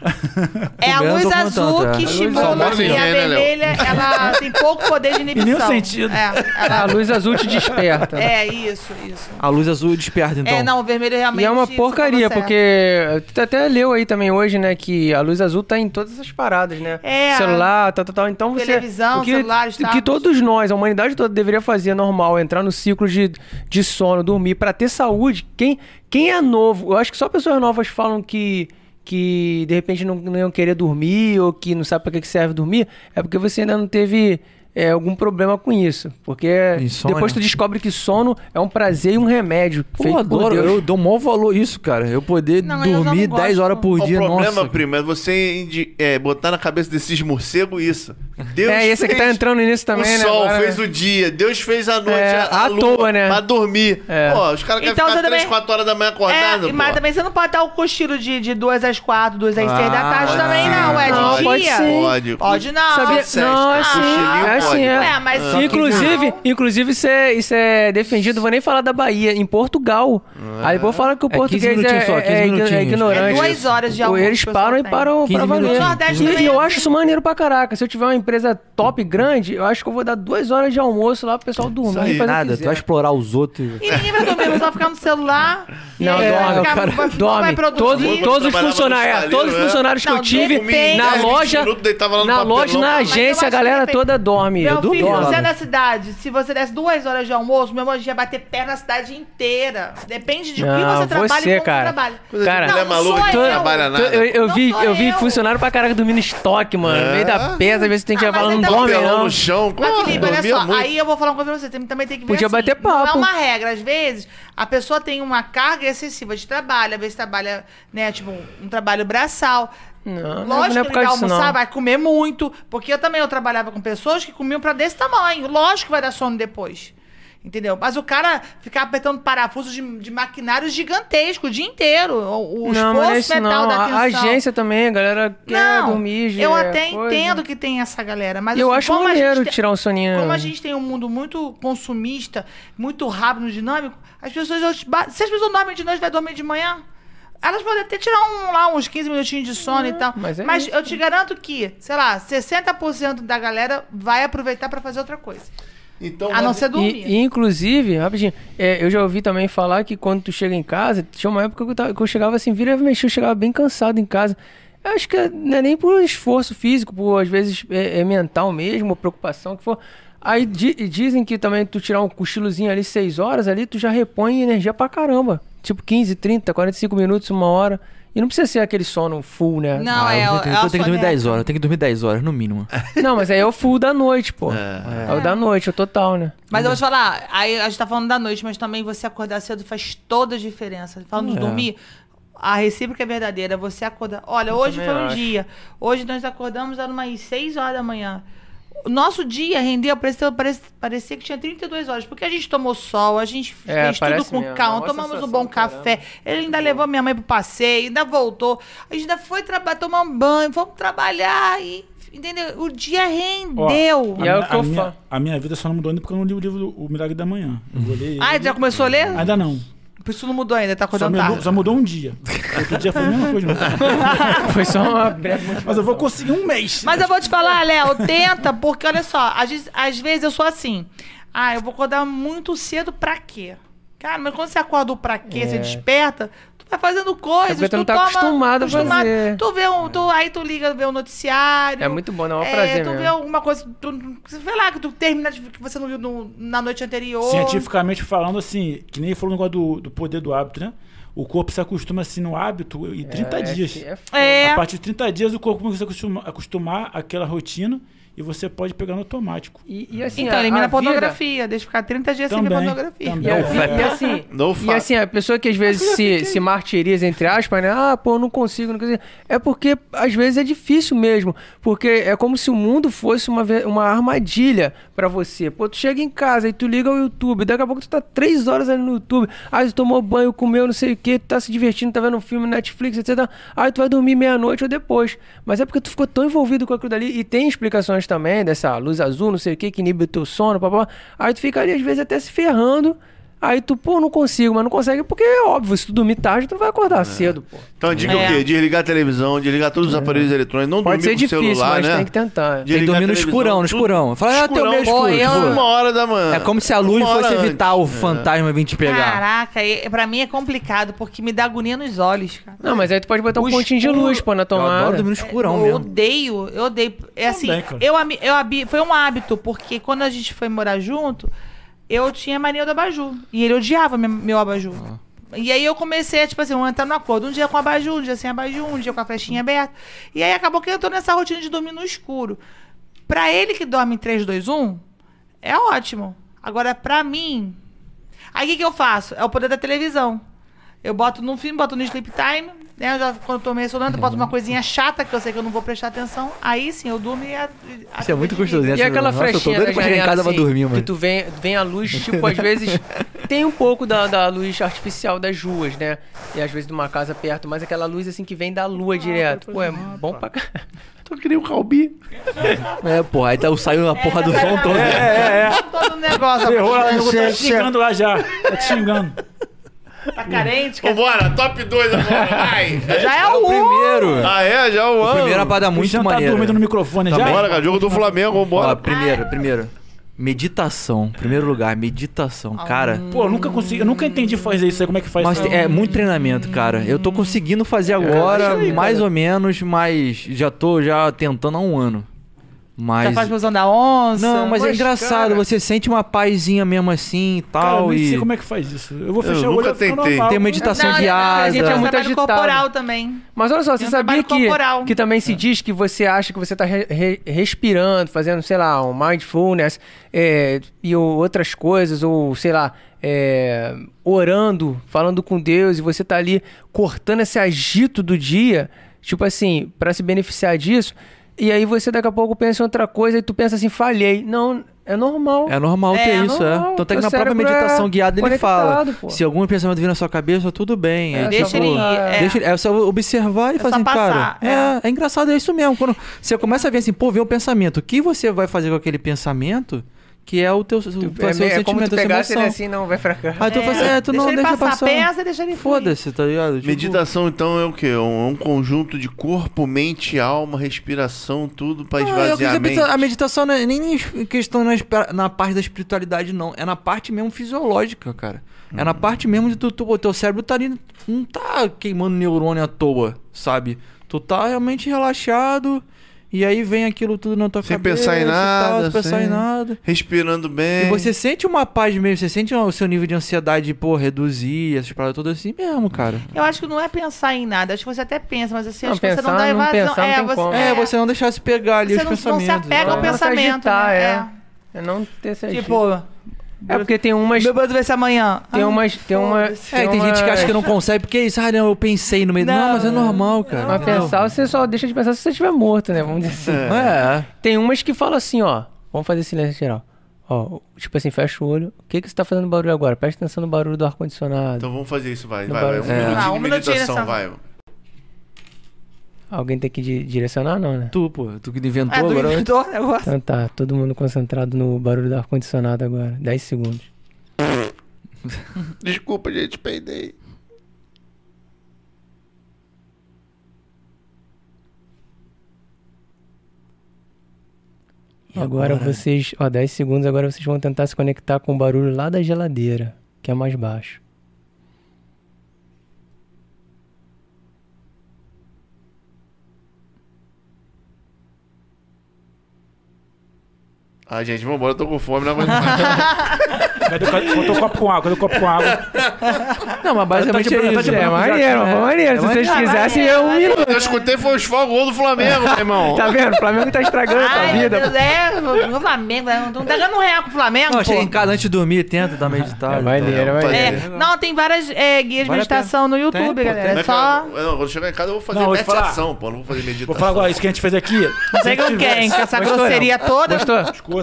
Speaker 4: É a
Speaker 1: Comendo
Speaker 4: luz
Speaker 1: com
Speaker 4: azul
Speaker 1: tanto, é.
Speaker 4: que
Speaker 1: A luz
Speaker 4: estimula
Speaker 5: azul.
Speaker 4: e a
Speaker 5: Né, Léo?
Speaker 4: vermelha, ela tem pouco poder de
Speaker 3: nenhum
Speaker 4: inibição.
Speaker 3: sentido.
Speaker 4: É,
Speaker 2: A
Speaker 4: ela-
Speaker 2: luz azul te desperta.
Speaker 4: é isso, isso.
Speaker 1: A luz azul desperta, então.
Speaker 4: É, não, o vermelho realmente...
Speaker 2: E é uma
Speaker 4: isso
Speaker 2: porcaria,
Speaker 4: tá certo.
Speaker 2: porque tu até leu aí também hoje, né, que a luz azul tá em todas essas paradas, né?
Speaker 4: É.
Speaker 2: Celular, tal, tal, tal. Então você...
Speaker 4: Televisão,
Speaker 2: o que,
Speaker 4: celular,
Speaker 2: O
Speaker 4: status.
Speaker 2: que todos nós, a humanidade toda, deveria fazer é normal, é entrar no ciclo de, de sono, dormir, pra ter saúde. Quem, quem é novo... Eu acho que só pessoas novas falam que... Que de repente não, não iam querer dormir ou que não sabe pra que que serve dormir, é porque você ainda não teve é, algum problema com isso. Porque
Speaker 1: Insônia.
Speaker 2: depois tu descobre que sono é um prazer e um remédio.
Speaker 1: Pô,
Speaker 2: feito
Speaker 1: eu
Speaker 2: por
Speaker 1: adoro,
Speaker 2: Deus.
Speaker 1: eu dou maior valor isso, cara. Eu poder
Speaker 4: Não, eu já não
Speaker 1: dormir
Speaker 4: gosto.
Speaker 1: 10 horas por
Speaker 5: O
Speaker 1: dia,
Speaker 5: problema,
Speaker 1: nossa.
Speaker 5: primo, é você indi- é, botar na cabeça desses morcegos isso. Deus
Speaker 2: É, esse aqui tá
Speaker 5: fez
Speaker 2: entrando nisso também,
Speaker 5: o
Speaker 2: né?
Speaker 5: sol,
Speaker 2: agora,
Speaker 5: fez
Speaker 2: né?
Speaker 5: o dia, Deus fez a noite,
Speaker 2: É,
Speaker 5: a, a
Speaker 2: à
Speaker 5: lua,
Speaker 2: toa, né?
Speaker 5: pra dormir.
Speaker 2: É.
Speaker 5: Pô, os caras
Speaker 4: Então,
Speaker 5: querem
Speaker 4: você
Speaker 5: ficar 3,
Speaker 4: também-
Speaker 5: 4 horas da manhã acordado,
Speaker 4: É,
Speaker 5: pô.
Speaker 4: mas também você não pode dar o cochilo de, de 2 às 4, 2 às 6 da
Speaker 1: Ah,
Speaker 4: tarde
Speaker 1: pode
Speaker 4: também,
Speaker 1: sim.
Speaker 4: não. É de
Speaker 2: Não, pode
Speaker 4: dia.
Speaker 2: sim.
Speaker 5: Pode.
Speaker 4: Pode não.
Speaker 2: Sabia?
Speaker 5: Sexta,
Speaker 2: Não, é
Speaker 5: cochilinho
Speaker 2: sim, é
Speaker 5: pode.
Speaker 2: assim, é.
Speaker 4: É, mas só que
Speaker 2: inclusive,
Speaker 4: não.
Speaker 2: inclusive isso é, isso é defendido, vou nem falar da Bahia, em Portugal. Aí depois fala que o
Speaker 1: É 15
Speaker 2: português é,
Speaker 1: minutinhos só, 15
Speaker 2: é, igno- é
Speaker 1: minutinhos.
Speaker 4: É
Speaker 2: ignorante.
Speaker 4: duas horas de
Speaker 2: Ou
Speaker 4: almoço.
Speaker 2: Eles
Speaker 4: que o
Speaker 2: param
Speaker 4: pessoal
Speaker 2: e
Speaker 4: tem.
Speaker 2: param
Speaker 1: 15
Speaker 2: pra valer.
Speaker 1: minutinhos. No
Speaker 4: Nordeste
Speaker 2: E,
Speaker 4: também
Speaker 2: e
Speaker 4: é
Speaker 2: eu
Speaker 4: assim.
Speaker 2: acho isso maneiro pra caraca. Se eu tiver uma empresa top, grande, eu acho que eu vou dar duas horas de almoço lá pro pessoal dormir
Speaker 5: aí.
Speaker 2: e fazer o
Speaker 1: Nada,
Speaker 2: que
Speaker 1: tu vai
Speaker 2: quiser.
Speaker 1: explorar os outros.
Speaker 4: E ninguém vai dormir, vai só ficar no celular. e
Speaker 2: Não,
Speaker 4: aí vai
Speaker 2: dorme,
Speaker 4: É, ficar-
Speaker 2: cara,
Speaker 4: vai- não vai
Speaker 2: dorme.
Speaker 4: produzir.
Speaker 2: Todo- todos os
Speaker 5: Trabalhava no
Speaker 2: funcionários, é, todos os
Speaker 5: estaleiro, é.
Speaker 2: funcionários que
Speaker 4: Não,
Speaker 2: eu tive
Speaker 4: depende.
Speaker 2: na
Speaker 5: 10, 20
Speaker 2: loja,
Speaker 5: minutos, deitava lá no
Speaker 2: na
Speaker 5: papelão.
Speaker 2: loja, na
Speaker 5: Mas eu
Speaker 2: agência,
Speaker 4: acho
Speaker 2: a galera
Speaker 4: que
Speaker 2: toda dorme.
Speaker 4: Meu
Speaker 2: Eu
Speaker 4: filho,
Speaker 2: durmo.
Speaker 4: você é da cidade. Se você desse duas horas de almoço, meu irmão já ia bater pé na cidade inteira. Depende de quem
Speaker 2: Não,
Speaker 4: você trabalha
Speaker 2: você,
Speaker 4: e como
Speaker 2: cara.
Speaker 4: você trabalha.
Speaker 5: Coisa de
Speaker 2: Cara,
Speaker 5: mulher
Speaker 4: não é
Speaker 5: maluca
Speaker 4: sou
Speaker 5: que
Speaker 4: eu.
Speaker 5: não trabalha
Speaker 2: Tu-
Speaker 5: nada.
Speaker 2: eu, eu
Speaker 4: Não
Speaker 2: vi,
Speaker 4: sou
Speaker 2: eu vi
Speaker 4: eu.
Speaker 2: funcionário pra caraca dormindo em estoque, mano.
Speaker 5: É.
Speaker 2: No meio da peça, às vezes tem que
Speaker 4: Ah,
Speaker 2: levar
Speaker 4: mas
Speaker 2: não
Speaker 4: então-
Speaker 2: dorme,
Speaker 5: Papelão
Speaker 2: não.
Speaker 5: no chão.
Speaker 4: Mas,
Speaker 5: pô,
Speaker 4: Felipe, olha
Speaker 5: dormia
Speaker 4: só,
Speaker 5: muito.
Speaker 4: aí eu vou falar uma coisa pra você, tem- também tem que ver
Speaker 2: Podia
Speaker 4: assim,
Speaker 2: bater
Speaker 4: Não é
Speaker 2: papo.
Speaker 4: uma regra, às vezes a pessoa tem uma carga excessiva de trabalho, às vezes trabalha, né, tipo, um trabalho braçal.
Speaker 2: Não, não é
Speaker 4: Lógico
Speaker 2: por
Speaker 4: que ele vai
Speaker 2: causa disso,
Speaker 4: almoçar,
Speaker 2: não.
Speaker 4: vai comer muito, porque eu também eu trabalhava com pessoas que comiam pra desse tamanho, lógico que vai dar sono depois. Entendeu? Mas o cara ficar apertando parafusos de, de maquinário gigantesco o dia inteiro. O, o
Speaker 2: Não,
Speaker 4: esforço
Speaker 2: mas não é isso
Speaker 4: mental
Speaker 2: não.
Speaker 4: da
Speaker 2: A,
Speaker 4: atenção.
Speaker 2: a agência também, a galera quer
Speaker 4: Não,
Speaker 2: dormir.
Speaker 4: eu
Speaker 2: é
Speaker 4: até
Speaker 2: coisa.
Speaker 4: entendo que tem essa galera, mas
Speaker 2: E eu
Speaker 4: assim,
Speaker 2: acho
Speaker 4: como a
Speaker 2: maneiro
Speaker 4: gente te-
Speaker 2: tirar um soninho.
Speaker 4: como a gente tem um mundo muito consumista, muito rápido, dinâmico, as pessoas. hoje ba- Se as pessoas dormem de noite, vai dormir de manhã. Elas podem até tirar um, lá uns 15 minutinhos de sono e tal.
Speaker 2: mas
Speaker 4: Mas,
Speaker 2: é isso,
Speaker 4: eu te garanto que, sei lá, 60% da galera vai aproveitar pra fazer outra coisa.
Speaker 5: Então,
Speaker 4: A não ser dormir.
Speaker 2: E, e, inclusive, rapidinho, é, eu já ouvi também falar que quando tu chega em casa, tinha uma época que eu, tava- que eu chegava assim, vira e mexia, eu chegava bem cansado em casa. Eu acho que não é nem por esforço físico, por às vezes é, é mental mesmo, ou preocupação, o que for. Aí di- e dizem que também tu tirar um cochilozinho ali, seis horas ali, tu já repõe energia pra caramba. Tipo 15, 30, 45 minutos, uma hora. E não precisa ser aquele sono full, né?
Speaker 4: Não,
Speaker 1: Ah,
Speaker 4: é,
Speaker 1: eu,
Speaker 4: o-
Speaker 1: vou ter-
Speaker 4: é
Speaker 1: então
Speaker 4: a
Speaker 1: eu tenho que dormir
Speaker 4: soneca.
Speaker 1: 10 horas, eu tenho que dormir 10 horas, no mínimo.
Speaker 2: Não, mas aí é o full da noite, pô. É, o da noite, o total, né?
Speaker 4: Mas eu vou te falar, aí a gente tá falando da noite, mas também você acordar cedo faz toda a diferença. tá Falando de
Speaker 1: É.
Speaker 4: dormir, a recíproca é verdadeira. Você acorda. Olha, hoje
Speaker 2: também
Speaker 4: foi um
Speaker 2: acho.
Speaker 4: dia. Hoje nós acordamos, era umas 6 horas da manhã. O nosso dia rendeu, parecia, parecia, parecia que tinha 32 horas. Porque a gente tomou sol, a gente
Speaker 2: É,
Speaker 4: fez tudo
Speaker 2: parece
Speaker 4: com
Speaker 2: mesmo, é
Speaker 4: calma,
Speaker 2: uma
Speaker 4: tomamos um
Speaker 2: sensação
Speaker 4: bom
Speaker 2: do caramba.
Speaker 4: café. Ele ainda levou minha mãe pro passeio, ainda voltou. A gente ainda foi traba- tomar um banho, vamos trabalhar. E, entendeu? O dia rendeu.
Speaker 2: E é o que
Speaker 3: a,
Speaker 2: eu
Speaker 3: minha,
Speaker 2: falo.
Speaker 3: a minha vida só não mudou ainda porque eu não li o livro do- O Milagre da Manhã. Eu vou ler ele.
Speaker 4: Ah, já começou a ler?
Speaker 3: Ainda não.
Speaker 4: Isso não mudou ainda, tá
Speaker 3: Só
Speaker 4: acordando
Speaker 3: mudou,
Speaker 4: tarde.
Speaker 3: só mudou um dia. Outro dia foi a mesma coisa. né?
Speaker 2: Foi só uma breve
Speaker 3: Mas eu vou conseguir um mês.
Speaker 4: Mas eu vou te falar, Léo, tenta, porque olha só, às vezes, às vezes eu sou assim. Ah, eu vou acordar muito cedo pra quê? Cara, mas quando você acorda o pra quê, você desperta, tu vai fazendo coisas,
Speaker 2: É. porque tu não tá
Speaker 4: toma-
Speaker 2: acostumado a fazer.
Speaker 4: Tu vê um, tu, aí tu liga, vê um noticiário.
Speaker 2: É muito bom, não, é um prazer
Speaker 4: tu
Speaker 2: mesmo.
Speaker 4: vê alguma coisa, tu, sei lá, que tu termina de, que você não viu no- na noite anterior.
Speaker 3: Cientificamente falando, assim, que nem falou o negócio do, do poder do hábito, né? O corpo se acostuma assim no hábito em 30 dias.
Speaker 2: É,
Speaker 4: É,
Speaker 3: A partir de 30 dias, o corpo começa a acostuma- acostumar àquela rotina e você pode pegar no automático.
Speaker 2: E, e assim,
Speaker 4: então,
Speaker 2: a-
Speaker 4: elimina
Speaker 2: a
Speaker 4: a pornografia, deixa ficar 30 dias sem ver
Speaker 3: Também,
Speaker 4: pornografia.
Speaker 2: vida-
Speaker 3: também.
Speaker 2: e a-
Speaker 5: Não,
Speaker 2: e assim,
Speaker 5: não
Speaker 2: e
Speaker 5: faço.
Speaker 2: assim, a pessoa que às vezes se, se martiriza, entre aspas, né? Ah, pô, não consigo, não consigo. É porque às vezes é difícil mesmo. Porque é como se o mundo fosse uma, ve- uma armadilha pra você. Pô, tu chega em casa e tu liga o YouTube, daqui a pouco tu tá três horas ali no YouTube. Aí tu tomou banho, comeu, não sei o que, tu tá se divertindo, tá vendo um filme, Netflix, etc. Aí tu vai dormir meia-noite ou depois. Mas é porque tu ficou tão envolvido com aquilo dali e tem explicações questões também, dessa luz azul, não sei o que, que inibe o teu sono, papá. Aí tu fica ali, às vezes, até se ferrando. Aí tu, pô, não consigo, mas não consegue, porque é óbvio, se tu dormir tarde, tu não vai acordar
Speaker 1: É.
Speaker 2: cedo, pô.
Speaker 5: Então, diga
Speaker 4: É.
Speaker 5: o quê? Desligar a televisão, desligar todos os aparelhos eletrônicos, não
Speaker 2: Pode ser
Speaker 5: dormir com o
Speaker 2: difícil,
Speaker 5: celular,
Speaker 2: mas
Speaker 5: né?
Speaker 2: tem que tentar.
Speaker 1: Tem que dormir no escurão, no escurão. Fala, ah, teu meio
Speaker 5: escuro.
Speaker 1: escuro.
Speaker 4: boiando.
Speaker 1: tipo.
Speaker 5: Uma hora da manhã.
Speaker 1: É como se a luz
Speaker 5: Uma hora
Speaker 1: fosse
Speaker 5: antes.
Speaker 1: evitar o fantasma vir te pegar.
Speaker 4: Caraca, e- pra mim é complicado, porque me dá agonia nos olhos, cara.
Speaker 2: Não, mas aí tu pode botar um pontinho de luz, pô,
Speaker 1: Eu
Speaker 2: na
Speaker 1: adoro
Speaker 2: tomada.
Speaker 1: dormir no escurão
Speaker 4: eu
Speaker 1: mesmo.
Speaker 4: odeio, eu odeio. É assim,
Speaker 3: Também, cara.
Speaker 4: eu, ami- eu abi- foi um hábito, porque quando a gente foi morar junto, eu tinha mania do abajur. E ele odiava meu, meu abajur. E aí eu comecei, tipo assim, eu entrar no acordo. Um dia com abajur, um dia sem abajur, um dia com a flechinha aberta. E aí acabou que eu tô nessa rotina de dormir no escuro. Pra ele que dorme em 3, 2, 1, é ótimo. Agora, pra mim... Aí o que, que eu faço? É o poder da televisão. Eu boto num filme, boto no sleep time, né? Eu já, quando eu tô me ressonando, eu boto uma coisinha chata que eu sei que eu não vou prestar atenção. Aí sim, eu durmo e... A, a
Speaker 1: Isso é muito gostosinho.
Speaker 4: gostosinho.
Speaker 2: E
Speaker 1: Nossa,
Speaker 2: aquela
Speaker 1: eu tô
Speaker 2: frestinha
Speaker 1: doido
Speaker 2: da
Speaker 1: pra chegar em
Speaker 2: janela,
Speaker 1: casa pra
Speaker 2: assim,
Speaker 1: dormir, mano.
Speaker 2: que tu vem, vem a luz, tipo, às vezes tem um pouco da, da luz artificial das ruas, né? E às vezes de uma casa perto, mas aquela luz assim que vem da lua direto. Pô, é bom pra caralho.
Speaker 5: Tu queria o Calbi.
Speaker 1: É, porra, aí tá, saiu a porra do som todo. né?
Speaker 3: É, é, é.
Speaker 4: Todo negócio.
Speaker 3: Ferrou lá, Tá
Speaker 4: rapaz.
Speaker 3: eu vou estar
Speaker 6: Certo,
Speaker 3: te xingando lá já. Tá te xingando.
Speaker 4: Tá carente, quer-
Speaker 5: Vambora, top 2 agora, vai.
Speaker 4: Já é
Speaker 1: É
Speaker 4: o
Speaker 1: o
Speaker 4: um.
Speaker 1: primeiro.
Speaker 5: Ah, é? Já o
Speaker 1: O
Speaker 5: ano.
Speaker 1: primeiro é uma parada
Speaker 3: O
Speaker 1: muito
Speaker 3: Jean tá
Speaker 1: maneira.
Speaker 3: dormindo no microfone já.
Speaker 5: Bora, cara. Jogo do Flamengo,
Speaker 1: Ó,
Speaker 5: vambora.
Speaker 1: primeiro, primeiro. Meditação. Primeiro lugar, meditação. Cara,
Speaker 3: Pô, eu nunca consegui, eu nunca entendi fazer isso aí, como é que faz
Speaker 1: mas
Speaker 3: isso.
Speaker 1: é muito treinamento, cara. Eu tô conseguindo fazer agora, mais ou menos, mas já tô já tentando há um ano. Mas...
Speaker 4: Já faz fusão da onça.
Speaker 1: Não, mas, é
Speaker 5: Mas,
Speaker 1: engraçado,
Speaker 5: cara-
Speaker 1: você sente uma pazinha mesmo assim e
Speaker 3: Cara, eu
Speaker 1: tal.
Speaker 3: nem
Speaker 1: e
Speaker 3: sei como é que faz isso. Eu vou
Speaker 5: Eu
Speaker 3: fechar o
Speaker 5: nunca
Speaker 3: olho, vai ficar
Speaker 5: tentei.
Speaker 3: normal.
Speaker 1: Tem meditação
Speaker 4: Não,
Speaker 1: guiada.
Speaker 4: A gente faz
Speaker 2: É
Speaker 4: um
Speaker 2: muito
Speaker 4: trabalho
Speaker 2: agitado.
Speaker 4: corporal também.
Speaker 2: Mas olha só, você
Speaker 4: um
Speaker 2: sabia
Speaker 4: trabalho
Speaker 2: que,
Speaker 4: corporal. É.
Speaker 2: que também se diz que você acha que você tá re- re- respirando, fazendo, sei lá, um mindfulness é, e ou- outras coisas, ou sei lá, é, orando, falando com Deus, e você tá ali cortando esse agito do dia, tipo assim, pra se beneficiar disso, e aí você daqui a pouco pensa em outra coisa e tu pensa assim, falhei. Não, é normal.
Speaker 1: É normal ter
Speaker 4: É
Speaker 1: isso, é.
Speaker 2: normal,
Speaker 1: Então, até que
Speaker 2: teu
Speaker 1: na própria
Speaker 2: cérebro é
Speaker 1: meditação guiada ele fala.
Speaker 2: conectado, pô.
Speaker 1: Se algum pensamento vir na sua cabeça, tudo bem.
Speaker 2: É,
Speaker 4: deixa
Speaker 1: tipo,
Speaker 4: ele ir, é.
Speaker 1: deixa ele- é só observar e
Speaker 4: É
Speaker 1: fazer
Speaker 4: só
Speaker 1: assim,
Speaker 4: passar,
Speaker 1: cara. É. é engraçado, é isso mesmo. Quando você começa a ver assim, pô, vê um pensamento. O que você vai fazer com aquele pensamento que é o teu, o,
Speaker 2: é,
Speaker 1: vai ser o sentimento,
Speaker 2: é como tu
Speaker 1: a sua
Speaker 2: pegasse ele
Speaker 1: emoção.
Speaker 2: assim, não, vai pra cá.
Speaker 1: Aí tu fala assim, é, tu não deixa passar.
Speaker 4: Pensa, deixa ele fluir.
Speaker 1: Foda-se, tá ligado? Tipo,
Speaker 5: Meditação, então, é o quê? É um, é um conjunto de corpo, mente, alma, respiração, tudo pra
Speaker 1: Ah, eu
Speaker 5: esvaziar
Speaker 1: acredito
Speaker 5: a
Speaker 1: que
Speaker 5: mente.
Speaker 1: a meditação não é nem em questão na, espe- na parte da espiritualidade, não. É na parte mesmo fisiológica, cara. É
Speaker 5: Hum.
Speaker 1: na parte mesmo de tu, tu o teu cérebro tá ali, não tá queimando neurônio à toa, sabe? Tu tá realmente relaxado e aí vem aquilo tudo na tua
Speaker 5: Sem
Speaker 1: cabeça.
Speaker 5: pensar em
Speaker 1: e tal,
Speaker 5: nada,
Speaker 1: sem pensar
Speaker 5: sem- É.
Speaker 1: em nada.
Speaker 5: Respirando bem.
Speaker 1: E você sente uma paz mesmo, você sente o seu nível de ansiedade, pô, reduzir, essas paradas todas assim mesmo, cara.
Speaker 4: Eu acho que não é pensar em nada. Acho que você até pensa, mas assim,
Speaker 2: Não,
Speaker 4: acho que você
Speaker 2: pensar,
Speaker 4: não dá
Speaker 2: não
Speaker 4: evasão.
Speaker 2: pensar, não
Speaker 4: é,
Speaker 2: tem
Speaker 4: você,
Speaker 2: como.
Speaker 1: É, você não deixar se pegar ali
Speaker 4: você
Speaker 1: os
Speaker 4: não, não
Speaker 1: pensamentos. né?
Speaker 4: se apega ao
Speaker 1: sabe?
Speaker 2: pensamento.
Speaker 4: pensamento,
Speaker 2: agitar,
Speaker 4: né?
Speaker 2: É não ter esse
Speaker 4: É.
Speaker 2: agito.
Speaker 4: Tipo,
Speaker 2: É porque tem umas.
Speaker 4: meu Deus vai ser amanhã.
Speaker 2: Tem
Speaker 4: Ah,
Speaker 2: umas. Tem um uma.
Speaker 4: foda-se.
Speaker 1: É, tem gente que acha que não consegue, porque é isso, ah, não, eu pensei no meio. Não,
Speaker 4: Não,
Speaker 1: mas é normal, cara.
Speaker 2: Mas
Speaker 1: entendeu?
Speaker 2: pensar, você só deixa de pensar se você estiver morto, né? Vamos dizer assim.
Speaker 1: É.
Speaker 2: Tem umas que falam assim, ó. Vamos fazer silêncio geral. Ó, tipo assim, fecha o olho. O que, que você tá fazendo barulho agora? Presta atenção no barulho do ar-condicionado.
Speaker 5: Então vamos fazer isso, vai.
Speaker 2: Não
Speaker 5: Vai, vai.
Speaker 2: vai.
Speaker 5: Um
Speaker 1: É.
Speaker 5: minutinho
Speaker 4: Ah,
Speaker 5: de
Speaker 4: um minutinho
Speaker 5: meditação,
Speaker 4: nessa-
Speaker 5: vai.
Speaker 2: Alguém tem que di- direcionar, não, né?
Speaker 1: Tu, pô, tu que inventou
Speaker 4: É do
Speaker 1: agora.
Speaker 4: inventor o negócio.
Speaker 2: Então tá, todo mundo concentrado no barulho do ar-condicionado agora. 10 segundos.
Speaker 5: Desculpa, gente, peidei.
Speaker 2: E agora, vocês, ó, 10 segundos, agora vocês vão tentar se conectar com o barulho lá da geladeira, que é mais baixo.
Speaker 5: Ah, gente, vambora, eu tô com fome, não aguento mais.
Speaker 3: Cadê, cadê, botou o copo com água, cadê o copo com água?
Speaker 1: Não, mas
Speaker 3: basicamente
Speaker 1: basicamente é
Speaker 3: é isso.
Speaker 1: isso.
Speaker 3: É, mas-
Speaker 2: pô, maneiro. Se vocês quisessem, eu um minuto.
Speaker 5: eu escutei, foi os fogos, gol do Flamengo, meu irmão.
Speaker 2: Tá vendo? O Flamengo tá estragando a tua
Speaker 4: Ai, meu
Speaker 2: vida.
Speaker 4: Deus, é, o Flamengo, né? não tá dando um real com o Flamengo,
Speaker 1: Não,
Speaker 4: pô.
Speaker 1: chega em casa antes de dormir, tenta dar meditar.
Speaker 2: É maneiro, é maneiro.
Speaker 4: É,
Speaker 1: né?
Speaker 5: É.
Speaker 4: não, tem várias é, guias de
Speaker 1: Vale a
Speaker 4: meditação no YouTube,
Speaker 1: Tem, pô,
Speaker 4: galera.
Speaker 5: Como
Speaker 4: É
Speaker 5: é que eu-
Speaker 4: só...
Speaker 5: Não, quando chegar em casa eu vou fazer
Speaker 3: Não, vou te falar.
Speaker 5: meditação, pô. Não vou fazer meditação.
Speaker 3: Vou falar agora, isso que a gente fez aqui.
Speaker 4: Não sei com quem, com essa grosseria toda.
Speaker 2: Gostou?
Speaker 3: Escuta.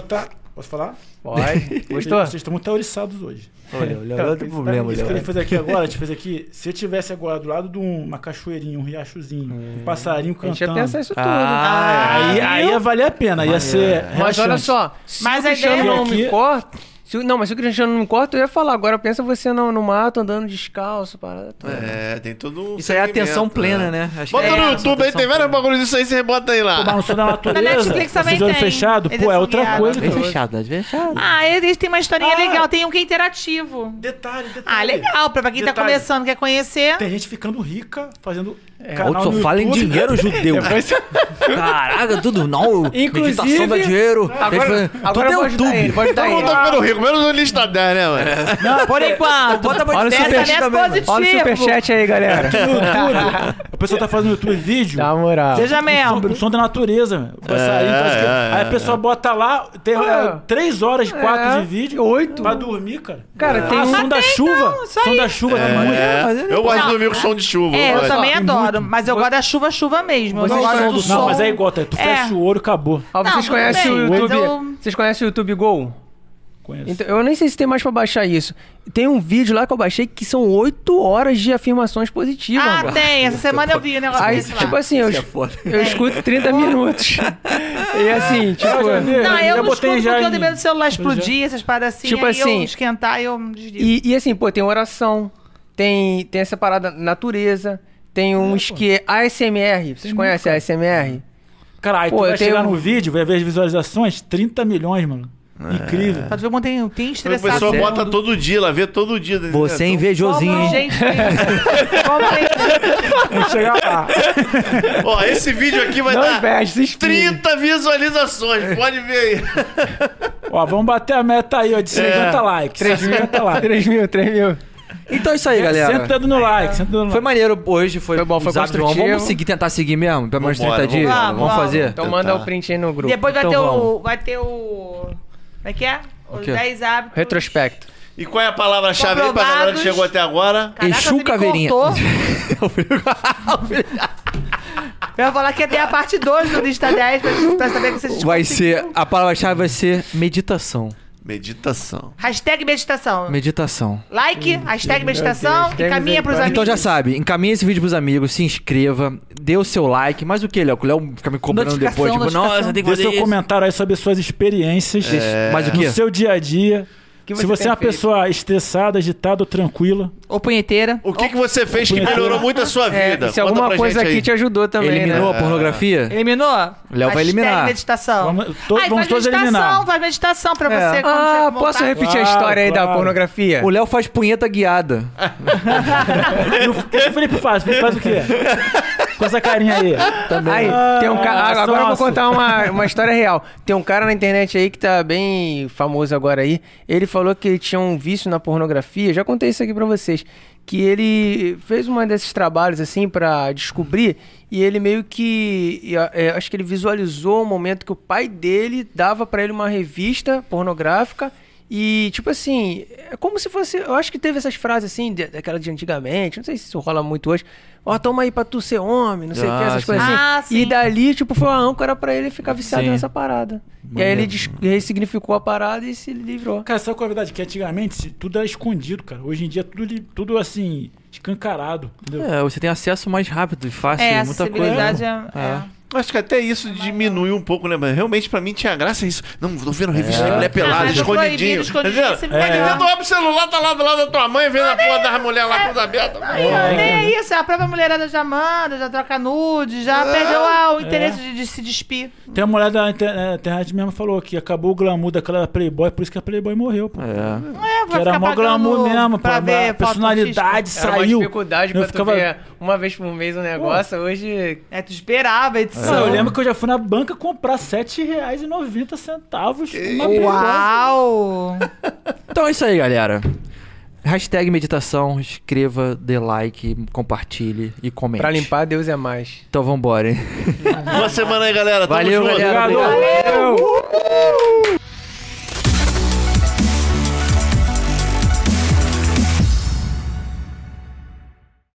Speaker 3: Posso falar?
Speaker 2: Pode. Gostou?
Speaker 3: Vocês estão muito ouriçados hoje.
Speaker 1: Olha, o Léo é outro problema,
Speaker 3: Tá, Isso
Speaker 1: Léo.
Speaker 3: que ele fez aqui agora, a gente fez aqui. Se eu tivesse agora do lado de um- uma cachoeirinha, um riachozinho, um passarinho
Speaker 2: Hum. A gente ia
Speaker 3: cantando.
Speaker 2: pensar isso tudo.
Speaker 1: Ah,
Speaker 3: Aí,
Speaker 4: Ah,
Speaker 3: aí
Speaker 4: viu?
Speaker 3: ia valer a pena, ia ser.
Speaker 2: Mas olha
Speaker 3: relaxante.
Speaker 2: só, se
Speaker 4: Mas
Speaker 2: o
Speaker 4: a
Speaker 2: Cristiano
Speaker 4: ideia é
Speaker 2: não
Speaker 3: aqui-
Speaker 2: me corta. se o- não, mas se o Cristiano não me corta, eu ia falar. Agora pensa você no, no mato andando descalço, parada. tá. toda.
Speaker 5: É, tem todo um.
Speaker 1: Isso aí é atenção
Speaker 5: segmento,
Speaker 1: plena, né? Acho
Speaker 5: Bota
Speaker 1: que é
Speaker 5: no
Speaker 1: atenção-
Speaker 5: YouTube aí,
Speaker 1: atenção
Speaker 5: tem vários
Speaker 1: plena.
Speaker 5: bagulhos disso aí, você bota aí
Speaker 3: Pô, mas
Speaker 5: lá.
Speaker 3: não sou da natureza.
Speaker 4: Netflix também
Speaker 3: vocês de olho
Speaker 4: tem.
Speaker 3: fechado, pô, é
Speaker 4: Eles
Speaker 3: outra
Speaker 4: são
Speaker 3: coisa.
Speaker 1: Bem
Speaker 4: guiados.
Speaker 3: cara.
Speaker 1: fechado, às vezes é fechado.
Speaker 4: Ah, eles têm uma historinha
Speaker 3: Ah.
Speaker 4: legal, tem um que é interativo.
Speaker 3: Detalhe, detalhe.
Speaker 4: Ah, legal, pra pra quem tá
Speaker 3: Detalhe.
Speaker 4: começando, quer conhecer.
Speaker 3: Tem gente ficando rica fazendo.
Speaker 1: Outro
Speaker 2: É.
Speaker 3: canal
Speaker 1: só
Speaker 3: no
Speaker 1: fala em
Speaker 3: YouTube. É,
Speaker 1: dinheiro judeu. Caraca, tudo não.
Speaker 2: Inclusive-
Speaker 1: meditação dá dinheiro.
Speaker 2: Agora,
Speaker 1: Tem que fazer-
Speaker 2: agora
Speaker 1: tudo
Speaker 2: eu
Speaker 1: é
Speaker 2: vou ajudar ele,
Speaker 1: YouTube.
Speaker 2: vou ajudar
Speaker 5: Todo mundo
Speaker 2: ele.
Speaker 5: tá ficando rico, menos o lista 10, né, mano?
Speaker 3: Não,
Speaker 4: Por enquanto.
Speaker 1: Bota mais
Speaker 2: Olha o
Speaker 4: dessa,
Speaker 1: superchat
Speaker 4: né,
Speaker 1: também, mano.
Speaker 4: positivo.
Speaker 2: Olha o superchat aí, galera.
Speaker 3: no YouTube. A pessoa tá fazendo no YouTube vídeo.
Speaker 2: Na moral.
Speaker 4: Seja
Speaker 3: O som,
Speaker 4: membro.
Speaker 3: o som da natureza. meu. O passarinho
Speaker 5: é,
Speaker 3: faz que-
Speaker 5: é,
Speaker 3: aí
Speaker 5: é.
Speaker 3: a pessoa bota lá, tem
Speaker 2: Ah.
Speaker 3: é, três horas, quatro
Speaker 2: É,
Speaker 3: de vídeo.
Speaker 2: oito.
Speaker 3: Pra dormir, cara.
Speaker 2: Cara, tem
Speaker 3: ah,
Speaker 2: um-
Speaker 3: som da chuva.
Speaker 4: então, isso
Speaker 3: som
Speaker 4: aí.
Speaker 3: da chuva é. muito.
Speaker 1: mas
Speaker 5: É,
Speaker 1: ele
Speaker 5: eu
Speaker 1: não-
Speaker 5: gosto de dormir com som de chuva.
Speaker 4: É, eu
Speaker 5: gosto.
Speaker 4: também
Speaker 3: é
Speaker 4: adoro, mas eu gosto da chuva, chuva mesmo. Eu
Speaker 2: Vocês
Speaker 4: não
Speaker 2: são
Speaker 4: gosto do
Speaker 2: do-
Speaker 4: sol.
Speaker 3: Não, mas é igual, tá? tu
Speaker 4: É.
Speaker 3: fecha o ouro, acabou.
Speaker 2: Ó,
Speaker 4: Não,
Speaker 2: vocês
Speaker 4: tudo
Speaker 2: conhecem
Speaker 4: bem,
Speaker 2: o
Speaker 4: mas
Speaker 2: YouTube?
Speaker 4: eu-
Speaker 2: Vocês conhecem o YouTube Go?
Speaker 3: Conheço.
Speaker 2: Então, eu nem sei se tem mais pra baixar isso. Tem um vídeo lá que eu baixei que são 8 horas de afirmações positivas.
Speaker 4: Ah,
Speaker 2: mano.
Speaker 4: tem. Essa semana eu vi o negócio
Speaker 2: Aí,
Speaker 4: desse
Speaker 2: tipo
Speaker 4: lá.
Speaker 2: assim, eu,
Speaker 1: Isso é foda.
Speaker 2: eu escuto 30 minutos. E assim, tipo.
Speaker 3: Ah, já vi. já
Speaker 4: Não, eu não escuto
Speaker 3: botei
Speaker 4: porque
Speaker 3: já
Speaker 4: eu
Speaker 3: em-
Speaker 4: tenho medo do celular
Speaker 3: já-
Speaker 4: explodir, essas paradas assim,
Speaker 2: Tipo
Speaker 4: aí eu
Speaker 2: assim,
Speaker 4: esquentar e eu me desligo.
Speaker 2: E, e assim, pô, tem oração, tem, tem essa parada natureza, tem um uns que. ASMR, vocês conhecem a ASMR?
Speaker 3: Cara, aí
Speaker 2: Pô,
Speaker 3: tu vai
Speaker 2: eu tenho-
Speaker 3: chegar
Speaker 4: um-
Speaker 3: no vídeo, vai ver as visualizações, 30 milhões, mano.
Speaker 5: É.
Speaker 3: Incrível.
Speaker 4: Pra tu ver como tem, um- tem
Speaker 5: A
Speaker 4: estressado. assim.
Speaker 5: pessoa
Speaker 4: todo
Speaker 5: bota
Speaker 4: mundo.
Speaker 5: todo dia, ela vê todo dia.
Speaker 1: Você é
Speaker 5: Então,
Speaker 1: invejosinho,
Speaker 4: Como
Speaker 1: hein?
Speaker 4: gente- como gente-
Speaker 3: Tem que chegar lá.
Speaker 5: Ó, esse vídeo aqui vai
Speaker 2: Não
Speaker 5: dar
Speaker 2: inveja, se inspira.
Speaker 5: 30 visualizações, pode ver aí.
Speaker 3: Ó, vamos bater a meta aí, ó, de
Speaker 5: É.
Speaker 3: 50 likes. 50 likes.
Speaker 2: 3 mil, 3 mil.
Speaker 1: Então é isso aí,
Speaker 3: Senta o
Speaker 1: galera.
Speaker 3: dedo no like, senta o dedo no
Speaker 1: Foi
Speaker 3: like.
Speaker 1: maneiro hoje, foi,
Speaker 2: Foi bom, foi
Speaker 1: os hábitos bons.
Speaker 2: construtivo.
Speaker 1: Vamos seguir, tentar seguir mesmo, pelo menos 30
Speaker 5: Vambora,
Speaker 1: dias.
Speaker 4: vambora,
Speaker 1: Vamos,
Speaker 4: vamos.
Speaker 1: fazer.
Speaker 2: Então
Speaker 5: Tentar.
Speaker 2: manda o print aí no grupo.
Speaker 4: Depois vai
Speaker 1: Então
Speaker 4: ter o.
Speaker 1: vamos.
Speaker 4: Vai ter o. Como é que é?
Speaker 1: O
Speaker 4: Os
Speaker 1: quê?
Speaker 4: 10 hábitos.
Speaker 2: Retrospecto.
Speaker 5: E qual é a palavra-chave aí pra
Speaker 4: Comprovados.
Speaker 5: galera que chegou até agora?
Speaker 4: Caraca,
Speaker 1: Exu
Speaker 4: você me
Speaker 1: Caveirinha.
Speaker 4: cortou.
Speaker 1: O Felipe- o Felipe-
Speaker 4: Eu vou falar que tem a parte 2 do Lista 10 pra, pra saber que vocês
Speaker 1: Vai ser. A palavra-chave vai ser meditação.
Speaker 5: Meditação.
Speaker 4: Hashtag meditação.
Speaker 1: Meditação.
Speaker 4: Like, hashtag meditação e
Speaker 2: Deus.
Speaker 4: caminha pros amigos.
Speaker 1: Então já sabe, encaminha esse vídeo pros amigos, se inscreva, dê o seu like, mas o que, Léo? Que O Léo fica me cobrando
Speaker 4: Notificação,
Speaker 1: depois, tipo,
Speaker 4: notificação.
Speaker 1: nossa, tem que
Speaker 3: Dê
Speaker 1: fazer
Speaker 3: seu
Speaker 1: isso.
Speaker 3: comentário aí sobre as suas experiências.
Speaker 5: É.
Speaker 1: Mas o
Speaker 3: no
Speaker 1: quê?
Speaker 3: seu dia a dia.
Speaker 2: Que
Speaker 3: se
Speaker 2: você
Speaker 3: você
Speaker 2: tem
Speaker 3: é uma
Speaker 2: feito?
Speaker 3: pessoa estressada, agitada ou tranquila,
Speaker 4: Ou punheteira.
Speaker 5: O que, que você fez que melhorou muito a sua
Speaker 2: É,
Speaker 5: vida?
Speaker 2: se
Speaker 5: Conta
Speaker 2: alguma
Speaker 5: pra
Speaker 2: coisa
Speaker 5: gente
Speaker 2: aqui
Speaker 5: aí.
Speaker 2: te ajudou também,
Speaker 1: Eliminou
Speaker 2: né?
Speaker 1: a pornografia?
Speaker 4: Eliminou?
Speaker 1: É. Léo vai
Speaker 4: Hashtag
Speaker 1: eliminar.
Speaker 4: meditação.
Speaker 3: Vamos- to-
Speaker 4: Aí
Speaker 3: vamos
Speaker 4: faz
Speaker 3: todos
Speaker 4: meditação,
Speaker 3: eliminar.
Speaker 4: faz meditação
Speaker 1: É.
Speaker 4: pra você. quando você
Speaker 2: Ah,
Speaker 4: voltar.
Speaker 2: posso repetir a
Speaker 3: Claro,
Speaker 2: história aí da
Speaker 3: claro.
Speaker 2: pornografia?
Speaker 1: O Léo faz punheta guiada.
Speaker 3: O que o Felipe faz? O Felipe faz o quê? Com essa carinha aí.
Speaker 2: Aí, tem um cara.
Speaker 3: Ah,
Speaker 2: agora eu vou
Speaker 3: nossa.
Speaker 2: contar um uma, uma história real. Tem um cara na internet aí que tá bem famoso agora aí. Ele falou que ele tinha um vício na pornografia. Já contei isso aqui pra vocês. Que ele fez um desses trabalhos assim pra descobrir. E ele meio que. e, a- é, acho que ele visualizou o momento que o pai dele dava pra ele uma revista pornográfica. E, tipo assim, é como se fosse. Eu acho que teve essas frases assim, de- daquela de antigamente. Não sei se isso rola muito hoje. Ó, toma aí pra tu ser homem, não sei o que,
Speaker 1: Ah,
Speaker 2: essas
Speaker 1: sim.
Speaker 2: coisas assim.
Speaker 4: Ah, sim.
Speaker 2: E dali, tipo, foi uma âncora pra ele ficar viciado
Speaker 1: Sim.
Speaker 2: nessa parada. E aí ele des- ressignificou a parada e se livrou.
Speaker 3: Cara, sabe qual é a verdade? Que antigamente se- tudo era escondido, cara. Hoje em dia tudo, li- tudo assim, escancarado. Entendeu?
Speaker 1: É, você tem acesso mais rápido e fácil,
Speaker 4: É, a
Speaker 1: muita coisa. né?
Speaker 4: acessibilidade é. é.
Speaker 5: Acho que até isso diminuiu um pouco, né? Mas realmente pra mim tinha graça isso. Não, tô vendo É. revista de mulher pelada,
Speaker 4: mas o
Speaker 5: escondidinho.
Speaker 4: proibido, escondidinho,
Speaker 5: Tá
Speaker 4: você
Speaker 5: vendo?
Speaker 4: fica
Speaker 5: Tá
Speaker 4: olhando.
Speaker 5: vendo? Abre o celular, tá lá do lado da tua mãe, vendo a porra das mulheres lá com os abertos.
Speaker 4: Aí, ó, nem é isso, a própria mulherada já manda, já troca nude, já
Speaker 1: É.
Speaker 4: perdeu ah,
Speaker 3: É.
Speaker 4: o interesse de, de se despir.
Speaker 2: É.
Speaker 3: Tem uma mulher da inter- eh, internet mesmo falou que acabou o glamour daquela Playboy, por isso que a Playboy morreu, pô.
Speaker 1: É.
Speaker 4: É,
Speaker 3: Que
Speaker 4: vai
Speaker 3: era
Speaker 4: ficar
Speaker 3: mó
Speaker 4: pagando
Speaker 3: glamour mesmo, pô.
Speaker 4: pra
Speaker 3: A
Speaker 4: ver foto
Speaker 3: personalidade
Speaker 4: artística.
Speaker 2: Era uma
Speaker 3: saiu.
Speaker 2: dificuldade pra
Speaker 3: Eu
Speaker 2: tu
Speaker 3: ficava-
Speaker 2: ver uma vez por mês um negócio, hoje...
Speaker 4: É, tu esperava a
Speaker 3: Não,
Speaker 4: edição.
Speaker 3: É, eu lembro que eu já fui na banca comprar R$ 7,90 uma Playboy.
Speaker 4: Uau!
Speaker 1: Então é isso aí, galera. Hashtag meditação, escreva, dê like, compartilhe e comente.
Speaker 2: Pra limpar, Deus é mais.
Speaker 1: Então vambora, hein?
Speaker 5: Boa semana aí, galera. Tamo
Speaker 1: Valeu,
Speaker 5: junto.
Speaker 1: galera.
Speaker 3: Obrigado.
Speaker 1: Obrigado.